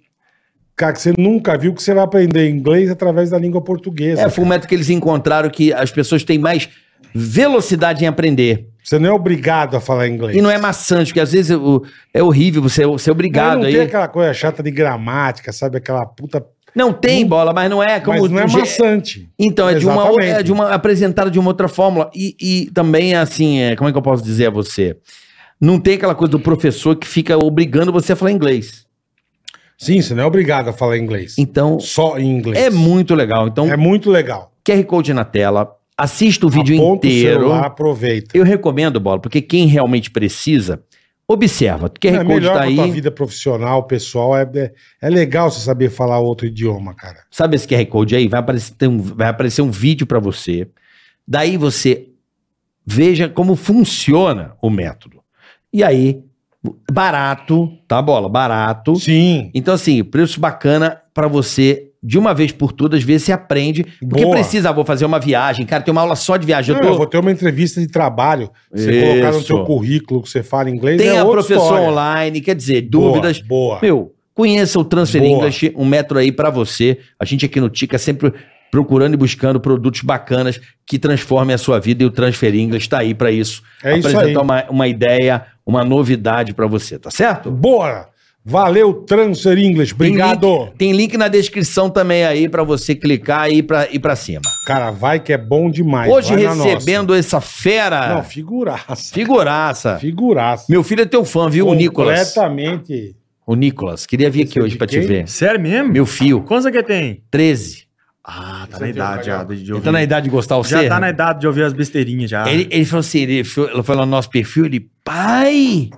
cara, que você nunca viu que você vai aprender inglês através da língua portuguesa. É, foi um método que eles encontraram que as pessoas têm mais velocidade em aprender. Você não é obrigado a falar inglês. E não é maçante, porque às vezes o- é horrível você você é obrigado não aí. tem aquela coisa chata de gramática, sabe? Aquela puta. Não tem bola, mas não é como Mas não é do je- maçante. Então, é de, uma, ou- Exatamente. é de uma apresentada de uma outra fórmula. E, e também, assim, é, como é que eu posso dizer a você? Não tem aquela coisa do professor que fica obrigando você a falar inglês. Sim, você não é obrigado a falar inglês. Então, Só em inglês. é muito legal. Então, É muito legal. QR Code na tela, assista o vídeo Aponta inteiro. O celular, aproveita. Eu recomendo, Bola, porque quem realmente precisa, observa. O QR é Code melhor tá pra tua aí. vida profissional, pessoal. É, é, é legal você saber falar outro idioma, cara. Sabe esse QR Code aí? Vai aparecer, tem um, vai aparecer um vídeo para você. Daí você veja como funciona o método. E aí, barato, tá, Bola? Barato. Sim. Então, assim, preço bacana para você, de uma vez por todas, ver se aprende. Porque Boa. precisa, ah, vou fazer uma viagem. Cara, tem uma aula só de viagem. Não, Eu Eu, tô... vou ter uma entrevista de trabalho. Você colocar no Isso. seu currículo que você fala inglês. Tem é a outra professor história. online, quer dizer, Boa, dúvidas. Boa. Meu, conheça o Transfer Boa. English, um metro aí pra você. A gente aqui no Tica sempre procurando e buscando produtos bacanas que transformem a sua vida e o Transfer English tá aí pra isso. é isso aí. Apresentar um uma, uma ideia, uma novidade pra você, tá certo? Bora. Valeu, Transfer English. Tem Obrigado. link, tem link na descrição também aí pra você clicar e ir pra, ir pra cima. Cara, vai que é bom demais. Hoje Vai na nossa. recebendo essa fera, Não, figuraça. figuraça. Figuraça. Meu filho é teu fã, viu, o Nicolas? Completamente. O Nicolas, queria vir Esse aqui é hoje de pra te quem? ver. Sério mesmo? Meu fio, Quantos é que tem? 13. Ah, Você tá na tem idade já. pagado? De, de Ele ouvir. tá na idade de gostar o já tá na idade de ouvir as besteirinhas já. Ele, ele falou assim, ele foi, ele foi lá no nosso perfil, ele, pai,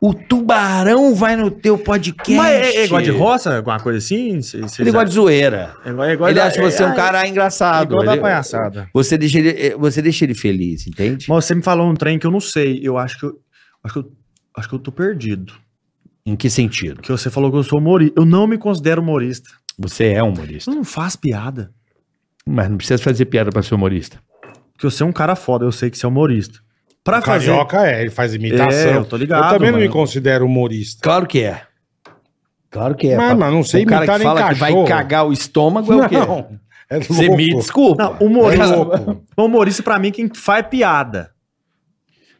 o tubarão vai no teu podcast. Mas é, é igual de roça? Alguma coisa assim? Cê- cês Ele gosta de zoeira. acham? É igual, é igual ele da- acha você um cara É, é engraçado. igual da Ele- palhaçada. você, deixa ele, eh, você deixa ele feliz, entende? Mas você me falou um trem que eu não sei. Eu acho que eu. Acho que eu, acho que eu tô perdido. Em que sentido? Porque você falou que eu sou humorista. Eu não me considero humorista. Você é humorista. Eu não faço piada. Mas não precisa fazer piada pra ser humorista. Porque você é um cara foda, eu sei que você é humorista. Pra fazer. Carioca é, ele faz imitação. É, eu tô ligado, Eu também não mano. me considero humorista. Claro que é. Claro que é. Mas, papai. mas não sei o cara imitar que nem fala que vai cachorro. cagar o estômago é o quê? Não. É louco. Você me desculpa. Não, É humorista. louco. humorista pra mim é quem faz piada.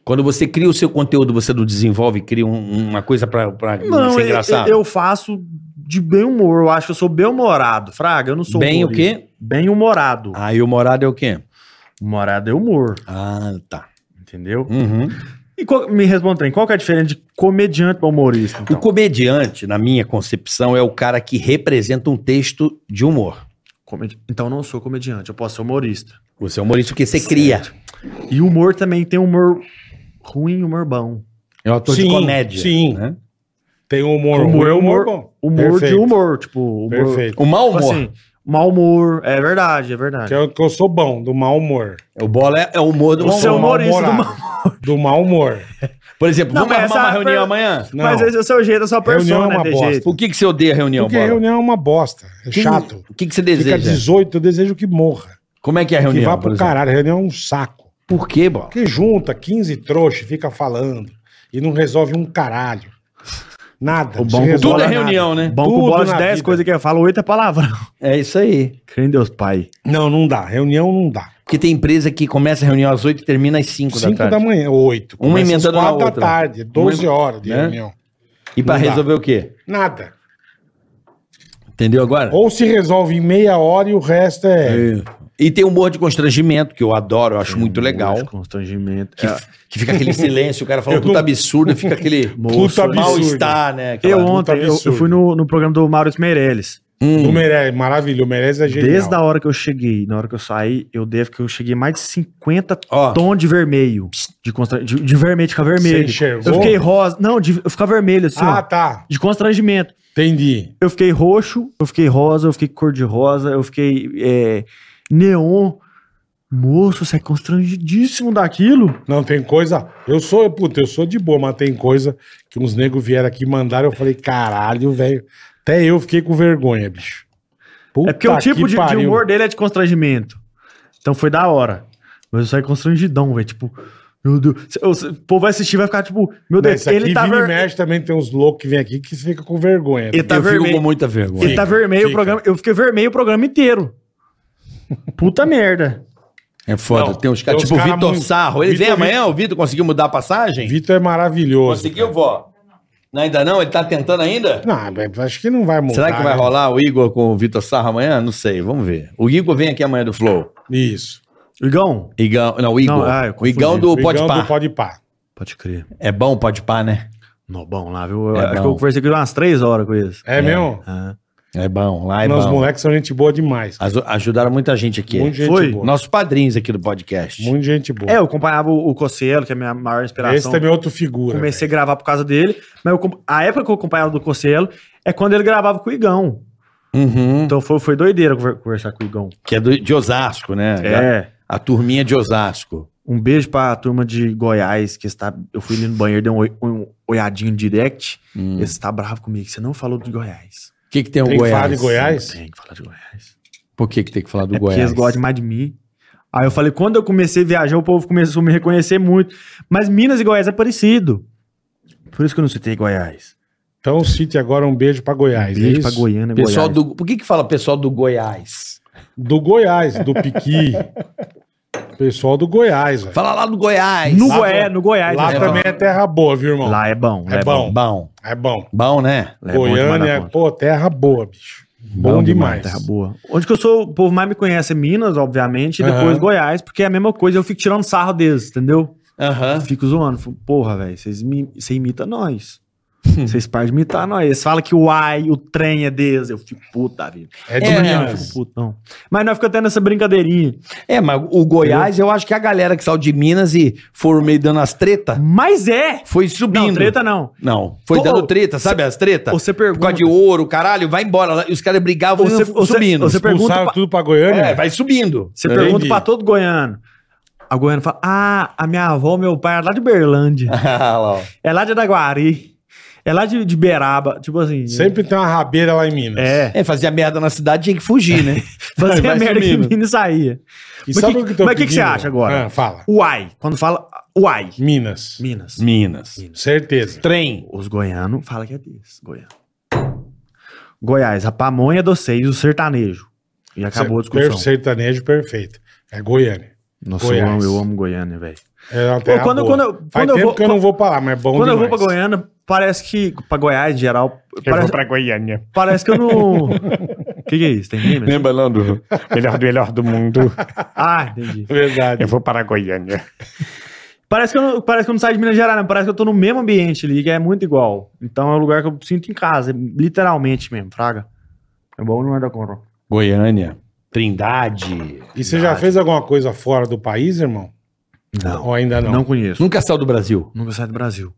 Quando você cria o seu conteúdo, você não desenvolve, cria um- uma coisa pra, pra é Não, ser eu, engraçado? eu faço de bem humor. Eu acho que eu sou bem humorado. Fraga, eu não sou Bem o humorista. quê? Bem humorado. Ah, e o morado é o quê? Humorado é humor, Ah, tá. entendeu? Uhum. E qual- me responde, um trem, qual que é a diferença de comediante pra humorista? O então? comediante, na minha concepção, é o cara que representa um texto de humor. Comedi- Então eu não sou comediante, eu posso ser humorista. Você é humorista porque você cria. E humor também tem humor ruim e humor bom. É um ator Sim, de comédia. sim. né? Tem um humor. Humor é ruim, humor- bom. Humor de Perfeito. humor, tipo, humor. Perfeito. O mau Tipo humor. assim, mau humor. É verdade, é Que verdade. eu, que eu sou bom, do mau humor. O bola é, é o humor do O mau seu humor. humorista do mal-humorado. Do mau humor. Por exemplo, Não, vamos mas arrumar uma essa- reunião amanhã? Não. Mas esse é o seu jeito, é a sua Reunião é persona, uma é de bosta. jeito. O que, que você odeia reunião, Porque bola? reunião é uma bosta. É Que- chato. O que, que você Fica deseja? 18, eu desejo que morra. Como é que é a que reunião? vá por pro exemplo? caralho. Reunião é um saco. Por quê, bola? Porque junta 15 trouxas, fica falando. E não resolve um caralho. Nada. O não bom se que resolve Tudo é nada. reunião, né? Bom, com Tudo bola de na 10 vida. coisas que eu falo, 8 é palavrão. É isso aí. Crê em Deus, pai. Não, não dá. Reunião não dá. Porque tem empresa que começa a reunião às 8 e termina às 5 5 da da, tarde. manhã, 8. Uma emendando na da outra. tarde, 12 Uma- horas de né? reunião. E pra Não dá. resolver o quê? Nada. Entendeu agora? Ou se resolve em meia hora e o resto é. E tem humor de constrangimento, que eu adoro, eu acho muito legal. Humor de Constrangimento. Que, É. que fica aquele silêncio, o cara fala Eu puta não- absurdo, fica aquele Puta absurdo. mal-estar, né? Aquela- Eu ontem, eu, eu absurdo. fui no, no programa do Maurício Meirelles. Hum. O Meirelles, maravilhoso. O Meirelles é genial. Desde a hora que eu cheguei, na hora que eu saí, eu devo que eu cheguei mais de 50 Ó. tons de vermelho. De, constra... de, de vermelho, de ficar vermelho. Você enxergou? Eu fiquei rosa. Não, de eu ficar vermelho, assim, Ah, ó. tá. De constrangimento. Entendi. Eu fiquei roxo, eu fiquei rosa, eu fiquei cor de rosa, eu fiquei é, neon. Moço, você é constrangidíssimo daquilo. Não, tem coisa. Eu sou, puta, eu sou de boa, mas tem coisa que uns negros vieram aqui e mandaram. Eu falei, caralho, velho. Até eu fiquei com vergonha, bicho. Puta é porque o tipo que de, de pariu. humor dele é de constrangimento. Então foi da hora. Mas eu saí constrangidão, velho. Tipo, meu Deus. Se- eu- se- O povo vai assistir vai ficar tipo, Mas meu Deus, isso aqui, ele tá, vira e ver- mexe também tem uns loucos que vêm aqui que fica com vergonha. ele tá eu vermelho. fico com muita vergonha. Ele tá vermelho o fica. programa. Eu fiquei vermelho o programa inteiro. Puta merda. É foda. Não, tem uns caras, tem uns tipo o cara Vitor muito- Sarro. Ele Vitor- vem amanhã, o Vitor conseguiu mudar a passagem? Vitor é maravilhoso. Conseguiu, vó? Não, ainda não? Ele tá tentando ainda? Não, mas acho que não vai mudar. Será que vai né? rolar o Igor com o Vitor Sarro amanhã? Não sei, vamos ver. O Igor vem aqui amanhã do Flow. Isso. Igão. Igão, não, o Igor. Não, ah, eu o confundi. Igão do Pode Par. pode pá. Pode crer. É bom, pode par, né? Não, bom lá, viu? Eu É acho que bom. eu conversei com ele umas três horas com isso. É, mesmo? Ah. É bom, lá é Nós bom. moleques são gente boa demais. Azu- ajudaram muita gente aqui. Muita gente Foi? boa. Nossos padrinhos aqui do podcast. Muita gente boa. É, eu acompanhava o, o Cossielo, que é a minha maior Esse inspiração. também é outro figura. Comecei a gravar por causa dele. Mas eu com- a época que eu acompanhava do Cossielo é quando ele gravava com o Igão. Uhum. Então foi, foi doideira conver- conversar com o Igão. Que é do- de Osasco, né? É. A turminha de Osasco. Um beijo pra turma de Goiás, que está. Eu fui ali no banheiro, dei um, oi- um olhadinho no direct. O Ele está tá bravo comigo. Você não falou de Goiás. que, que tem Hum. o Tem que Goiás? falar de Goiás? Tem que falar de Goiás. Por que, que tem que falar do é porque Goiás? eles gostam mais de mim. Aí eu falei, quando eu comecei a viajar, o povo começou a me reconhecer muito. Mas Minas e Goiás é parecido. Por isso que eu não citei Goiás. Então cite agora um beijo pra Goiás. é Beijo isso? pra Goiânia, Pessoal Goiás. do, por que, que fala pessoal do Goiás? Do Goiás, do Piqui. Pessoal do Goiás, velé. Fala lá do Goiás. No Lá Goiás, tam- no Goiás. Lá né? também é terra boa, viu, irmão? Lá é bom. lá É é, bom. bom. Bom. É bom. Bom, né? Lá é bom demais Goiânia, na é, conta. pô, terra boa, bicho. Bom, demais. Terra boa. Onde que eu sou, o povo mais me conhece é Minas, obviamente, e depois Aham. Goiás, porque é a mesma coisa. Eu fico tirando sarro deles, entendeu? Aham. Eu fico zoando. falo, Porra, velho, vocês mi- você imita nós. Vocês param de imitar nós. Eles falam que o ai, o trem é deles. Eu fico puto da vida. É de É, Eu Minas. fico puto, não. Mas nós ficamos tendo essa brincadeirinha. É, mas o Goiás, eu acho que a galera que saiu de Minas e foram meio dando as treta, Mas é! foi subindo. Não, treta não. Não, foi Ô, dando ô, treta, sabe as treta? Você Tá. Por causa pergunta. de ouro, caralho, vai embora. lá, E os caras brigavam Você- e você- subindo. você pergunta Expulsaram pra- tudo pra Goiânia? É, vai subindo. Você É. pergunta Entendi. pra todo goiano. A goiana fala: Ah, a minha avó, meu pai é lá de Berlândia. Ah, lá, ó. É lá de Adaguari. É lá de, de Beraba. Tipo assim. É. Sempre tem uma rabeira lá em Minas. É. É, fazia merda na cidade, tinha que fugir, né? Fazia Vai merda sumindo. que menino saía. E Mas sabe que- o que eu tô mas que que você pedindo? acha agora? Ah, fala. Uai. Quando fala uai. Minas. Minas. Minas. Então, Certeza. Trem. Os goianos falam que é deles. Goiano. Goiás, a pamonha é do seis, o sertanejo. E acabou a discussão. Per- Sertanejo perfeito. É Goiânia. Nossa, Goiás. eu amo, eu amo Goiânia, velho. É uma Pô, terra quando, boa. quando eu, Faz quando eu tempo vou, que eu não vou pra lá, mas é bom quando eu vou pra demais. Goiânia, parece que. Pra Goiás, em geral. Eu vou Parece, pra Goiânia. parece que eu não. O que, que é isso? Tem meme? Lembra lá do... Melhor do melhor do mundo. Ah, entendi. Verdade. Eu vou para Goiânia. Parece que, eu não, parece que eu não saio de Minas Gerais, não. Parece que eu tô no mesmo ambiente ali, que é muito igual. Então é um lugar que eu sinto em casa, literalmente mesmo, fraga. É bom não é da conta. Goiânia. Trindade. E você já fez alguma coisa fora do país, irmão? Não. Ou ainda não? Não, conheço. Nunca saiu do Brasil. Nunca saí do Brasil.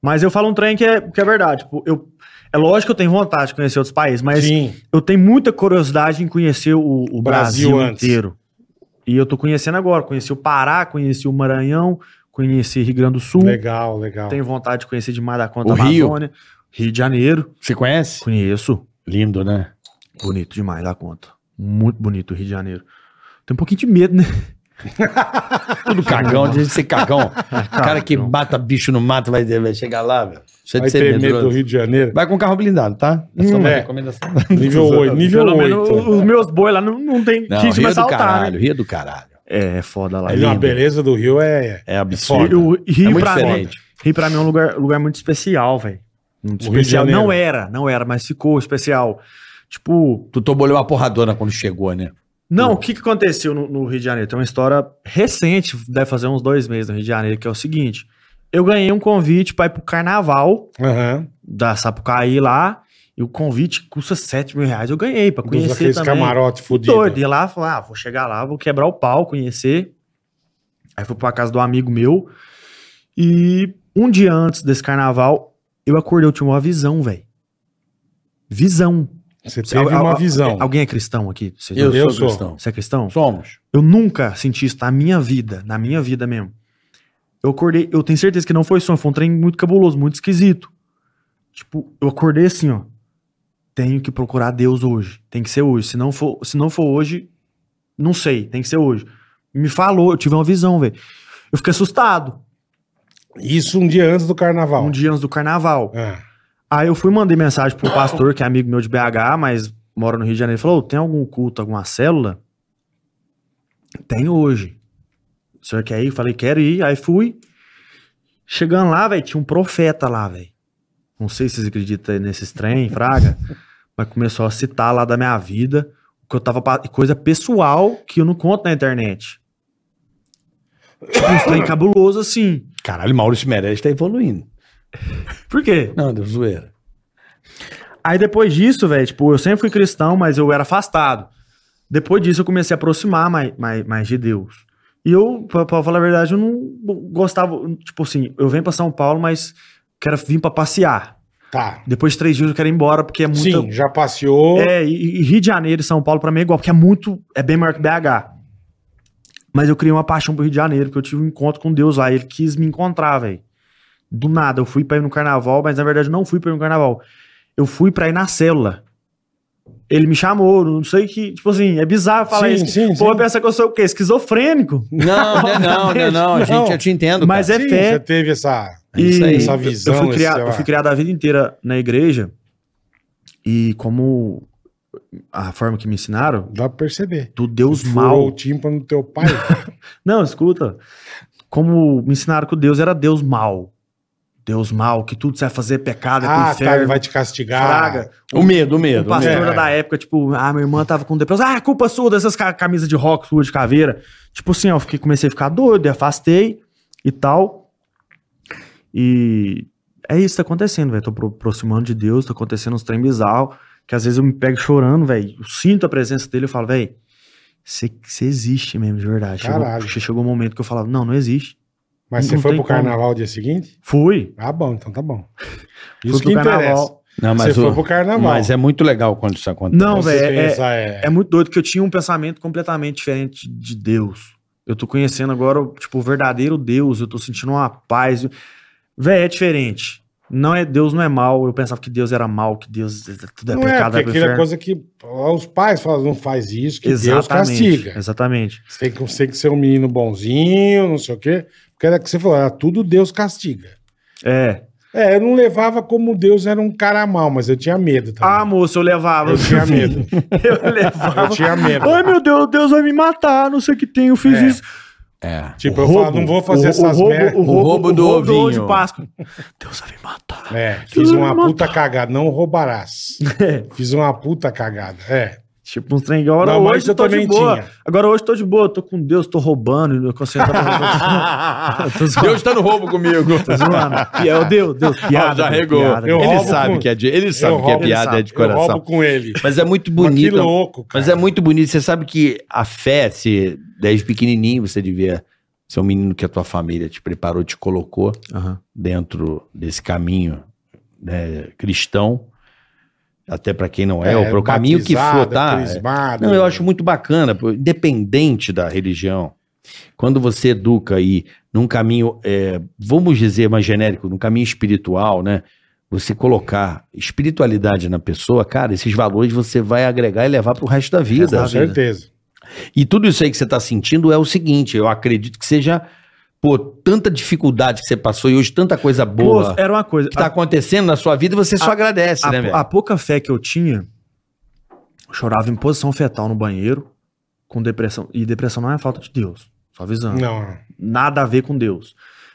Mas eu falo um trem que é, que é verdade. Tipo, eu, é lógico que eu tenho vontade de conhecer outros países, mas Sim. Eu tenho muita curiosidade em conhecer o, o Brasil Brasil, antes. inteiro. E eu tô conhecendo agora. Conheci o Pará, conheci o Maranhão, conheci Rio Grande do Sul. Legal, legal. Tenho vontade de conhecer demais da conta O Rio. Amazônia. Rio de Janeiro. Você conhece? Conheço. Lindo, né? Bonito demais da conta. Muito bonito o Rio de Janeiro. Tem um pouquinho de medo, né? Tudo cagão, de ser cagão. Ah, Ah, cara que Então, mata bicho no mato vai, vai chegar lá, velho. é Deixa Vai de ser ter medo do medroso. Rio de Janeiro. Vai com carro blindado, tá? É só Hum, uma é. recomendação. Nível 8. Nível Pelo menos 8. os meus boi lá não, não tem Não, quis Rio me é do assaltar, caralho, né? Rio é do caralho. É, é foda lá. Ele, a lindo. beleza do Rio é. É E absurdo. o É Rio, muito pra mim, diferente. Rio pra mim é um lugar, lugar muito especial, velho. Muito O Rio de especial. Janeiro. Não era, não era, mas ficou especial. Tipo, Tu tomou uma porradona quando chegou, né? não, o que, que aconteceu no, no Rio de Janeiro? Tem uma história recente, deve fazer uns dois meses no Rio de Janeiro, que é o seguinte. Eu ganhei um convite pra ir pro carnaval Aham. da Sapucaí lá, E o convite custa 7 mil reais. Eu ganhei pra Dos conhecer aqueles também. camarote fudido. Doido. E lá, falar, ah, vou chegar lá, vou quebrar o pau, conhecer. Aí fui pra casa do amigo meu. E um dia antes desse carnaval, eu acordei, eu tinha uma visão, velho. Visão. Você teve Al- al- uma al- visão. Alguém é cristão aqui? Você, Eu sou. você é cristão? Somos. Eu nunca senti isso na minha vida, na minha vida mesmo. Eu acordei, eu tenho certeza que não foi sonho, foi um trem muito cabuloso, muito esquisito. Tipo, eu acordei assim, ó. Tenho que procurar Deus hoje. Tem que ser hoje. Se não for, se não for hoje, não sei, tem que ser hoje. Me falou, eu tive uma visão, velho. Eu fiquei assustado Isso um dia antes do carnaval. um dia antes do carnaval. Ah, Aí eu fui mandei mensagem pro pastor, que é amigo meu de BH, mas mora no Rio de Janeiro. Ele falou: "Ô, tem algum culto, alguma célula? Tem hoje. O senhor quer ir? Eu Falei, quero ir. Aí fui. Chegando lá, velho, tinha um profeta lá, velho. Não sei se vocês acreditam nesses trem, fraga. mas começou a citar lá da minha vida. o Que eu tava. pa- Coisa pessoal que eu não conto na internet. Tipo, uns trem cabuloso assim. Caralho, Maurício Meirelles tá evoluindo. Por quê? Não, deu zoeira. Aí depois disso, velho, tipo, eu sempre fui cristão, mas eu era afastado. Depois disso eu comecei a aproximar mais, mais, mais de Deus. E eu, pra, pra falar a verdade, eu não gostava, tipo assim, eu venho pra São Paulo, mas quero vir pra passear. tá. Depois de três dias eu quero ir embora, porque é muito... Sim, já passeou. É, e, e Rio de Janeiro e São Paulo pra mim é igual, porque é muito, é bem maior que BH. Mas eu criei uma paixão pro Rio de Janeiro, porque eu tive um encontro com Deus lá, e ele quis me encontrar, velho. Do nada, eu fui pra ir no carnaval, mas na verdade eu não fui pra ir no carnaval. Eu fui pra ir na célula. Ele me chamou, não sei que, tipo assim, é bizarro falar Sim, isso. sim, Pô, sim. pensa que eu sou o quê? Esquizofrênico. Não, não, é não, não, é não, Não. gente, eu te entendo. Mas é Sim, fé. Você teve essa. É isso aí. essa Eu- visão, Eu fui, esse, criado- sei lá. eu fui criado a vida inteira na igreja. E como a forma que me ensinaram, Dá pra perceber. do Deus Furou mal. o tímpano do teu pai. Não, escuta. Como me ensinaram que o Deus era Deus mal. Deus mal, que tudo você vai fazer é pecado, é pro ah, tá, ele inferno. vai te castigar. fraga. O medo, o medo. É, O o medo. Um pastor medo. da época, tipo, ah, minha irmã tava com depressão. Ah, culpa sua dessas ca- camisas de rock sua de caveira. Tipo assim, ó, eu fiquei, comecei a ficar doido, e afastei e tal. E é isso que tá acontecendo, velho. Tô pro- aproximando de Deus, tá acontecendo uns trem bizarro, que às vezes eu me pego chorando, velho. Eu sinto a presença dele, eu falo, velho, você existe mesmo, de verdade. Chegou, Caralho. che- chegou um momento que eu falava, não, não existe. Mas você Não foi tem pro como. carnaval dia seguinte? Fui. Ah, bom, então tá bom. Fui Isso pro que interessa. carnaval. Não, Você mas, foi o- pro carnaval. mas é muito legal quando isso acontece. Não, Você velho, é- pensa, é- É muito doido que eu tinha um pensamento completamente diferente de Deus. Eu tô conhecendo agora, tipo, o verdadeiro Deus. Eu tô sentindo uma paz. Véi, é diferente. Não é Deus não é mal. Eu pensava que Deus era mal, que Deus tudo é não é, pecado, porque é pro aquilo é inferno. coisa que ó, os pais falam, não faz isso, que Deus exatamente, castiga. exatamente. Você tem, que, você tem que ser um menino bonzinho, não sei o quê. Porque era o que você falou, era tudo Deus castiga. É. É, eu não levava como Deus era um cara mal, mas eu tinha medo também. Ah, moço, eu levava. Então, eu tinha medo. eu levava. Eu tinha medo. Ai, meu Deus, Deus vai me matar. Não sei o que tem. Eu fiz É. isso. É. Tipo, O eu roubo, falo, não vou fazer o- o essas roubo- merdas. O roubo, roubo do do, ovo ovinho. de Páscoa. Deus vai me matar. É, fiz uma puta cagada, não roubarás. É. Fiz uma puta cagada, é. Tipo, uns trem agora Não, mas hoje eu eu tô de também boa. tinha. Agora hoje eu tô de boa, tô com Deus, tô roubando, não consigo Eu tá tô zoando. Deus tá no roubo comigo. Tô zoando. Pi- Eu deu, Deus, piada. Ó, já Deus, regou. piada. Eu ele roubo sabe com- que é de, ele sabe que roubo- é piada ele é de Eu roubo coração. com ele. Mas é muito Mas que bonito. louco, cara. Mas é muito bonito. Você sabe que a fé, se desde pequenininho você devia ser um menino que a tua família te preparou, te colocou Aham. dentro desse caminho né, cristão, até pra quem não é, ou para o batizado, caminho que for, tá? crismado. Não, eu acho muito bacana, pô, independente da religião. Quando você educa aí num caminho, é, vamos dizer mais genérico, num caminho espiritual, né? Você colocar espiritualidade na pessoa, cara, esses valores você vai agregar e levar pro resto da vida. Assim, Com certeza. E tudo isso aí que você tá sentindo é o seguinte, eu acredito que seja, pô, tanta dificuldade que você passou e hoje tanta coisa boa Moço, era uma coisa. que tá a- acontecendo na sua vida e você só a- agradece, a, né, velho? a pouca fé que eu tinha, eu chorava em posição fetal no banheiro, com depressão. E depressão não é falta de Deus. Só Ah. avisando. Não, nada a ver com Deus.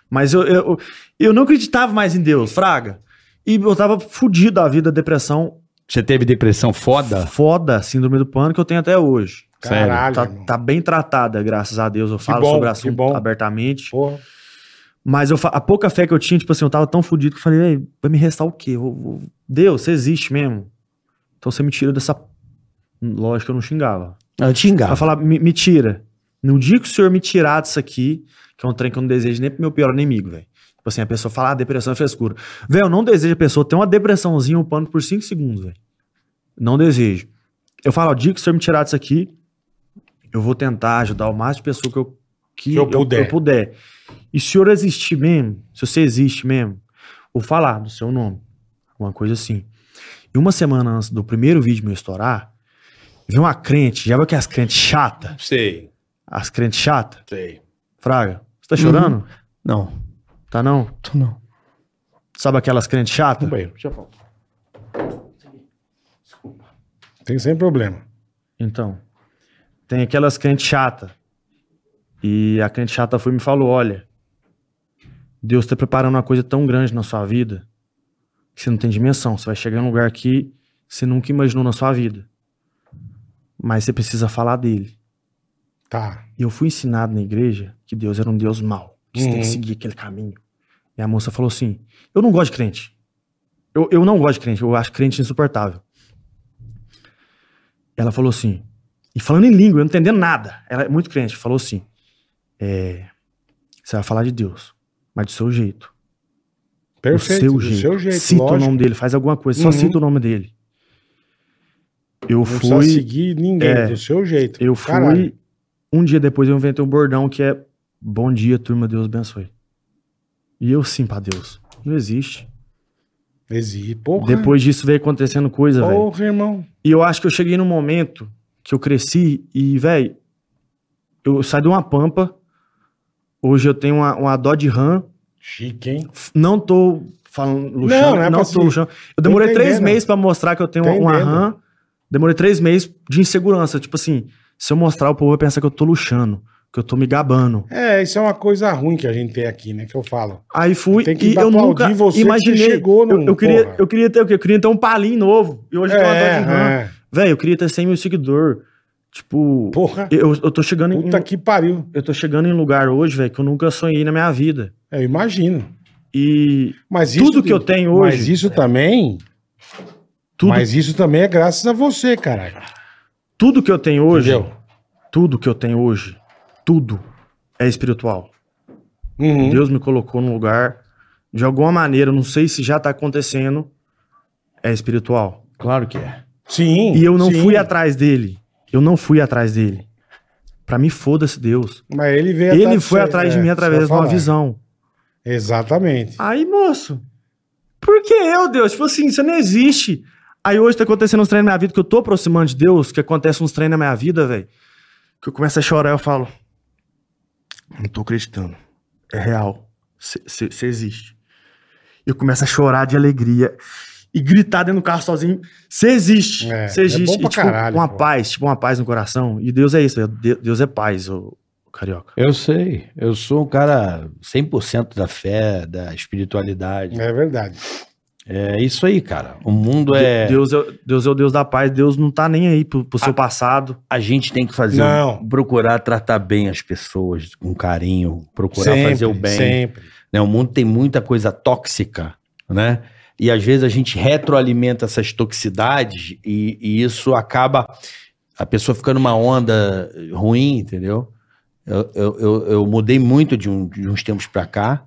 Mas eu, eu, eu não acreditava mais em Deus, Fraga. E eu tava fudido da vida, depressão Você teve depressão foda? foda, síndrome do pânico que eu tenho até hoje. Sério, caralho, Tá, irmão. tá bem tratada, graças a Deus. Eu falo bom, sobre que o assunto bom. abertamente. Porra. Mas eu, fa- a pouca fé que eu tinha, tipo assim, eu tava tão fudido que eu falei, "Ei, vai me restar o quê? Eu vou- Deus, você existe mesmo. Então você me tira dessa. Lógico que eu não xingava. Eu te Tá. engano. Pra falar, me, me tira. No dia que o senhor me tirar disso aqui, que é um trem que eu não desejo nem pro meu pior inimigo, velho. Tipo assim, a pessoa fala, ah, depressão é frescura. Velho, eu não desejo a pessoa ter uma depressãozinha, um pano por 5 segundos, velho. Não desejo. Eu falo, o dia que o senhor me tirar disso aqui, eu vou tentar ajudar o máximo de pessoa que eu, que Que eu puder. puder. E se o senhor existir mesmo, se você existe mesmo, vou falar do seu nome. Uma coisa assim. E uma semana antes do primeiro vídeo meu estourar, veio uma crente, já viu que as crentes chata, Sei, As crentes chata, sei. Fraga, você Uhum. tá chorando? Não, Tá não? tu não. Sabe aquelas crentes chata? Tem sem problema. Então, tem aquelas crentes chata. E a crente chata foi e me falou: olha, Deus tá preparando uma coisa tão grande na sua vida que você não tem dimensão. Você vai chegar em um lugar que você nunca imaginou na sua vida. Mas você precisa falar dele. Tá. E eu fui ensinado na igreja que Deus era um Deus mau, que você tem que Uhum. seguir aquele caminho. E a moça falou assim: Eu não gosto de crente. Eu, eu não gosto de crente, eu acho crente insuportável. Ela falou assim, e falando em língua, eu não entendendo nada. Ela é muito crente, falou assim: é, Você vai falar de Deus, mas do seu jeito. Perfeito. do seu Do jeito. seu jeito, cita o lógico. nome dele, faz alguma coisa, Uhum. só cita o nome dele. Eu Não precisa fui. seguir ninguém, É. do seu jeito. Eu fui. Caralho. Um dia depois eu inventei um bordão que é Bom dia, turma, Deus abençoe. E eu sim pra Deus. Não existe. Exi, porra. Oh. Depois disso veio acontecendo coisa, velho. Porra, irmão. E eu acho que eu cheguei num momento que eu cresci e, velho, eu saí de uma pampa. Hoje eu tenho uma, uma Dodge Ram. Chique, hein? F- Não tô falando luxando, Não, não não, é pra se- né? tô luxando. Eu demorei Tô três entendendo. meses pra mostrar que eu tenho uma- uma Entendendo. RAM. Demorei três meses de insegurança. Tipo assim, se eu mostrar, o povo vai pensar que eu tô luxando, que eu tô me gabando. É, isso é uma coisa ruim que a gente tem aqui, né? Que eu falo. Aí fui Tem que e eu aplaudir nunca você que imaginei. você chegou num- eu, eu queria, porra. eu queria ter o quê? Eu queria ter um palim novo. E hoje eu tô é, andando de RAM. é. Velho, eu queria ter 100 mil seguidores. Tipo, Porra, eu, eu tô chegando em, puta que pariu. eu tô chegando em lugar hoje, velho, que eu nunca sonhei na minha vida. Eu imagino. E Mas Tudo que eu tenho hoje- é, Mas isso também. tudo, Mas isso também é graças a você, caralho. tudo que eu tenho hoje, Entendeu? tudo que eu tenho hoje, tudo é espiritual. Uhum. Deus me colocou num lugar, de alguma maneira, não sei se já tá acontecendo, é espiritual. Claro que é. Sim. E eu não sim. fui atrás dele. Eu não fui atrás dele. Pra mim, foda-se Deus. Mas ele veio Ele atrás de foi você, atrás de é, mim através só de uma falar. visão. Exatamente. Aí, moço, por que eu, Deus? Tipo assim, você não existe. Aí hoje tá acontecendo uns treinos na minha vida que eu tô aproximando de Deus, que acontece uns treinos na minha vida, velho. Que eu começo a chorar, eu falo. Não tô acreditando. É real. Você existe. Eu começo a chorar de alegria e gritar dentro do carro sozinho. Você existe. É, Você é existe. bom pra e, tipo, caralho, uma pô. paz, tipo, uma paz no coração. E Deus é isso, velho. De- Deus é paz, ô, ô carioca. Eu sei. Eu sou um cara 100% da fé, da espiritualidade. É verdade. É isso aí, cara. O mundo é. Ah. Deus, é, Deus é o Deus da paz. Deus não tá nem aí pro, pro seu passado. A gente tem que fazer. Não. Procurar tratar bem as pessoas com carinho, procurar fazer o bem. Sempre. né? O mundo tem muita coisa tóxica, né? E às vezes a gente retroalimenta essas toxicidades e, e isso acaba a pessoa ficando numa onda ruim, entendeu? Eu, eu, eu, eu mudei muito de, um- de uns tempos pra cá,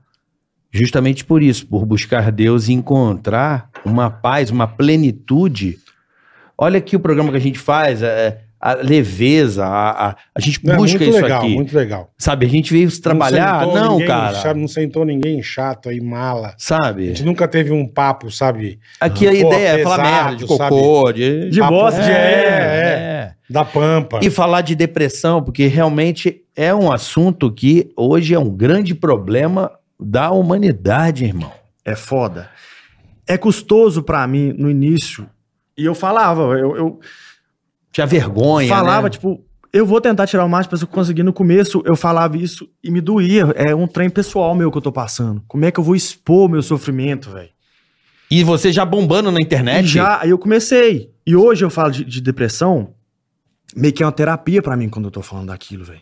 justamente por isso, por buscar Deus e encontrar uma paz, uma plenitude. Olha aqui o programa que a gente faz, é, a, leveza, a, a, a gente Não, é busca muito isso legal, aqui. muito legal. Sabe, a gente veio se trabalhar, sentou não, ninguém, cara. Sabe, não sentou ninguém chato aí, mala. Sabe? A gente nunca teve um papo, sabe? Aqui a Ah, Pô, ideia é falar pesado, merda de cocô, de... De Papo bosta, reto. de É, É, Da pampa. E falar de depressão, porque realmente é um assunto que hoje é um grande problema da humanidade, irmão. É foda. É custoso pra mim no início. E eu falava, eu, eu Tinha vergonha, falava, né? tipo, eu vou tentar tirar o máximo pra eu conseguir. No começo eu falava isso e me doía. É um trem pessoal meu que eu tô passando. Como é que eu vou expor meu sofrimento, velho? E você já bombando na E internet? já, aí eu comecei. E hoje eu falo de, de depressão, meio que é uma terapia pra mim quando eu tô falando daquilo, velho.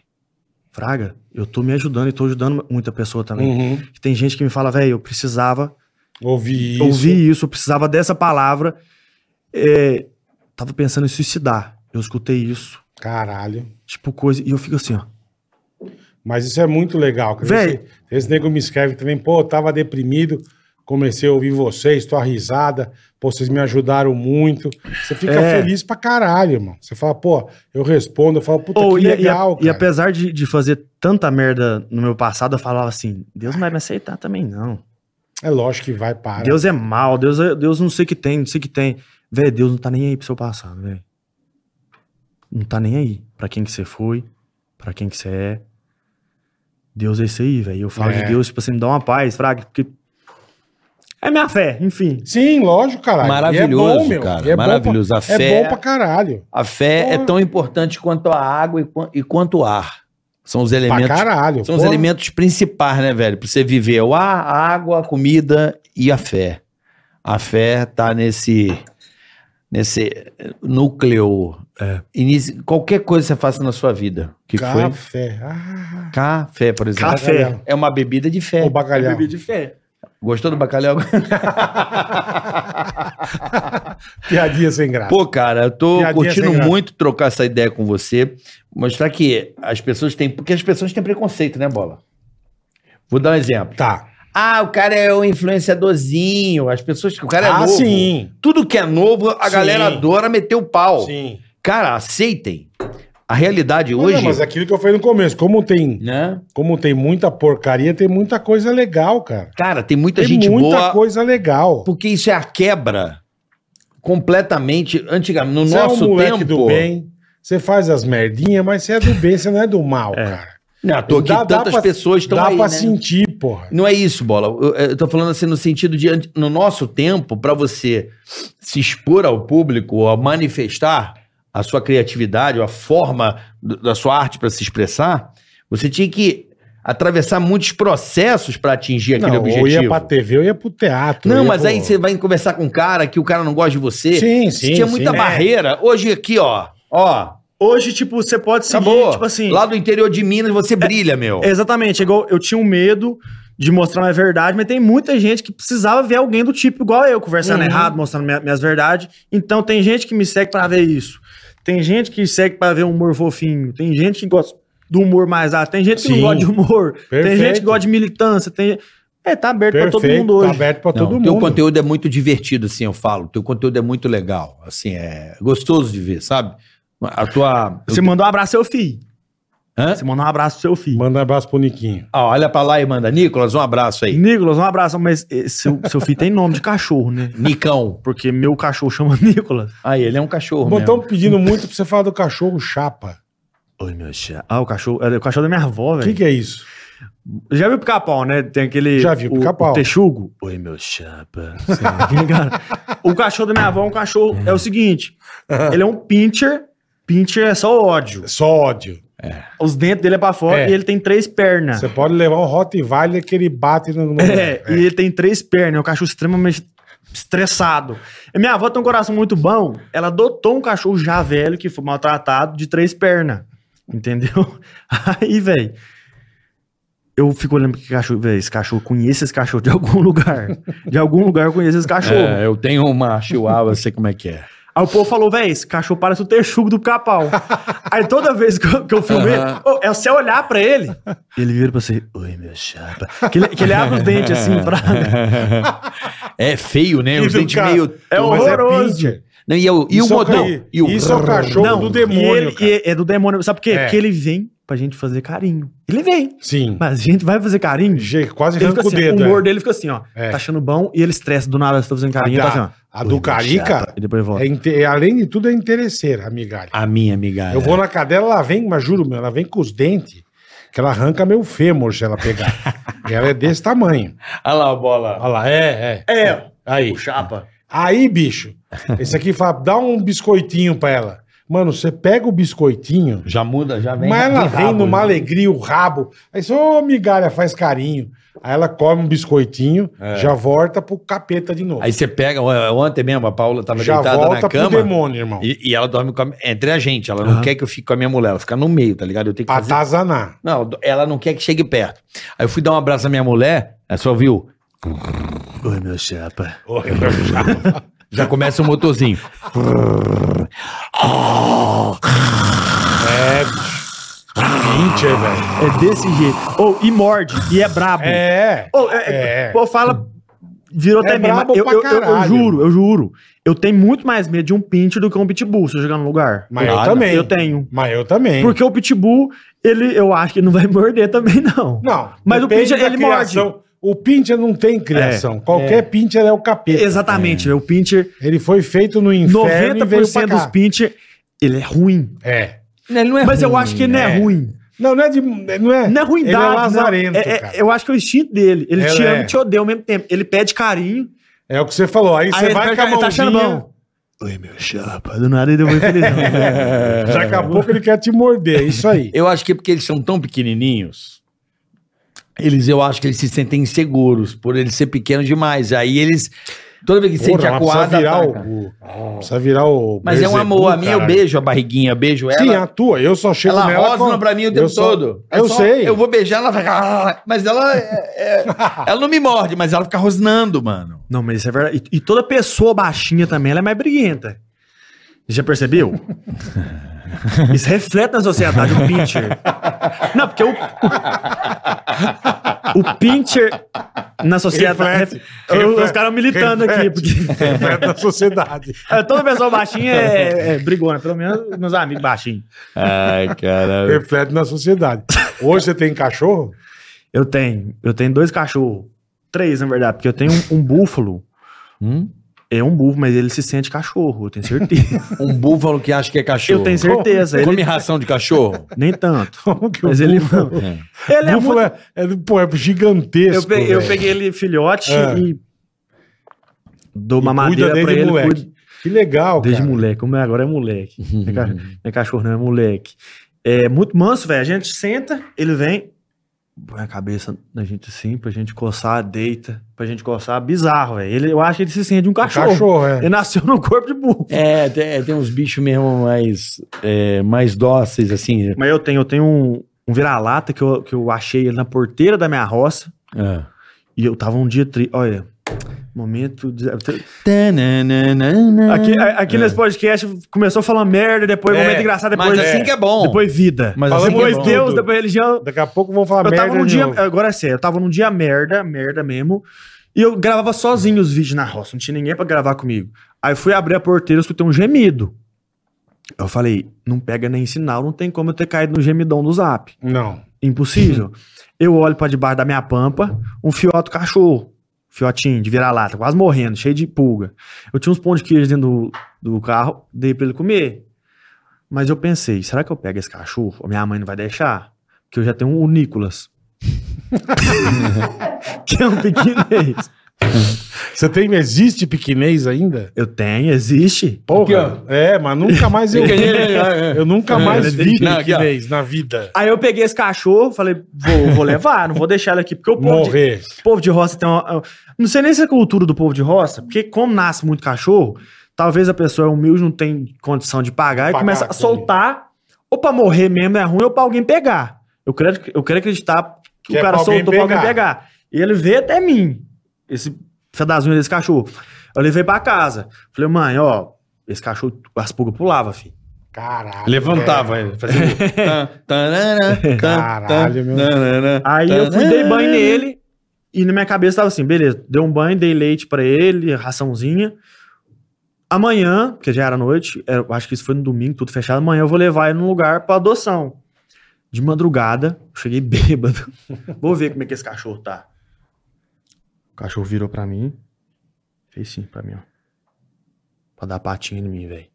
Fraga, eu tô me ajudando e tô ajudando muita pessoa também. Uhum. E Tem gente que me fala, velho, eu precisava Ouvi isso. ouvir isso, eu precisava dessa palavra. É, tava pensando em suicidar. Eu escutei isso, Caralho. tipo coisa, e eu fico assim, ó. Mas isso é muito legal. cara. Véi. Esse, esse nego me escreve também, pô, eu tava deprimido, comecei a ouvir vocês, tô risada, pô, vocês me ajudaram muito. Você fica É. feliz pra caralho, irmão. Você fala, pô, eu respondo, eu falo, puta, Ou, que e, legal, e, a- e cara. apesar de, de fazer tanta merda no meu passado, eu falava assim, Deus não vai me aceitar também, não. É lógico que vai, para. Deus é mal, Deus, é- Deus não sei o que tem, não sei o que tem. Véi, Deus não tá nem aí pro seu passado, velho. Não tá nem aí pra quem que você foi, pra quem que você é. Deus é isso aí, velho. Eu falo É. de Deus, tipo assim, me dá uma paz, fraga, porque... É minha fé, enfim. Sim, lógico, caralho. Maravilhoso, E é bom, meu. cara. E é bom maravilhoso. a pra- fé, É bom pra caralho. a fé é Porra. tão importante quanto a água e, quan- e quanto o ar. São os Pra elementos. caralho. São os Porra. elementos principais, né, velho? Pra você viver o ar, a água, a comida e a fé. A fé tá nesse nesse núcleo. É. Inici- qualquer coisa que você faça na sua vida. Que foi Café. Ah, café, por exemplo. Café. bacalhau. É uma bebida de fé. Ô, É bacalhau. É Ah. de fé. Gostou do bacalhau? Piadinha sem graça. Pô, cara, eu tô Piadinha curtindo sem graça. muito trocar essa ideia com você. Mostrar que as pessoas têm. Porque as pessoas têm preconceito, né, Bola? Vou dar um exemplo. Tá. Ah, o cara é o influenciadorzinho. As pessoas. O cara é ah, novo. sim. Tudo que é novo, a Sim. galera adora meter o pau. Sim. Cara, aceitem. A realidade Não, hoje. não, mas é aquilo que eu falei no começo, como tem né? Como tem muita porcaria, tem muita coisa legal, cara. Cara, tem muita Tem gente muita boa. coisa legal. Porque isso é a quebra completamente. Antigamente, no Você é um nosso moleque tempo. do bem, você faz as merdinhas, mas você é do bem, você não é do mal, cara. Não, tô aqui, Dá- dá tantas pra- pessoas estão Dá aí, pra né? sentir, porra. Não é isso, Bola. Eu, eu tô falando assim no sentido de, ante- no nosso tempo, pra você se expor ao público, a manifestar a sua criatividade, a forma do- da sua arte pra se expressar, você tinha que atravessar muitos processos pra atingir aquele Não, objetivo. ou ia pra TV, ou ia pro teatro. Não, eu ia mas pro- aí você vai conversar com um cara que o cara não gosta de você. Sim, Você sim. tinha sim. muita É. barreira. Hoje aqui, ó, ó, Hoje, tipo, você É pode seguir, acabou. tipo assim... Lá do interior de Minas você brilha, meu. É Exatamente, é igual eu tinha um medo de mostrar minha verdade, mas tem muita gente que precisava ver alguém do tipo igual eu, conversando Uhum. errado, mostrando minha- minhas verdades. Então tem gente que me segue pra ver isso. Tem gente que segue pra ver um humor fofinho. Tem gente que gosta do humor mais alto. Tem gente que Sim. não gosta de humor. Tem Perfeito. gente que gosta de militância. Tem... É, tá aberto Perfeito, pra todo mundo hoje. Tá aberto pra Não, todo Teu mundo. conteúdo é muito divertido, assim, eu falo. Teu conteúdo é muito legal. Assim, é gostoso de ver, sabe? A tua. Você mandou um abraço pro seu filho. Hã? Você mandou um abraço pro seu filho. Manda um abraço pro Niquinho. Ah, olha pra lá e manda. Nicolas, um abraço aí. Nicolas, um abraço, mas eh, seu, seu filho tem nome de cachorro, né? Nicão. Porque meu cachorro chama Nicolas. Aí, ele é um cachorro. Bom, mesmo. Estão pedindo muito pra você falar do cachorro chapa. Oi, meu chá. Ah, o cachorro. É o cachorro da minha avó, O velho. que, que é isso? Já viu o pica-pau, né? Tem aquele. Já vi o o pica-pau. o Texugo. Oi, meu chapa. Sim, cara. o cachorro da minha avó é um cachorro. É o seguinte: ele é um pincher. Pincher é só ódio. Só ódio. Os dentes dele é pra fora É. e ele tem três Ah. pernas. Você pode levar um Rottweiler que ele bate no... no- É, e ele tem três pernas, é um cachorro extremamente estressado. E minha avó tem um coração muito bom, ela adotou um cachorro já velho, que foi maltratado, de três pernas. Entendeu? Aí, velho, eu fico olhando que cachorro, velho, esse cachorro, eu conheço esse cachorro de algum lugar. De algum lugar eu conheço esse cachorro. É, eu tenho uma chihuahua, sei como é que é. Aí o povo falou, velho, esse cachorro parece o texugo do capau. Aí toda vez que eu, que eu filmei, ô, é você olhar pra ele, ele vira pra você, oi, meu chapa. Que ele, que ele abre os dentes assim, pra... É feio, né? Os Isso, dentes cara. meio. É Mas horroroso. pincher. Não, e, o- e o Isso é o modão. ca- E o... isso é o cachorro do demônio, e ele- cara. e é do demônio. Sabe por quê? É. Porque ele vem pra gente fazer carinho. Ele vem. Sim. Mas a gente vai fazer carinho. Ge- Quase Ele fica arranca o assim, dedo. o humor é. dele fica assim, ó. É. Tá achando bom e ele estressa do nada, você tá fazendo carinho. A tá da- assim, ó. a do Oi, Cari, chapa. cara, E depois volta. É inte- Além de tudo, é interesseira, amigalha. A minha, amiga. Eu vou na cadela, ela vem, mas juro, meu, ela vem com os dentes, que ela arranca meu fêmur se ela pegar. E ela é desse tamanho. Olha lá a bola. Olha lá, é, é. É. Aí. O chapa. Aí, bicho, esse aqui fala, dá um biscoitinho pra ela. Mano, você pega o biscoitinho, Já muda, Tá já vem. mas ela de vem rabo, numa né? alegria, o rabo. Aí você, ô migalha, faz carinho. Aí ela come um biscoitinho, É. já volta pro capeta de novo. Aí você pega, ó, ontem mesmo, a Paula tava já deitada volta na pro cama. demônio, irmão. E, e ela dorme com a- entre a gente. Ela não quer que eu fique com a minha mulher. Ela fica no meio, tá ligado? Eu tenho que Pra fazer. atazanar. Não, ela não quer que chegue perto. Aí eu fui dar um abraço na minha mulher, ela só viu. Oi, meu chapa. Já começa o motorzinho. É, bicho. Pincher, velho. É desse jeito. Ou, e morde, e é brabo. É. Ô, é- É. é- Pô, fala. Virou É até meme. brabo Eu, pra eu, eu- eu caralho. juro, eu juro. Eu tenho muito mais medo de um pinch do que um pitbull se eu chegar no lugar. Mas eu Claro, também. Eu tenho. Mas eu também. Porque o pitbull, ele, eu acho que ele não vai morder também, não. Não. Mas o depende pincher, da ele criação. O pincher não tem criação. Qualquer pincher é o capeta. Exatamente, velho. O pincher, Ele foi feito no É. inferno e veio pra 90% dos cá. pincher, ele é ruim. É. Mas eu acho que ele não é, é. ruim. Não, não é de... Não é, Não é ruindade, Ele é não. lazarento, É- é- cara. Eu acho que é o instinto dele. Ele Ele te ama é. e te odeia ao mesmo tempo. Ele pede carinho. É o que você falou. Aí você ele vai pede com a carinho, tá achando mãozinha... bom. Oi, meu chapa. Do nada um ele deu muito feliz. né? é, É. Daqui a pouco ele quer te morder. É isso aí. Eu acho que é porque eles são tão pequenininhos. Eles, eu acho que eles se sentem inseguros por eles ser pequenos demais. Aí eles. Toda vez que sente Porra, mas acuada. precisa virar ataca. o... o- Precisa virar o... Mas é um Beelzebub, amor. A minha eu caralho. beijo a barriguinha, beijo ela. Sim, a tua. Eu só Tipo, chego é ela nela... rosna com- pra mim o eu tempo só- todo. É Eu só- sei. Eu vou beijar, ela vai. "Ah", Mas ela. é- é- ela não me morde, mas ela fica rosnando, mano. Não, mas isso é verdade. E, e toda pessoa baixinha também, ela é mais briguenta. Já percebeu? Isso reflete na sociedade, o pincher. Não, porque o... O, o pincher na sociedade... Reflete, Eu- reflete, os caras militando aqui. Porque, É da sociedade. É, toda pessoa baixinha é, é brigona. Pelo menos meus amigos baixinhos. Ai, caralho. Reflete na sociedade. Hoje você tem cachorro? Eu tenho. Eu tenho dois cachorros. Três, na verdade. Porque eu tenho um, um búfalo. É um búfalo, mas ele se sente cachorro. Eu tenho certeza. Um búfalo que acha que é cachorro. Eu tenho certeza. Ele- Come ração de cachorro? Nem tanto. Como que Mas o ele. búfalo- Ele é búfalo muito. é, é- pô, é gigantesco. Eu peguei, eu velho. peguei ele filhote É. e. Dou E uma cuida madeira pra desde ele. moleque. cuido- Que legal, Desde cara. moleque. Como é agora é moleque. Não é ca- não é cachorro, não é moleque. É muito manso, velho. A gente senta, ele vem, põe a cabeça na gente assim, pra gente coçar, deita, pra gente coçar. Bizarro, velho. Ele- Eu acho que ele se sente um cachorro. Cachorro, é. Ele nasceu no corpo de burro. É, tem, tem uns bichos mesmo mais, é, mais dóceis, assim. Mas eu tenho, eu tenho um, um vira-lata que eu, que eu achei ele na porteira da minha roça. É. E eu tava um dia tri... Olha, momento... De... Tananana. Aqui, é a- aqui nesse podcast começou falando merda, depois É, momento engraçado, depois... Mas assim que é bom. Depois vida. Mas assim que depois é bom. Deus, Tudo. depois religião. Daqui a pouco vão falar eu merda tava num de dia... novo. Agora é sério, eu tava num dia merda, merda mesmo. E eu gravava sozinho os vídeos na roça, não tinha ninguém pra gravar comigo. Aí eu fui abrir a porteira, eu escutei um gemido. Eu falei, não pega nem sinal, não tem como eu ter caído no gemidão do zap. Não. Impossível. Eu olho pra debaixo da minha pampa, um fioto cachorro. Fiotinho de vira-lata, quase morrendo, cheio de pulga. Eu tinha uns pão de queijo dentro do, do carro, dei pra ele comer. Mas eu pensei, será que eu pego esse cachorro? A minha mãe não vai deixar? Porque eu já tenho o Nicolas. que é um pequenês. Você tem... Existe piquinês ainda? Eu tenho, existe. Porra. é, mas nunca mais eu vi. é, Eu nunca mais vi Não, aqui, ó. piquinês na vida. Aí eu peguei esse cachorro, falei, vou, vou levar, não vou deixar ele aqui. Porque o povo de- Morrer. O povo de roça tem uma. Não sei nem se é cultura do povo de roça, porque como nasce muito cachorro, talvez a pessoa é humilde, não tem condição de pagar e Pagar, começa a comer. soltar, ou pra morrer mesmo é ruim, ou pra alguém pegar. Eu quero, eu quero acreditar que, Que é o cara pra alguém soltou pra alguém pegar. pegar. E ele veio até mim, esse pedazinho desse cachorro. Eu levei pra casa. Falei, mãe, ó, esse cachorro, as pulgas pulava, filho. Caralho. Levantava ele. Fazia... é. tan, tanana, tan, Caralho, tan, meu. tanana, Aí eu fui, tanana. dei banho nele e na minha cabeça tava assim, beleza, dei um banho, dei leite pra ele, raçãozinha. Amanhã, porque já era noite, era- acho que isso foi no domingo, tudo fechado, amanhã eu vou levar ele num lugar pra adoção. De madrugada, eu cheguei bêbado. vou ver como é que esse cachorro tá. O cachorro virou pra mim, fez sim pra mim, ó. Pra dar patinha em mim, velho.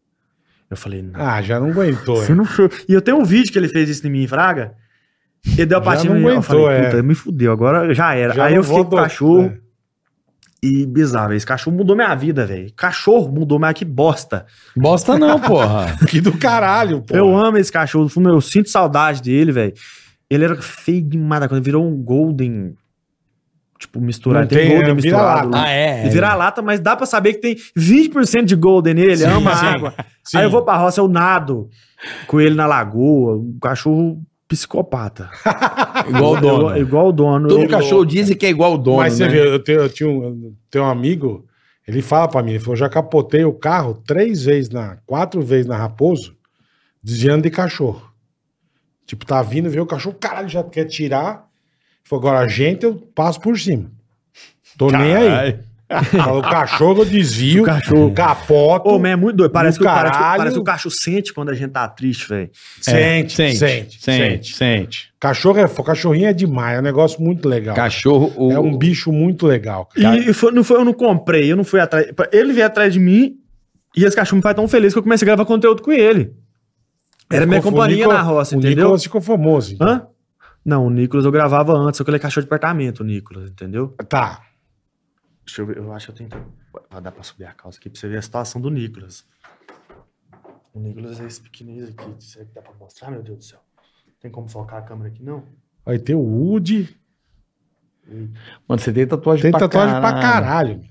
Eu falei, não. Ah, já não aguentou. Você hein? não foi- E eu tenho um vídeo que ele fez isso em mim, Fraga. Ele deu a Já patinha não no meu. Eu aguentou, falei, é. puta, me fudeu, agora já era. Já Aí não É. eu fiquei vou com o adotar. cachorro. E bizarro, esse cachorro mudou minha vida, velho. Cachorro mudou minha que bosta. Bosta não, porra. Que do caralho, pô. Eu amo esse cachorro, do fundo, eu sinto saudade dele, velho. Ele era feio demais, quando virou um golden, tipo, misturado. Não Tem, tem, golden é, misturado. vira-lata. né? ah, é. Ele vira lata, mas dá pra saber que tem 20% de golden nele, ama sim. água. Sim. Aí eu vou pra roça, eu nado com ele na lagoa, um cachorro psicopata. Igual o dono. Igual, igual o dono. Todo Ele- cachorro dizem que é igual o dono, Mas você né? vê, eu tenho, eu tinha um, tenho um amigo, ele fala pra mim, ele falou, já capotei o carro três vezes, na, quatro vezes na Raposo, desviando de cachorro. Tipo, tá vindo, vê o cachorro, caralho, já quer tirar. Ele Falou, agora a gente, eu passo por cima. Tô nem aí. Caralho. Falou, o cachorro eu desvio, cachorro. capoto, Pô, mas é muito doido. Parece Do que, o, parece, que- caralho. parece que o cachorro sente quando a gente tá triste, velho. é. sente, sente, sente, sente, sente. Cachorro é, fo- cachorrinho é demais, é um negócio muito legal. Cachorro, o, É um bicho muito legal, cara. E, e foi- não foi, eu não comprei, eu não fui atrás. Ele veio atrás de mim e esse cachorro me faz tão feliz que eu comecei a gravar conteúdo com ele. Era minha Ficou- o companhia Nico- na roça, o entendeu? Nicolas ficou famoso. então. Hã? Não, o Nicolas eu gravava antes, só que ele é cachorro de apartamento, o Nicolas, entendeu? Tá. Deixa eu ver, eu acho que eu tenho que. Vai dar pra subir a calça aqui pra você ver a situação do Nicolas. O Nicolas é esse pequenininho aqui, será que dá pra mostrar, meu Deus do céu? Tem como focar a câmera aqui, não? Aí tem o Woody. Mano, você tem tatuagem Tem pra tatuagem pra caralho. caralho. meu.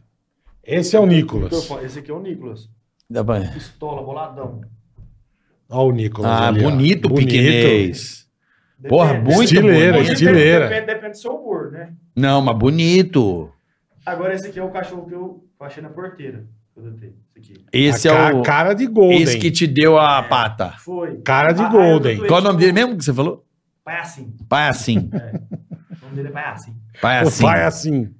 Esse é o Nicolas. Microfone, Esse aqui é o Nicolas. Dá pra- Pistola, boladão. Olha o Nicolas. Ah, ali, ó. bonito o pequenês. Porra, Depende. muito Estileira, bonito. estileira. Depende, depende do seu humor, né? Não, mas bonito. Agora esse aqui é o cachorro que eu achei na porteira. que eu adotei, Esse aqui. Esse a é ca- o. Cara de Golden. Esse que te deu a pata. Foi. Cara de Ah, eu Golden. adotei. Qual o nome dele mesmo que você falou? Pai assim. Pai assim. O nome dele é pai assim. Pai O assim. pai assim.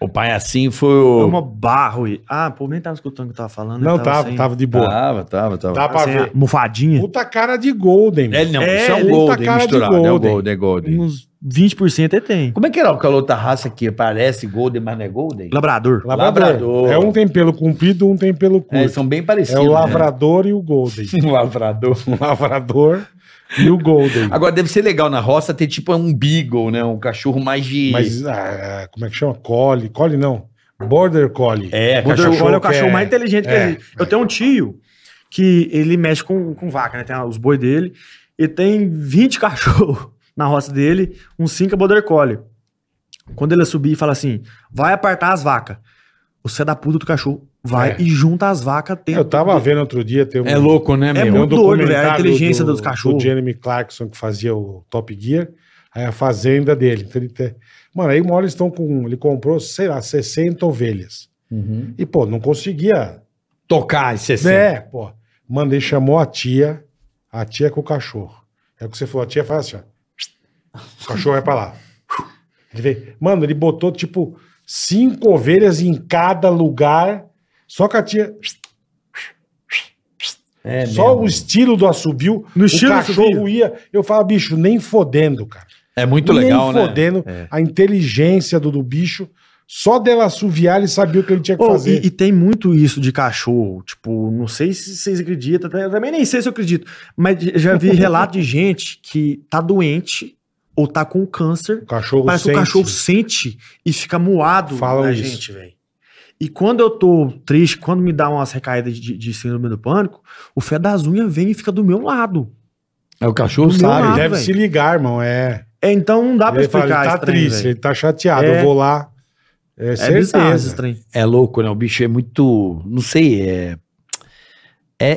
O pai assim foi É o. Uma É barro. e- Ah, pô, nem tava escutando o que eu tava falando. Não, eu tava, assim. sem- tava de boa. Tá. Tava, tava, tava. Dá pra sem a ver. Mofadinha. Puta cara de Golden. Ele não, É, isso é um ele tá Golden cara de misturado. É o Golden. Golden, é Golden. Uns 20% ele tem. Como é que era aquela outra raça que parece Golden, mas não é Golden? Labrador. Labrador. Labrador. É um tem pelo comprido, um tem pelo curto. É, são bem É, parecidos. o né? Lavrador e o Golden. Um lavrador. O Lavrador e o Golden. Agora, deve ser legal na roça ter tipo um Beagle, né? Um cachorro mais de. Mas ah, como é que chama? Collie. Collie não. Border Collie. É, O Border cachorro. Collie é o que cachorro é- mais inteligente que é. existe. Eu tenho um tio que ele mexe com, com vaca, né? Tem os boi dele. E tem 20 cachorros na roça dele, uns 5 é Border Collie. Quando ele subir e fala assim, vai apartar as vacas. O cé da puta do cachorro vai É. e junta as vacas. Eu tava vendo outro dia, tem um, É louco, né, É meu? tem um muito doido, velho, a documentário inteligência do, dos cachorros. do Jeremy Clarkson, que fazia o Top Gear, aí a fazenda dele. Então ele tem- Mano, aí uma hora eles estão com... Ele comprou, sei lá, 60 ovelhas. Uhum. E, pô, não conseguia... Tocar esse assim. É, pô. Mano, ele chamou a tia, a tia com o cachorro. É o que você falou, a tia faz assim, ó. O cachorro vai pra lá. Ele veio. Mano, ele botou, tipo, cinco ovelhas em cada lugar, só que a tia... É Só mesmo. o estilo do assobio, No o estilo do cachorro assobio? ia. Eu falo, bicho, nem fodendo, cara. É muito legal, nem né? fodendo a inteligência do, do bicho. Só dela assoviar, ele sabia o que ele tinha que Ô, fazer. e, e tem muito isso de cachorro. Tipo, não sei se vocês acreditam, eu também nem sei se eu acredito, mas já vi relato de gente que tá doente ou tá com câncer. O cachorro Parece que o cachorro sente e fica moado Falam na isso. gente, velho. E quando eu tô triste, quando me dá umas recaídas de, de síndrome do pânico, o fé das unhas vem e fica do meu lado. É o cachorro Não sabe. Ah, Deve velho. se ligar, irmão. É. É, então não dá pra ele, fala, explicar ele tá esse trem, triste, velho. ele tá chateado. É. Eu vou lá. É, É bizarro esse certeza. trem. É louco, né? O bicho é muito. Não sei, é. É,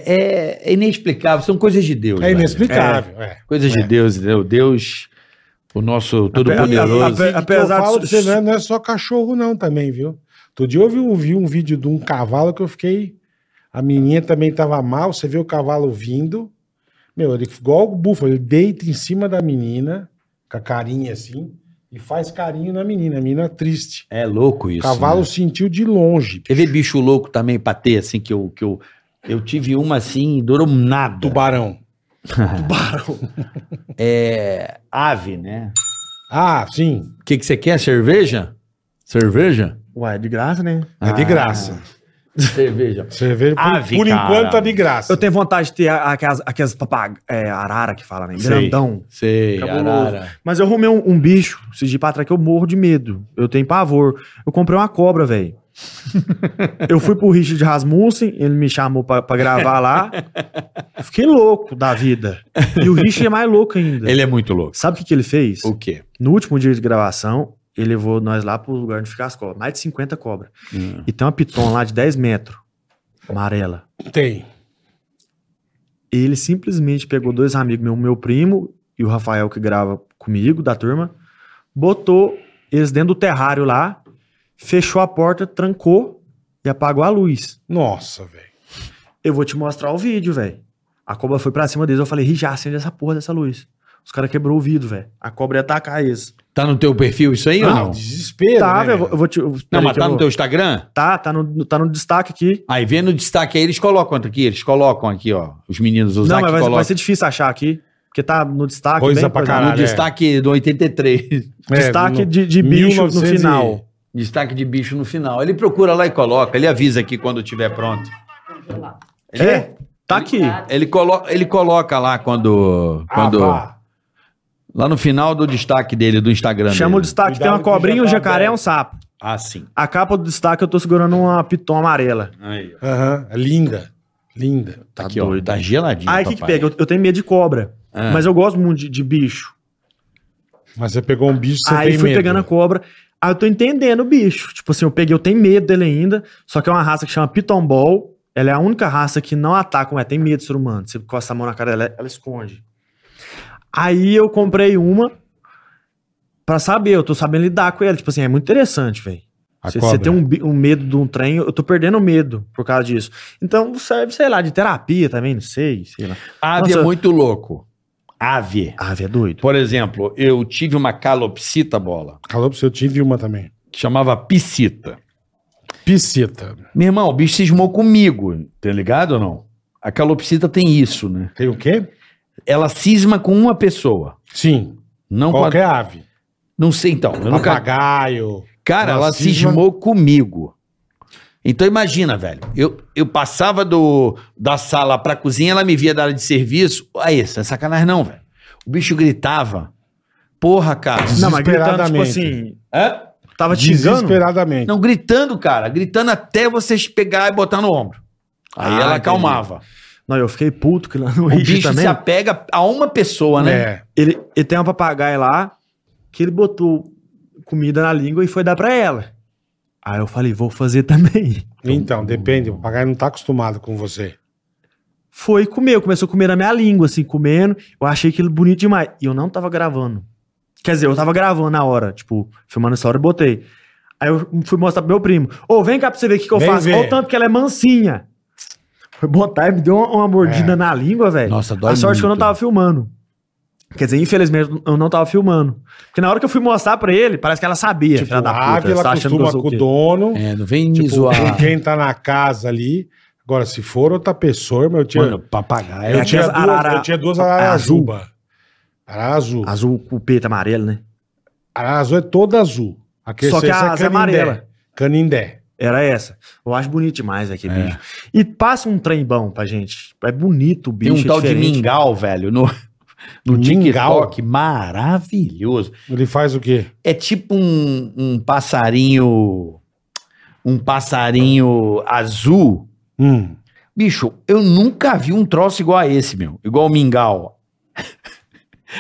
é- é inexplicável, são coisas de Deus. É velho. inexplicável. é. Coisas de Deus, entendeu? Deus, o nosso Todo-Poderoso. Ape- E que apesar eu falo de- pra você, não é, não é só cachorro, não, também, viu? Todo dia eu vi, um- vi um vídeo de um cavalo que eu fiquei. A menina também tava mal, você vê o cavalo vindo. Meu, ele igual o búfalo, ele deita em cima da menina, com a carinha assim, e faz carinho na menina. A menina triste. É louco isso. o cavalo né? sentiu de longe. Quer ver bicho louco também, patê, assim, que eu, que eu, eu tive uma assim, durou nada. Tubarão. É, ave, né? Ah, sim. O que, que você quer? Cerveja? Cerveja? Ué, é de graça, né? É de graça. Cerveja. Cerveja, por, Ave, por cara. enquanto, tá de graça. Eu tenho vontade de ter a- aquelas, aquelas papag... é, arara que fala, né? Sei. Grandão. Sei, Cabuloso. arara. Mas eu arrumei um, um bicho, esses dias pra trás, que eu morro de medo. Eu tenho pavor. Eu comprei uma cobra, velho. eu fui pro Richard Rasmussen, ele me chamou pra, pra gravar lá. Eu fiquei louco da vida. E o Richard é mais louco ainda. Ele é muito louco. Sabe o que, que ele fez? O quê? No último dia de gravação, ele levou nós lá pro lugar onde ficar as cobras. Mais de 50 cobras. E tem uma piton lá de 10 metros, amarela. Tem. Ele simplesmente pegou dois amigos, meu, meu primo e o Rafael que grava comigo, da turma, botou eles dentro do terrário lá, fechou a porta, trancou e apagou a luz. Nossa, velho. Eu vou te mostrar o vídeo, velho. A cobra foi pra cima deles, eu falei, Richard, acende essa porra dessa luz. Os caras quebrou o vidro, velho. A cobra ia atacar eles. Tá no teu perfil isso aí ou não? desespero. Tá, né, velho, meu? eu vou te... eu- Não, mas peraí que eu tá no vou- teu Instagram? Tá, tá no, tá no destaque aqui. Aí vendo o destaque aí, eles colocam aqui, eles colocam aqui, ó. Os meninos, os não, Zac mas vai, colocam. vai ser difícil achar aqui, porque tá no destaque. né? Coisa pra No caralho, destaque do 83. É, Destaque no- de, de bicho 1900 no e- final. Destaque de bicho no final. Ele procura lá e coloca, ele avisa aqui quando tiver pronto. Ele, É, tá aqui. ele, colo ele coloca lá quando. Ah, quando vá. lá no final do destaque dele, do Instagram. Chama o dele. destaque, tem Cuidado uma que já cobrinha, um tá jacaré e aberto. um sapo. Ah, sim. A capa do destaque eu tô segurando uma piton amarela. Aí, ó. Aham, é linda. Linda. Tá aqui, ó. Tá geladinho. Aí o que, que papai. pega? Eu, eu tenho medo de cobra, Ah. mas eu gosto muito de, de bicho. Mas você pegou um bicho, você Aí tem fui medo. pegando a cobra. Aí eu tô entendendo o bicho. Tipo assim, eu peguei, eu tenho medo dele ainda, só que é uma raça que chama Piton Ball. Ela é a única raça que não ataca, mas tem medo de ser humano. Você costa a mão na cara dela, ela esconde. Aí eu comprei uma pra saber, eu tô sabendo lidar com ela. Tipo assim, é muito interessante, velho. A Você cobra. você tem um, bi- um medo de um trem, eu tô perdendo o medo por causa disso. Então serve, sei lá, de terapia também, não sei, sei lá. Ave é Nossa. muito louco. Ave. A ave é doido. Por exemplo, eu tive uma calopsita bola, Calou pro seu tive uma também. que chamava piscita. Piscita. Meu irmão, o bicho cismou comigo, tá ligado ou não? A calopsita tem isso, né? Tem o quê? Ela cisma com uma pessoa. Sim. Não, com a- Qualquer ave. não sei então. Eu nunca... Papagaio. Cara, Ela ela é cisma- cismou comigo. Então imagina, velho. Eu, eu passava do, da sala pra cozinha, ela me via da área de serviço. Aí, isso não é sacanagem não, velho. O bicho gritava. Porra, cara. Não, mas gritando, tipo Desesperadamente. assim, Hã? tava te xingando. Desesperadamente. Não, gritando, cara. Gritando até vocês pegar e botar no ombro. Aí Ah, ela entendi. acalmava. Não, eu fiquei puto que lá no O bicho Richard também. se apega a uma pessoa, né? É. Ele, ele tem uma papagaia lá que ele botou comida na língua e foi dar pra ela. Aí eu falei, vou fazer também. Então, depende. O papagaio não tá acostumado com você. Foi e comeu, começou a comer na minha língua, assim, comendo. Eu achei aquilo bonito demais. E eu não tava gravando. Quer dizer, eu tava gravando na hora, tipo, filmando essa hora e botei. Aí eu fui mostrar pro meu primo. Ô, vem cá pra você ver o que, que eu Vem faço. ver. Olha o tanto que ela é mansinha. Foi botar e me deu uma, uma mordida É. na língua, velho. Nossa, A sorte que eu não muito. tava filmando. Quer dizer, infelizmente, eu não tava filmando. Porque na hora que eu fui mostrar pra ele, parece que ela sabia. tipo, filha da puta, a ave, você ela tá achando que eu acostuma sou com o quê? dono. É, não vem me Tipo, com zoar. quem tá na casa ali. Agora, se for outra pessoa, meu, eu tinha, Mano, papagaio. eu, é tinha aquelas duas, arara- eu tinha duas arara arara azul. juba. Arara azul. Azul com o peito amarelo, né? Arara azul é toda azul. Aqui, Só esse- que esse a asa é amarela. Canindé. Era essa. Eu acho bonito demais aquele É. bicho. E passa um trem bom pra gente. É bonito o Tem bicho. um é tal de diferente. mingau, velho, no, no Mingau? TikTok. Maravilhoso. Ele faz o quê? É tipo um, um passarinho. Um passarinho azul. Hum. Bicho, eu nunca vi um troço igual a esse, meu. Igual o mingau.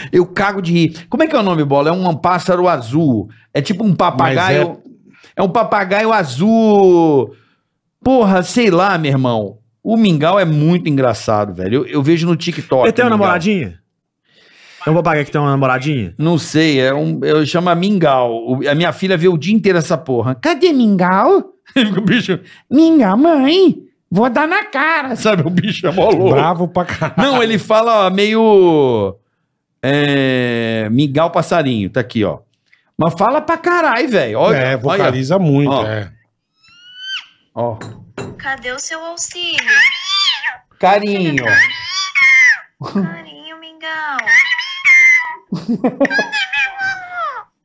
Eu cago de rir. Como é que é o nome, bola? É um pássaro azul. É tipo um papagaio. É... um papagaio azul. Porra, sei lá, meu irmão. O mingau é muito engraçado, velho. Eu, eu vejo no TikTok. Ele tem o uma mingau. namoradinha? É um papagaio que tem uma namoradinha? Não sei, é um, eu chamo mingau. O- A minha filha vê o dia inteiro essa porra. Cadê mingau? o bicho, Mingau, mãe. Vou dar na cara. sabe, o bicho é mó louco. Bravo pra caralho. Não, ele fala meio. É, mingau passarinho, tá aqui, ó. Mas fala pra caralho, velho. Olha, é, olha, vocaliza muito. Ó. É. ó. Cadê o seu auxílio? Carinho. Carinho, mingau.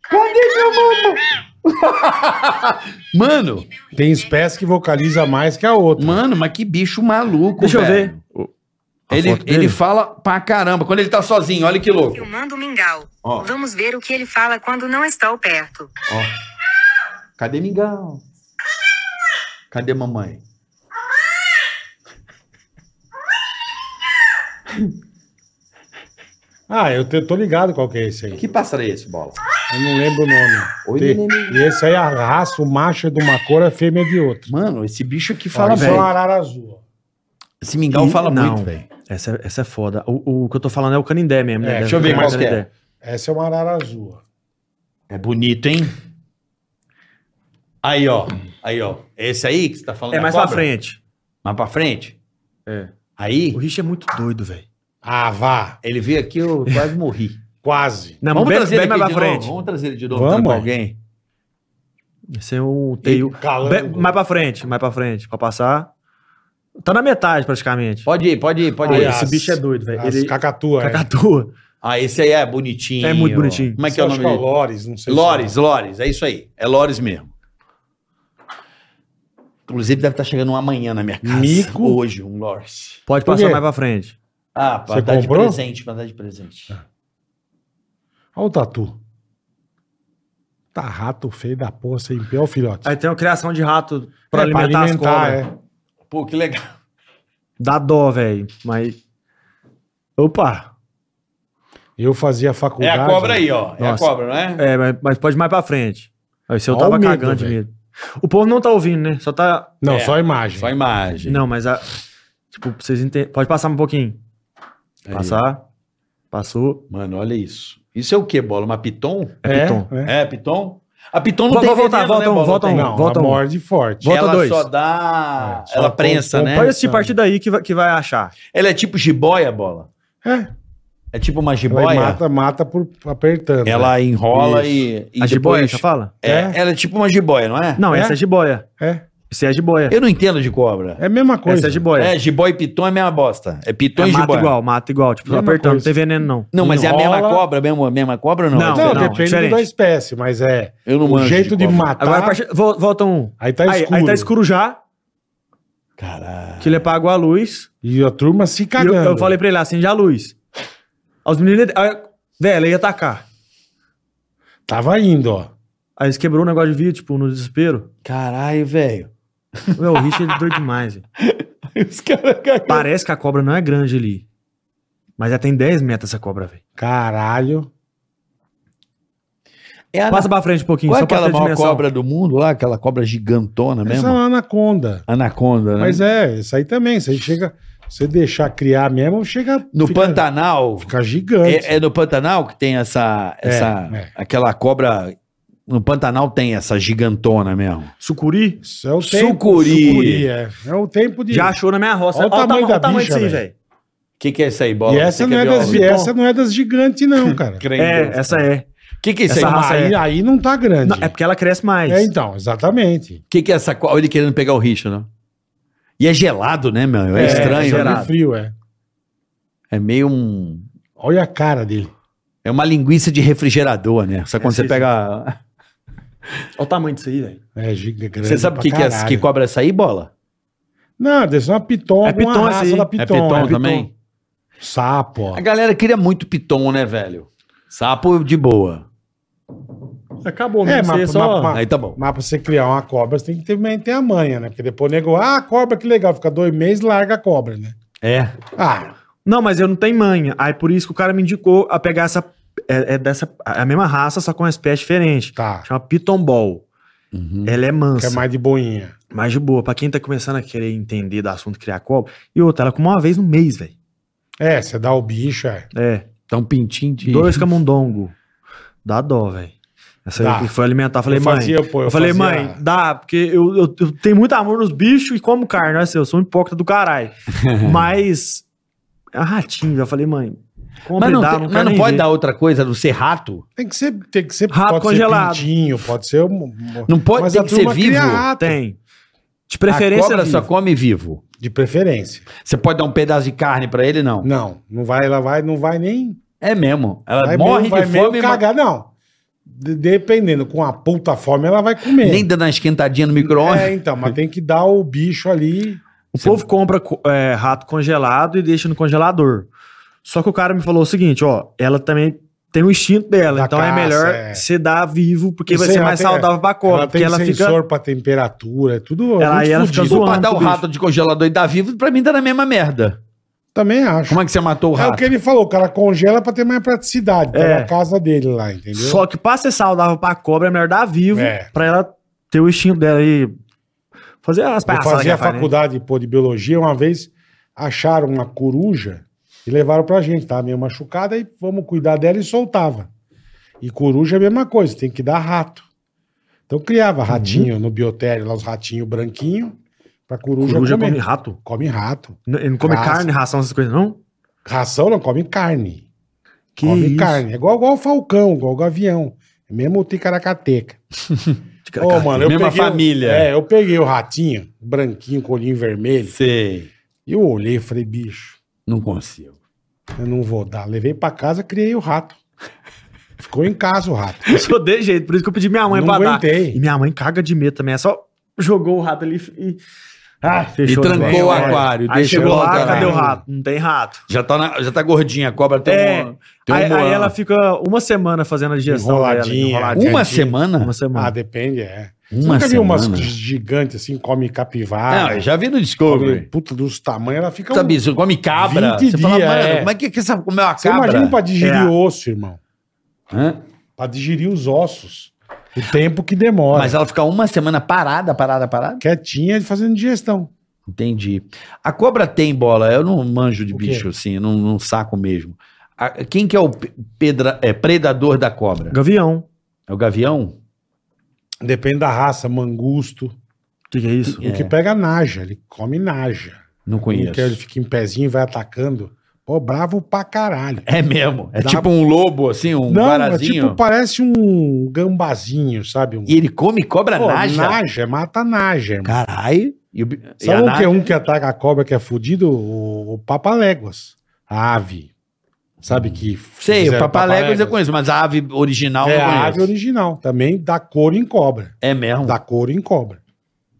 Cadê meu mamão? Mano, Tem espécie que vocaliza mais que a outra. mano, mas que bicho maluco, Deixa eu velho. ver. O- a Ele, foto dele. ele fala pra caramba. Quando ele tá sozinho, olha que louco. Filmando o mingau. Ó. Vamos ver o que ele fala quando não estou perto. Cadê Mingau? Cadê mamãe? Ah, eu te- tô ligado qual que é esse aí. Que pássaro é esse, bola? Eu não lembro o nome. Oi, Tem- neném. E esse aí, a raça, o macho é de uma cor, a fêmea é de outra. Mano, esse bicho aqui fala, Olha, isso é uma velho. arara azul. Esse Mingau Ih, Então fala não. muito, velho. Essa, é- essa é foda. O, o que eu tô falando é o Canindé mesmo, É, né? deixa eu ver Mais qual que é. Canindé. Essa é uma arara azul. É bonito, hein? Aí, ó. Aí, ó. É Esse aí que você tá falando É da mais pra cobra? frente. Mais pra frente? É. Aí, O Rich é muito doido, velho. Ah, vá. ele veio aqui, eu quase morri. Quase. Não, bem, bem mais aqui pra de frente. novo. Vamos trazer ele de novo. Vamos, Vamos, ué. alguém. Esse é o Teio. Bem- Calando. mais pra frente, mais pra frente. Pra passar. Tá na metade, praticamente. Pode ir, pode ir, pode Aí, ir. as- Esse bicho é doido, velho. As Ele... cacatua. é. Cacatua. Ah, esse aí é bonitinho. É muito bonitinho. Como é que é o Acho nome que dele? Lores, não sei se- Lores, Lores, é isso aí. É Lores mesmo. Inclusive, deve estar chegando um amanhã na minha casa. Mico. Hoje, um Lores. Pode Por passar quê? mais pra frente. Ah, pra Você dar comprou? de presente, pra dar de presente. Olha o tatu. Tá rato feio da porra, sem pé, ó, filhote. Aí tem a criação de rato É pra É, alimentar, as cobras. é. Pô, que legal. Dá dó, velho. Mas. Opa! Eu fazia É faculdade. a cobra aí, ó. É a Nossa. cobra, não é? É, mas, mas pode mais pra frente. Aí se eu Olha tava o medo, cagando de velho. medo. O povo não tá ouvindo, né? Só tá. Não, É. só a imagem. Só a imagem. Não, mas a. Tipo, pra vocês entenderem. Pode passar um pouquinho. Aí. Passar. Passou. Mano, olha isso. Isso é o quê, bola? Uma piton? É, É, piton. é. É, piton? A piton não Vou- tem vou voltar, veneno, né, volta um, Bola? volta um. Tem. Não, volta ela um. morde forte. Volta ela dois. só dá... É, então. só ela com- prensa, com- né? Pode assistir partida aí que vai, que vai achar. Ela é tipo jiboia, bola? É. É tipo uma Ela aí jiboia? mata, mata por apertando. Ela enrola e, e a jiboia, depois- você fala? É, É. Ela é tipo uma jiboia, não é? Não, É? essa é jiboia. É. Isso é jiboia. Eu não entendo de cobra. É a mesma Essa coisa. é jiboia. É, jiboia e piton é a mesma bosta. É piton É, e mata jiboia. igual, mata igual. Tipo, só Mesma apertando. Não coisa. Tá tem veneno, não. Não, mas é a mesma Enrola. cobra, mesmo, mesma cobra ou não? Não, É Não, diferente? depende diferente. da espécie, mas é Eu não o manjo jeito de, cobra. matar. Agora a partida. vol- Volta um. Aí tá aí, escuro. aí tá escuro já, Caralho. que ele apagou a luz. E a turma se E eu, cagando. eu falei pra ele, acende a luz. Aí os meninos. Aí, velho, ela ia atacar. Tava indo, ó. Aí eles quebrou o negócio de vídeo, tipo, no desespero. Caralho, velho. Meu, o Richard é doido demais, velho. Os caras cagam. Parece que a cobra não é grande ali. Mas já tem 10 metros essa cobra, velho. Caralho. É a Passa pra frente um pouquinho, Qual é só pra aquela ter maior dimensão. cobra do mundo lá? Aquela cobra gigantona Essa mesmo? é uma anaconda. Anaconda, né? Mas é, isso aí também. Isso aí chega. Se você deixar criar mesmo, chega. no fica- Pantanal. Fica gigante. É, é no Pantanal que tem essa. É, essa é. Aquela cobra. No Pantanal tem essa gigantona mesmo. Sucuri? Isso é o tempo. Sucuri. é. É o tempo de. Já achou na minha roça. Olha o tamanho da bicha, disso aí, velho. velho. O que, que é isso aí, bola? e essa Você que não, é das, biólogo. essa não é das gigantes, não, cara. É, essa é. O que, que é isso Essa aí? raça aí, é. aí não tá grande. Não, é porque ela cresce mais. É, então, né? exatamente. O que, que é essa cobra? Ele querendo pegar o richo, né? E é gelado, né, meu? É, é, estranho. jogo né? frio, é. É meio um. Olha a cara dele. É uma linguiça de refrigerador, né? Só quando Essa você aí, pega. Olha o tamanho disso aí, velho. É gigante. Você sabe o que, que, é, que cobra? cobra é essa aí, bola? Não, deve ser uma piton, É alguma piton esse raça aí. da É piton. é piton né? também? Sapo, ó. A galera queria muito piton, né, velho? Sapo de boa. Acabou, É, mesmo, mas- você só- mas- Ah. Aí tá bom. Mas pra você criar uma cobra, você tem que também ter a manha, né? Porque depois o nego, ah, cobra, que legal. Fica dois meses, larga a cobra, né? É. Ah, Não, mas eu não tenho manha. Aí por isso que o cara me indicou a pegar essa. É, é dessa. É a mesma raça, só com uma espécie diferente. tá. Chama Piton Ball. Uhum. Ela é Que mansa. é mais de boinha. Mas de boa, pra quem tá começando a querer entender do assunto criar cobra. E outra, ela come uma vez no mês, velho. É, você dá o bicho, é. É. Tá um pintinho de. Dois camundongo. Dá dó, velho. Essa Dá. aí que foi alimentar, eu falei, Eu mãe. fazia, pô, eu, eu falei, fazia- mãe, dá, porque eu, eu- eu tenho muito amor nos bichos e como carne, olha, seu, eu sou um hipócrita do caralho. mas. É um ratinho, velho. eu falei, mãe. Compre, Mas não, dá, tem- não mas quero não nem pode ver. dar outra coisa do ser rato? Tem que ser, tem que ser, Rato pode congelado. ser pintinho, pode ser... um- Não pode, Mas tem a que ser turma vivo. cria rato, Tem. De a preferência. assim, cobra vivo. só come vivo. de preferência. Você pode dar um pedaço de carne pra ele, não? Não, não vai, ela vai, não vai nem... É mesmo. Ela vai morre meio, vai de meio fome. mas- cagar, não. de- dependendo, com a puta fome, ela vai comer. Nem dando uma esquentadinha no micro-ondas. É, então, mas tem que dar o bicho ali. O povo compra co- é, rato congelado e deixa no congelador. Só que o cara me falou o seguinte, ó, ela também tem o instinto dela, Da então é caça, é. melhor você dar vivo, porque E vai sei, ser ela mais tem- é, saudável pra cobra, ela porque tem ela sensor fica... pra temperatura, é tudo. Ela- muito e ela fica fudido. Então, Se for pra zoando dar o com o bicho. rato de congelador e dar vivo, pra mim tá na mesma merda. Também acho. Como é que você matou o É o rato? que ele falou, o cara congela pra ter mais praticidade. Tá É. na casa dele lá, entendeu? Só que pra ser saudável pra cobra é melhor dar vivo, É. pra ela ter o instinto dela e fazer as Eu palhaçadas que fazia ela a faz, né? faculdade pô, de biologia, uma vez acharam uma coruja e levaram pra gente, tá meio machucada, e vamos cuidar dela e soltava. E coruja é a mesma coisa, tem que dar rato. Então criava Uhum. ratinho no biotério, lá os ratinhos branquinhos, pra coruja, Coruja comer. come Come rato. rato. N- Ele não come Raça. carne, ração, essas coisas, não? Ração não, come carne. Que come isso? carne. É igual, igual o falcão, igual o gavião. É Mesmo o ticaracateca. Tica- Ô, mano, eu Mesma peguei, família. É, eu peguei o ratinho, branquinho, com olhinho vermelho, Sei. e eu olhei e falei, bicho, Não consigo. eu não vou dar. Levei pra casa, criei o rato. Ficou em casa o rato. Eu sou de jeito, por isso que eu pedi minha é mãe não pra dar. aguentei. E minha mãe caga de medo também. Ela só jogou o rato ali e. Ah, fechou. e trancou o negócio. aquário. Aí deixou chegou lá o lá, caralho. cadê o rato? Não tem rato. Já tá, na- já tá gordinha, a cobra tem É. um- tem um Aí, aí moano. ela fica uma semana fazendo a digestão dela, Enroladinha. enroladinha. Uma Adiantinha. semana? Uma Ah, semana. depende, é. Uma Nunca vi semana? umas gigantes assim, come capivara. Não, é eu já vi no come, Discovery. puta dos tamanhos, ela fica... um- Então, Sabe, você come cabra. 20 Você fala, dias, mano, é. como é que, que você comeu a Você cabra? imagina pra digerir É. osso, irmão. Hã? Pra digerir os ossos. O tempo que demora. Mas ela fica uma semana parada, parada, parada? Quietinha, fazendo digestão. Entendi. A cobra tem bola, eu não manjo de O quê? bicho assim, eu não, não saco mesmo. A- quem que é o pe- pedra- é, predador da cobra? Gavião. O É o gavião? Depende da raça, mangusto. que, que é isso? O que é pega naja, ele come naja. Não conheço. Porque ele fica em pezinho e vai atacando. Pô, bravo pra caralho. É mesmo. É Dá- tipo um lobo, assim, um não, é varazinho. tipo, parece um gambazinho, sabe? Um, E ele come cobra Pô, naja? naja, mata naja, irmão. Caralho. E o bi- e a Sabe o que é naja? um que ataca a cobra que é fudido? O, o papaléguas. A ave. Sabe que... Hum. Sei, o fizeram papaléguas é eu conheço, mas a ave original É eu não a conheço. ave Tá. original. Também dá couro em cobra. É mesmo. Dá couro em cobra.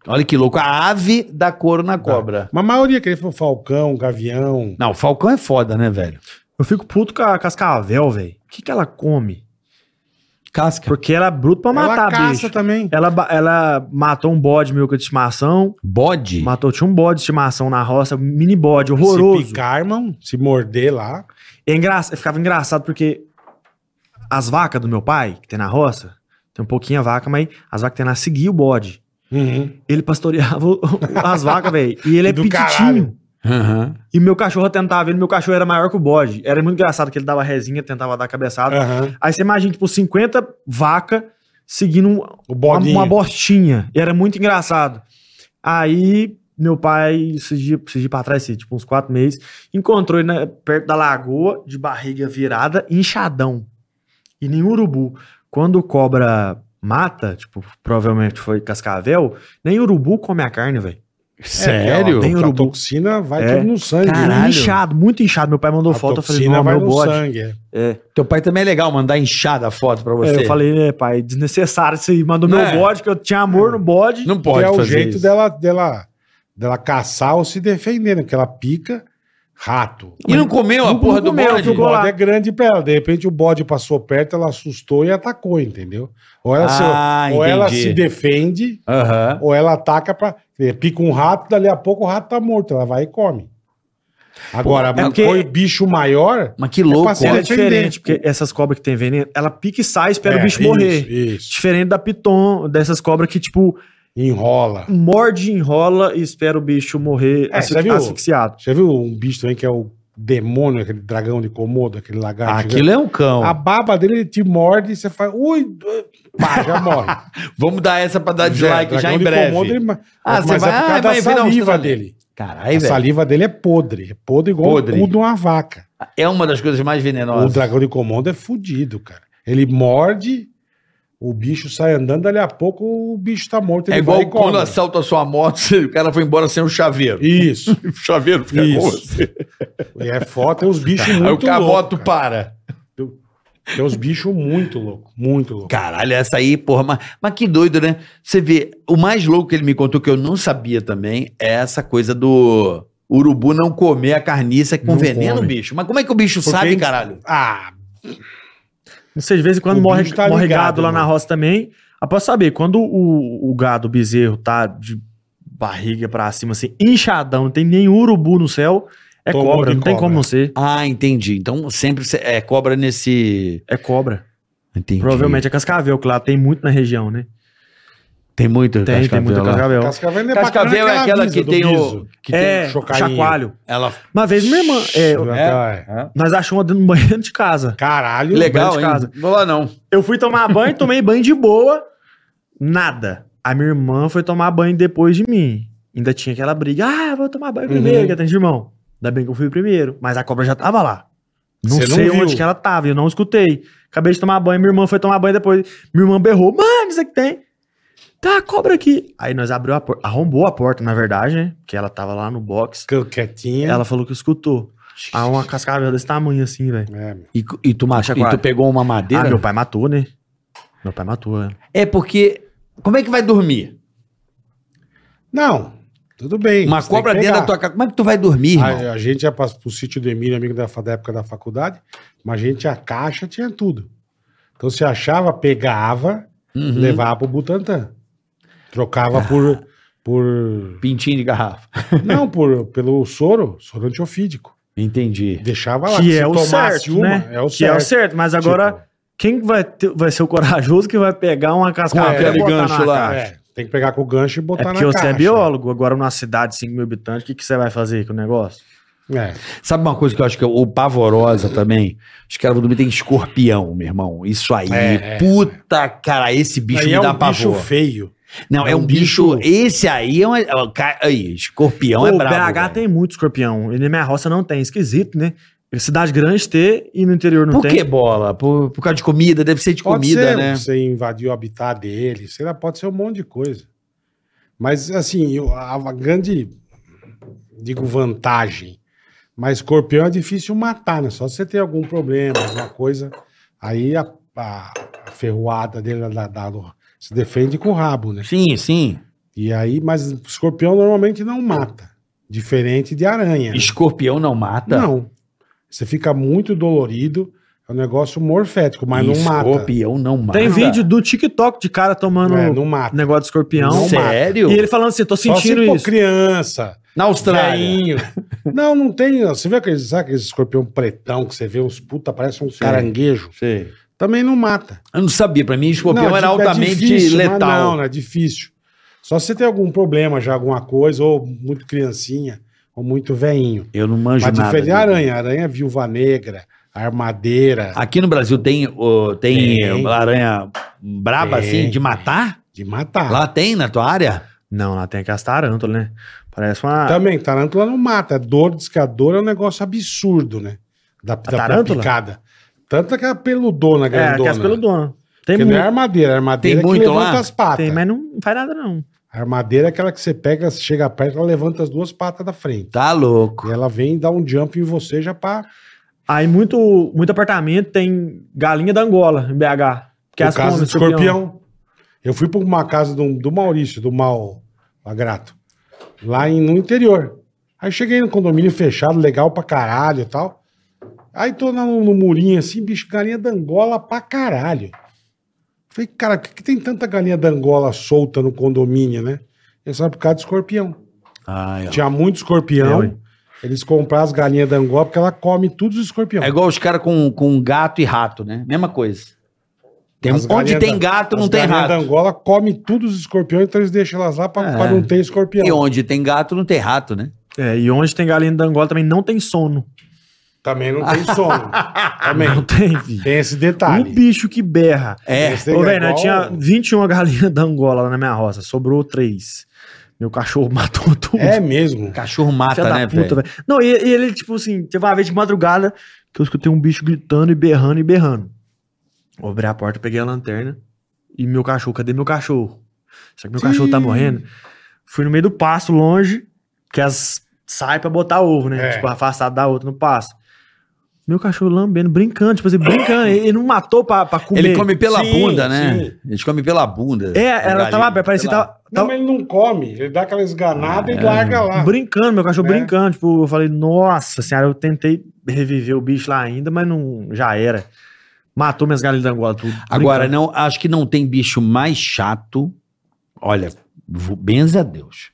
Olha que louco. A ave dá couro Tá. na cobra. Mas a maioria, que ele foi falcão, gavião... Não, o falcão é foda, né, velho? Eu fico puto com a cascavel, velho. O que, que ela come? Casca. Porque ela é bruta pra ela matar, caça bicho. É também. Ela, ba- ela matou um bode meu que é de estimação. Bode? Matou, tinha um bode de estimação na roça, mini bode, Se horroroso. picar, irmão, se morder lá... É engra... Ficava engraçado porque as vacas do meu pai, que tem na roça, tem um pouquinho a vaca, mas as vacas que tem lá seguia o bode. Uhum. Ele pastoreava o- as vacas, velho. E ele é Do pititinho. caralho. Aham. E meu cachorro tentava ele, meu cachorro era maior que o bode. Era muito engraçado que ele dava resinha, tentava dar cabeçada. Aham. Aí você imagina, tipo, 50 vacas seguindo um- O uma, bodinho. uma bostinha. E era muito engraçado. Aí, meu pai, esses dias, esses dias pra trás, assim, tipo uns quatro meses, encontrou ele na- perto da lagoa, de barriga virada, inchadão. E nem urubu. Quando cobra mata, tipo, provavelmente foi cascavel, nem urubu come a carne, velho. Sério? É, Tem tem a urubu. toxina vai É. tudo no sangue. né? Caralho. Inchado, muito inchado. Meu pai mandou A foto, eu falei, toxina não, vai meu no bode. sangue. é. Teu pai também é legal mandar inchada a foto pra É, você. eu falei, né, pai, desnecessário isso aí. Mandou Não meu é? bode, que eu tinha amor no bode. não Que pode é fazer o jeito isso. dela dela dela caçar ou se defender, né? Porque ela pica rato. E não comeu a Não porra do comeu, bode? O ficou lá. bode é grande pra ela. De repente o bode passou perto, ela assustou e atacou, entendeu? Ou ela, Ah, se, assim, ou ela entendi. se defende, Aham. ou ela ataca pra. Pica um rato, dali a pouco o rato tá morto. Ela vai e come. Agora, é porque- foi bicho maior. Mas que louco. parceiro, Ela olha. é Pode defender. diferente, porque essas cobras que tem veneno, ela pica e sai, espera é, o bicho morrer. Isso, isso. Diferente da piton, dessas cobras que, tipo, Enrola. morde, enrola e espera o bicho morrer É, asfix- já viu? asfixiado. Já viu um bicho também que é o demônio, aquele dragão de Komodo, aquele lagarto? Aquilo é um cão. A baba dele ele te morde e você faz. Ui! du- Pá, já morre. Vamos dar essa pra dar dislike É, já dragão em de breve. Komodo, ele ma- Ah, mas você é vai- por causa ah, da vai virar um saliva Australiano. dele. Caralho, a velho. saliva dele é podre. É podre igual Podre. o cu de uma vaca. É uma das coisas mais venenosas. O dragão de Komodo é fudido, cara. Ele morde, o bicho sai andando, dali a pouco o bicho tá morto. É ele igual vai e come. quando assalta a sua moto, você- o cara foi embora sem um chaveiro. Isso. O chaveiro fica com Isso. É você. É foda, tem uns bichos Aí o muito cara a loucos, moto cara. para. Tem uns bichos muito loucos, muito loucos. Caralho, essa aí, porra, mas, mas que doido, né? Você vê, o mais louco que ele me contou, que eu não sabia também, é essa coisa do urubu não comer a carniça com Não veneno, come. bicho. Mas como é que o bicho Porque sabe, ele- caralho? Ah, Não sei, de vez em quando O morre, bicho tá morre ligado, gado lá mano. na roça também. Após saber, quando o, o gado, o bezerro, tá de barriga pra cima, assim, inchadão, não tem nenhum urubu no céu, é Tomou cobra, de não tem cobra. como não ser. Ah, entendi. Então sempre cê- é cobra nesse. É cobra. Entendi. Provavelmente é cascavel, que lá tem muito na região, né? Tem muito Tem, tem muito lá. cascavel. Cascavel, não Então, Cascavel bacana, é aquela visa que do tem o- biso, que É, tem chocainho. chacoalho. Ela Uma vez minha irmã, é, É. nós achamos uma dentro do banheiro de casa. Caralho. legal, banho hein? de casa. Vou lá não. Eu fui tomar banho, tomei banho de boa, nada. A minha irmã foi tomar banho depois de mim. Ainda tinha aquela briga. Ah, eu vou tomar Uhum. banho primeiro, que atende irmão. Ainda bem que eu fui o primeiro. Mas a cobra já tava lá. Não Você não sei viu. onde que ela tava, eu não escutei. Acabei de tomar banho, minha irmã foi tomar banho depois. Minha irmã berrou, mano, isso aqui tem. Tá a cobra aqui. Aí nós abriu a porta, arrombou a porta, na verdade, né? Porque ela tava lá no box. Ficou quietinha. Ela falou que escutou. Aí uma cascavel desse tamanho assim, velho. É, E, cu- e tu, machu... e Chacoalho. tu pegou uma Ah, madeira? meu pai matou, né? Meu pai matou, é. É porque. Como é que vai dormir? Não, tudo bem. Uma você tem cobra que dentro pegar. da tua casa. Como é que tu vai dormir, irmão? A, a gente ia para o sítio do Emílio, amigo da, fa- da época da faculdade, mas a gente tinha caixa, tinha tudo. Então você achava, pegava, Uhum. levava pro Butantã. Trocava Ah. por. por Pintinho de garrafa. não, por, pelo soro, soro antiofídico. Entendi. Deixava lá. que é o certo, né? é o que é o certo. certo, mas agora Tipo, quem vai, ter- vai ser o corajoso que vai pegar uma cascavel aquele e botar gancho na lá. caixa? é, tem que pegar com o gancho e É botar na porque caixa. você é biólogo, agora numa cidade de 5 mil habitantes, o que, que você vai fazer com o negócio? É. Sabe uma coisa que eu acho que é o pavorosa também? Os caras vão dormir tem escorpião, meu irmão. Isso aí. É, é. puta, cara, esse bicho Aí me é dá um bicho pavor. feio. Não, é um bicho. Esse aí é um. é um ca- Aí, escorpião é o brabo. BH velho. tem muito escorpião, e na minha roça não tem, esquisito, né? Cidade grande ter e no interior não Por tem. que bola? Por, por causa de comida? Deve ser de Pode comida, ser, né? Você invadiu o habitat dele, sei lá, pode ser um monte de coisa. Mas, assim, eu- a, a grande, digo, vantagem. Mas escorpião é difícil matar, né? Só se você tem algum problema, alguma coisa. Aí a, a- a ferroada dele da, da, da- se defende com o rabo, né? Sim, sim. E aí, mas escorpião normalmente não mata. Diferente de aranha. né? Escorpião não mata? Não. Você fica muito dolorido. É um negócio morfético, mas não mata. Escorpião não mata. Tem vídeo do TikTok de cara tomando É, não mata. negócio de escorpião. Não mata. Sério? E ele falando assim, tô Só se sentindo for isso. criança, Na Austrália. velhinho. Hum. Não, não tem. ó, Você vê aqueles, sabe aqueles escorpião pretão que você vê uns puta, parece um caranguejo. Sei. Também não mata. Eu não sabia. Pra mim, escorpião Não, era tipo, é altamente difícil, mas letal. Não, não é difícil. Só se você tem algum problema já, alguma coisa, ou muito criancinha, ou muito velhinho. Eu não manjo Mas nada. diferente de disso. aranha. Aranha viúva negra, armadeira, Aqui no Brasil tem, ô, tem, Tem. aranha braba, Tem. Ah. assim, de matar? de matar. Lá tem, na tua área? Não, lá tem aquelas tarântulas, né? Parece uma... Também, tarântula não mata. Dor, diz que a dor é um negócio absurdo, né? Da, da- da tarântula? picada. Tanto aquela peludona É, grandona. aquelas pelo dono. Tem Porque muito. não é armadeira, a armadeira Tem é que muito levanta lá? as patas. Tem, mas não faz nada não. A armadeira é aquela que você pega, você chega perto, ela levanta as duas patas da frente. Tá louco. E ela vem e dá um jump em você já pra. Aí muito, muito apartamento tem galinha da Angola, em BH. Que é por as causa come, do escorpião. Eu fui pra uma casa do, do Maurício, do Mal Lagrato, lá em- no interior. Aí cheguei no condomínio fechado, legal pra caralho e tal. Aí tô no, no murinho assim, bicho, galinha d'angola pra caralho. Falei, cara, por que, que tem tanta galinha d'angola solta no condomínio, né? É só por causa de escorpião. Ai, ó. Tinha muito escorpião. É, ué. eles compraram as galinhas da Angola porque ela come todos os escorpiões. É igual os caras com, com gato e rato, né? Mesma coisa. Tem, As onde galinhas tem da- gato, não as tem galinhas rato. da Angola come todos os escorpiões, então eles deixam elas lá pra, É. pra não ter escorpião. E onde tem gato, não tem rato, né? É, e onde tem galinha da Angola também não tem sono. Também não tem sono. Também. Não tem, filho. Tem esse Um detalhe. bicho que berra. É. Esse Ô, velho, é nós igual- tinha 21 galinhas da Angola lá na minha roça, sobrou três. Meu cachorro matou tudo. É mesmo. Cachorro Filha mata, da né, velho? puta, velho. Não, e, e ele, tipo assim, teve uma vez de madrugada que eu escutei um bicho gritando e berrando e berrando. Eu abri a porta, peguei a lanterna e meu cachorro, cadê meu cachorro? Será que meu cachorro tá morrendo? Fui no meio do pasto, longe, que as sai pra botar ovo, né? É. Tipo, afastado da outra no pasto. Meu cachorro lambendo, brincando, tipo assim, brincando. Ele não matou pra, pra comer. Ele come pela Sim, bunda, né? sim. tá Eles comem pela bunda. É, ela tava, parecia que Pela- tava, Não, tava mas ele não come. Ele dá aquela esganada É. e larga lá. brincando, meu cachorro É. brincando. Tipo, eu falei, nossa senhora, eu tentei reviver o bicho lá ainda, mas não, já era. Matou minhas galinhas da Angola tudo. Agora, né? brincando. não, acho que não tem bicho mais chato. Olha, vo- benza a Deus.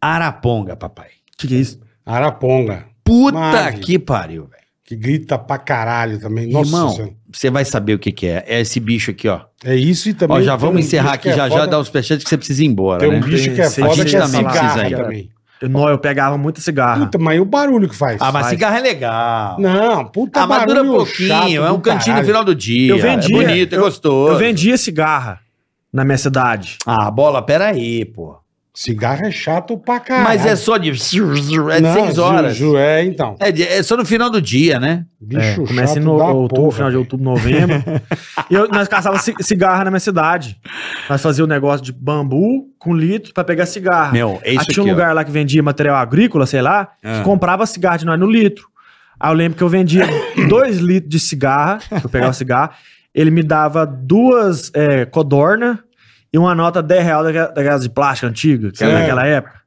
Araponga, papai. O que, que é isso? Araponga, Puta Maravilha. que pariu, velho. que grita pra caralho também. Nossa Irmão. Senhora. Você vai saber o que, que é. É esse bicho aqui, ó. É isso e também. ó já tem vamos um encerrar bicho que aqui, é já já foda- dá os presentes que você precisa ir embora, Tem né? um bicho que é Tem- tem foda que é também, precisa cigarra aí, ó. também. Eu, não, eu pegava muita cigarra. Puta, mas e o barulho que faz? Ah, mas Faz. cigarro é legal. Não, puta Ah, mas dura barulho chato pouquinho, é um do cantinho no caralho. final do dia. Eu vendia, É bonito, é eu- gostoso. Eu vendia cigarra na minha cidade. Ah, bola, peraí, pô. Cigarro é chato pra caralho. Mas é só de. É de Não, seis ju- horas. ju- é, então. É, de- é só no final do dia, né? É, Bicho começa chato em no, no- da outubro, porra. final de outubro, novembro. e eu- nós caçávamos ci- cigarra na minha cidade. Nós fazíamos um negócio de bambu com litro pra pegar cigarra. Meu, é Aí isso tinha um aqui, ó. lugar lá que vendia material agrícola, sei lá, Ah. que comprava cigarro de nós no litro. Aí eu lembro que eu vendia dois litros de cigarra, que eu pegava cigarro, ele me dava duas é, codorna e uma nota 10 real daquela- daquelas de plástico antiga, que era Certo. naquela época.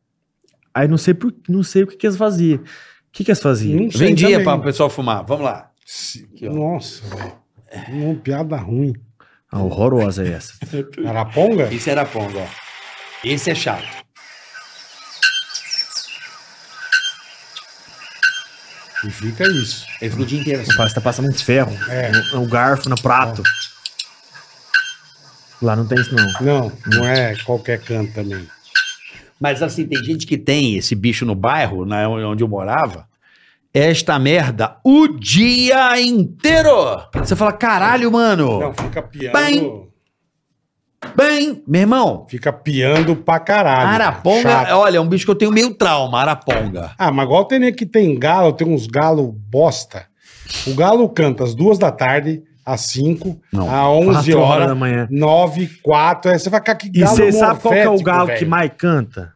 Aí não sei, por, não sei o que, que eles faziam. O que, que eles faziam? Não sei Vendia também. pra o pessoal fumar. Vamos lá. Se- Nossa, velho. Uma piada ruim. Ah, horrorosa é essa. Araponga? Isso era pongo, ó. Esse é chato. E fica isso. Ele fica o dia inteiro assim. Parece que tá passando uns ferros. É. Um, um garfo no prato. Lá não tem isso, não. Não, não é qualquer canto também. Mas assim, tem gente que tem esse bicho no bairro, na, onde eu morava. Esta merda o dia inteiro. Você fala, caralho, mano. Não, fica piando. Bem. Bem, meu irmão, Fica piando pra caralho. araponga, Chato. olha, é um bicho que eu tenho meio trauma, araponga. Ah, mas igual tem nem que tem galo, tem uns galo bosta. O galo canta às duas da tarde, às cinco, Não, às onze Quatro horas horas, da manhã. nove, quatro. Aí você vai ficar que E você sabe qual que é o morfético, galo que velho. mais canta?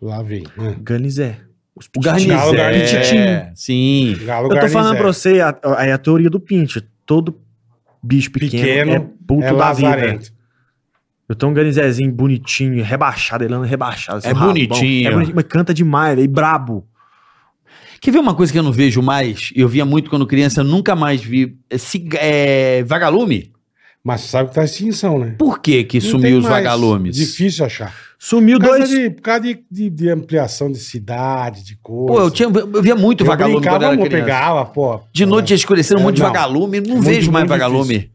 Lá vem. né? Ganizé. Os O garnizé. Galo garnititinho. Sim. Galo Eu tô falando garnizé. pra você, a, a, a teoria do Pinch. Todo bicho pequeno, Pequeno é puto é da vida. lazarento. Eu tenho um ganizezinho bonitinho, rebaixado, ele anda rebaixado. assim, É um rabão. bonitinho. É bonitinho, mas canta demais, e brabo. Quer ver uma coisa que eu não vejo mais? Eu via muito quando criança, eu nunca mais vi. É, ciga- é, vagalume? Mas você sabe que tá extinção, né? Por que que Não sumiu tem os mais. vagalumes? Difícil achar. Sumiu Por causa, dois. de, por causa de, de- de ampliação de cidade, de coisa. Pô, eu, tinha, eu via muito Eu vagalume quando brincava, era eu criança. pegava, pô. De noite já escurecendo um É, monte de não. vagalume, não Muito, vejo mais muito vagalume.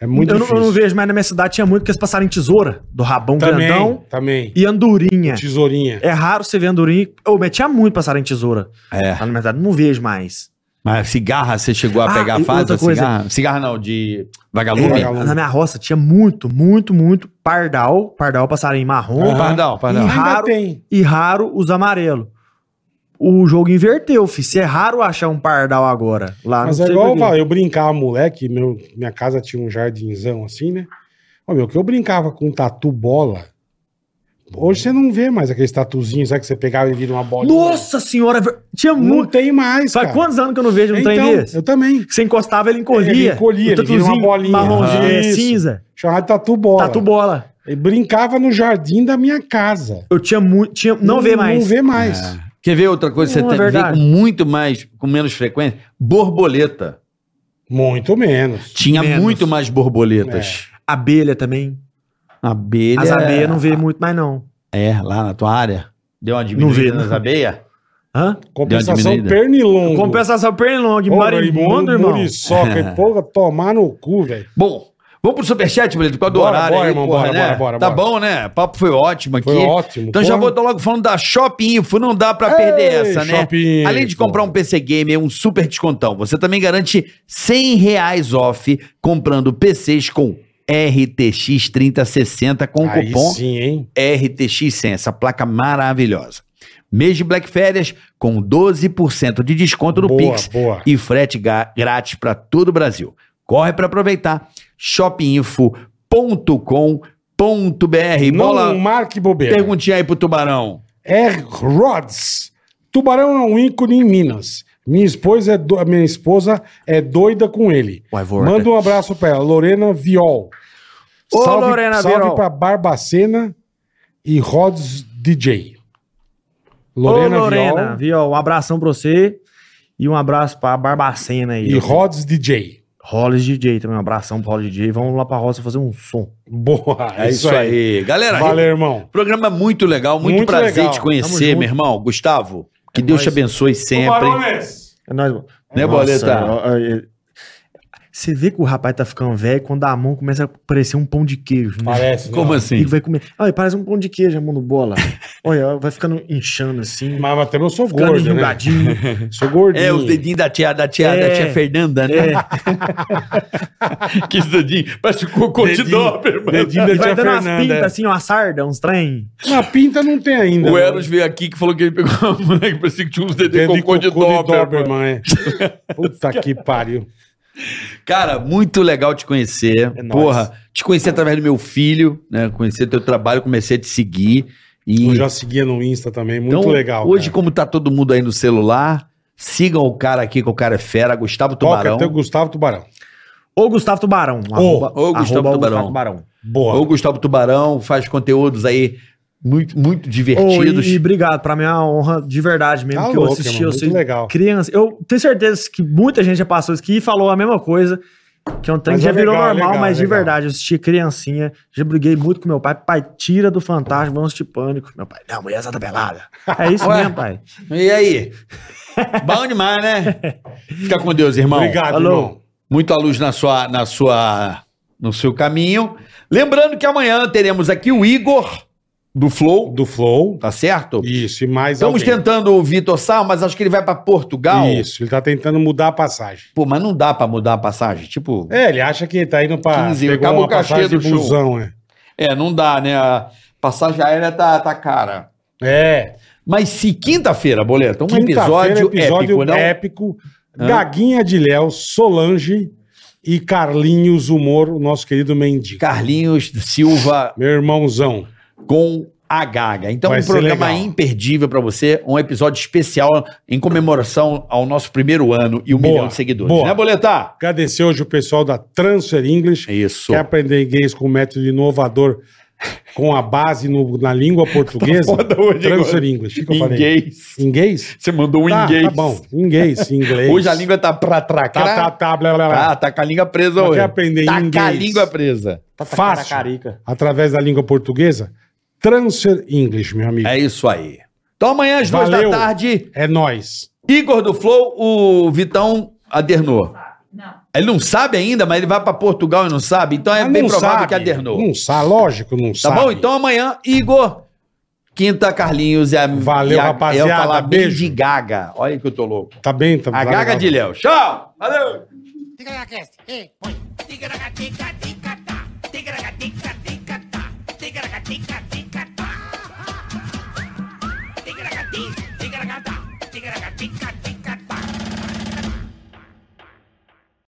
É muito eu, não, eu difícil. não vejo mais na minha cidade, tinha muito, porque eles passaram em tesoura, do rabão também, grandão também. e andorinha. Tesourinha. É raro você ver andorinha. Eu metia muito passar em tesoura. É. Mas na verdade, não vejo mais. Mas cigarra, você chegou a Ah, pegar a e fase outra da coisa. cigarra? Cigarra não, de vagalume? É, Na minha roça tinha muito, muito, muito pardal. Pardal, passarinho marrom. Ô, Ah, Pardal, pardal. Ih. raro. tem. E raro os amarelo. O jogo inverteu, fi. Se é raro achar um pardal agora. Lá Mas Ah, não é sei igual eu, porquê. falo, eu brincava, moleque, meu, minha casa tinha um jardinzão assim, né? Ô, meu, que eu brincava com tatu bola. Hoje você não vê mais aqueles tatuzinhos, sabe, que você pegava e vira uma bolinha. Nossa senhora, ver- tinha Não muito. tem mais, Sabe cara. Então, quantos anos que eu não vejo um trem desse? eu também. Que Você encostava, ele encolhia. Ele encolhia, ele vira uma tatuzinho bolinha. Marronzinho, Aham. é, Isso. cinza. Chamava de tatu bola. Tatu bola. E brincava no jardim da minha casa. Eu tinha muito. Tinha... Não, vê mais. Não vê mais. Quer ver outra coisa que Não, você é tem- vê verdade. com muito mais, com menos frequência? Borboleta. Muito menos. É. Tinha Menos. muito mais borboletas. Abelha também. Abelha. As abelhas não vê muito mais, não. É, lá na tua área. Deu uma vê, diminuída não. nas abelhas? Hã? Compensação diminuída. pernilongo. Compensação pernilongo, Porra, marimbondo, irmão. Muriçoca, porra, tomar no cu, velho. Bom, vamos pro superchat, Boleto, por causa do Bora, horário bora, aí, irmão, porra, bora, né? bora, bora, Tá bora. bom, né? O papo foi ótimo aqui. Foi ótimo. Então já vou tô logo falando da Shopping Info, não dá pra perder essa, né? Além de comprar um PC Gamer, um super descontão, você também garante R$ 100 reais off comprando PCs com RTX 3060 com cupom Sim, hein? RTX 100, essa placa maravilhosa. Mês de Black Férias com 12% de desconto no boa, Pix boa. e frete ga- grátis para todo o Brasil. Corre para aproveitar. shopinfo.com.br. Não é. Bola, marque bobeira. perguntinha aí pro Tubarão. É Rods. Tubarão é um ícone em Minas. Minha esposa é, do- a minha esposa é doida com ele. Uai, vou Manda um abraço pra ela, Lorena Viol. Ô, Lorena salve Viol. pra Barbacena e Rods DJ. Lorena, Lorena, Ô, Lorena Viol viu? Um abração pra você e um abraço pra Barbacena aí. e Rods DJ. Rollins DJ também, um abração pro Rollins DJ. Vamos lá pra roça fazer um som. Boa, É isso aí. Galera, Valeu, irmão. programa muito legal, muito, Muito prazer legal. te Tamo conhecer, junto. meu irmão. Gustavo, que É Deus te nóis. abençoe sempre. É nóis, é, Né, Boleta? Você vê que o rapaz tá ficando velho quando a mão começa a parecer um pão de queijo. Né? Parece. né? Como E assim? vai comer. Olha, parece um pão de queijo, a mão do bola. Olha, vai ficando inchando assim. Mas, mas também eu sou Ficando gordo, né? enrugadinho. Sou gordinho. É, os dedinhos da tia, da tia, da É. tia Fernanda, né? É, Que esse dedinho parece um cocô de Dedinho. Doberman. Dedinho da e tia vai dando Fernanda. umas pintas é. assim, uma sarda, uns trem. Na pinta não tem ainda. O né? Eros veio aqui que falou que ele pegou uma moleque, parecia que tinha uns Dedo dedinhos de cocô de Doberman. Doberman, é. Puta que pariu. Cara, muito legal te conhecer. É nóis. Porra, te conheci através do meu filho, né? Conhecer teu trabalho, comecei a te seguir. E Eu já seguia no Insta também, muito então, legal. Hoje, cara. como tá todo mundo aí no celular, sigam o cara aqui, que o cara é fera, Gustavo toca Tubarão. até o Gustavo Tubarão. Ou Gustavo Tubarão. Ô, arroba- ô, Gustavo arroba o Tubarão. Boa. Ou Gustavo Tubarão faz conteúdos aí muito, muito Ô, divertidos. e, e obrigado, pra mim é uma honra de verdade mesmo Tá que eu louco, assisti, irmão, eu muito sei, legal. criança, eu tenho certeza que muita gente já passou isso aqui e falou a mesma coisa, que é um trem Mas que já é virou legal, normal, legal, mas de legal. verdade, eu assisti criancinha, já briguei muito com meu pai, pai, tira do Fantástico, vamos de pânico, meu pai, não, mulher tá pelada, é isso Ué. mesmo, pai. E aí? Bom demais, né? Fica com Deus, irmão. Obrigado, Falou. irmão. Muita luz na sua, na sua, no seu caminho. Lembrando que amanhã teremos aqui o Igor do Flow, Do Flow. tá certo? Isso, e mais Estamos alguém. tentando o Vitor Sal, mas acho que ele vai pra Portugal. Isso, ele tá tentando mudar a passagem. Pô, mas não dá pra mudar a passagem, tipo. É, ele acha que ele tá indo pra 15, pegar acabou uma o cachê passagem de do show. busão, é. É, não dá, né? A passagem aérea tá, tá cara. É, Mas se quinta-feira, boleta, um quinta-feira, episódio, épico, não? épico. Hã? Gaguinha de Léo, Solange e Carlinhos Humor, o nosso querido mendigo. Carlinhos Silva Meu irmãozão. com a Gaga. Então, Vai um ser programa legal. imperdível pra você, um episódio especial em comemoração ao nosso primeiro ano e um Boa, milhão de seguidores. boa. Né, Boletar? Agradecer hoje o pessoal da Transfer English. Isso. Quer aprender inglês com método inovador com a base no- na língua portuguesa? Tá foda hoje, Transfer agora. English. O que, que eu falei? Inglês. Inglês? Você mandou um tá, inglês. Tá bom. Inglês, inglês. Hoje a língua tá pra Tá, tracar. tá, tá, blá, blá, blá. Tá, tá com a língua presa Mas hoje. quer aprender tá com a inglês? língua presa. Fácil. Através da língua portuguesa? Transfer English, meu amigo. É isso aí. Então amanhã às duas da Valeu. tarde, É nós. Igor do Flow, o Vitão adernou. Ele não sabe ainda, mas ele vai pra Portugal e não sabe. Então é bem provável que adernou. Não sabe, lógico, não Tá sabe. bom? Então amanhã, Igor. Quinta, Carlinhos e a. Valeu, e a, rapaziada, Eu falar bem beijo. de Gaga. Olha que eu tô louco. Tá bem, tá A tá Gaga legal. de Léo. Tchau! Valeu! Diga na cast. Ei, põe. Diga na tica, tica, tá. Diga na tica, tica, tá. Diga na tica,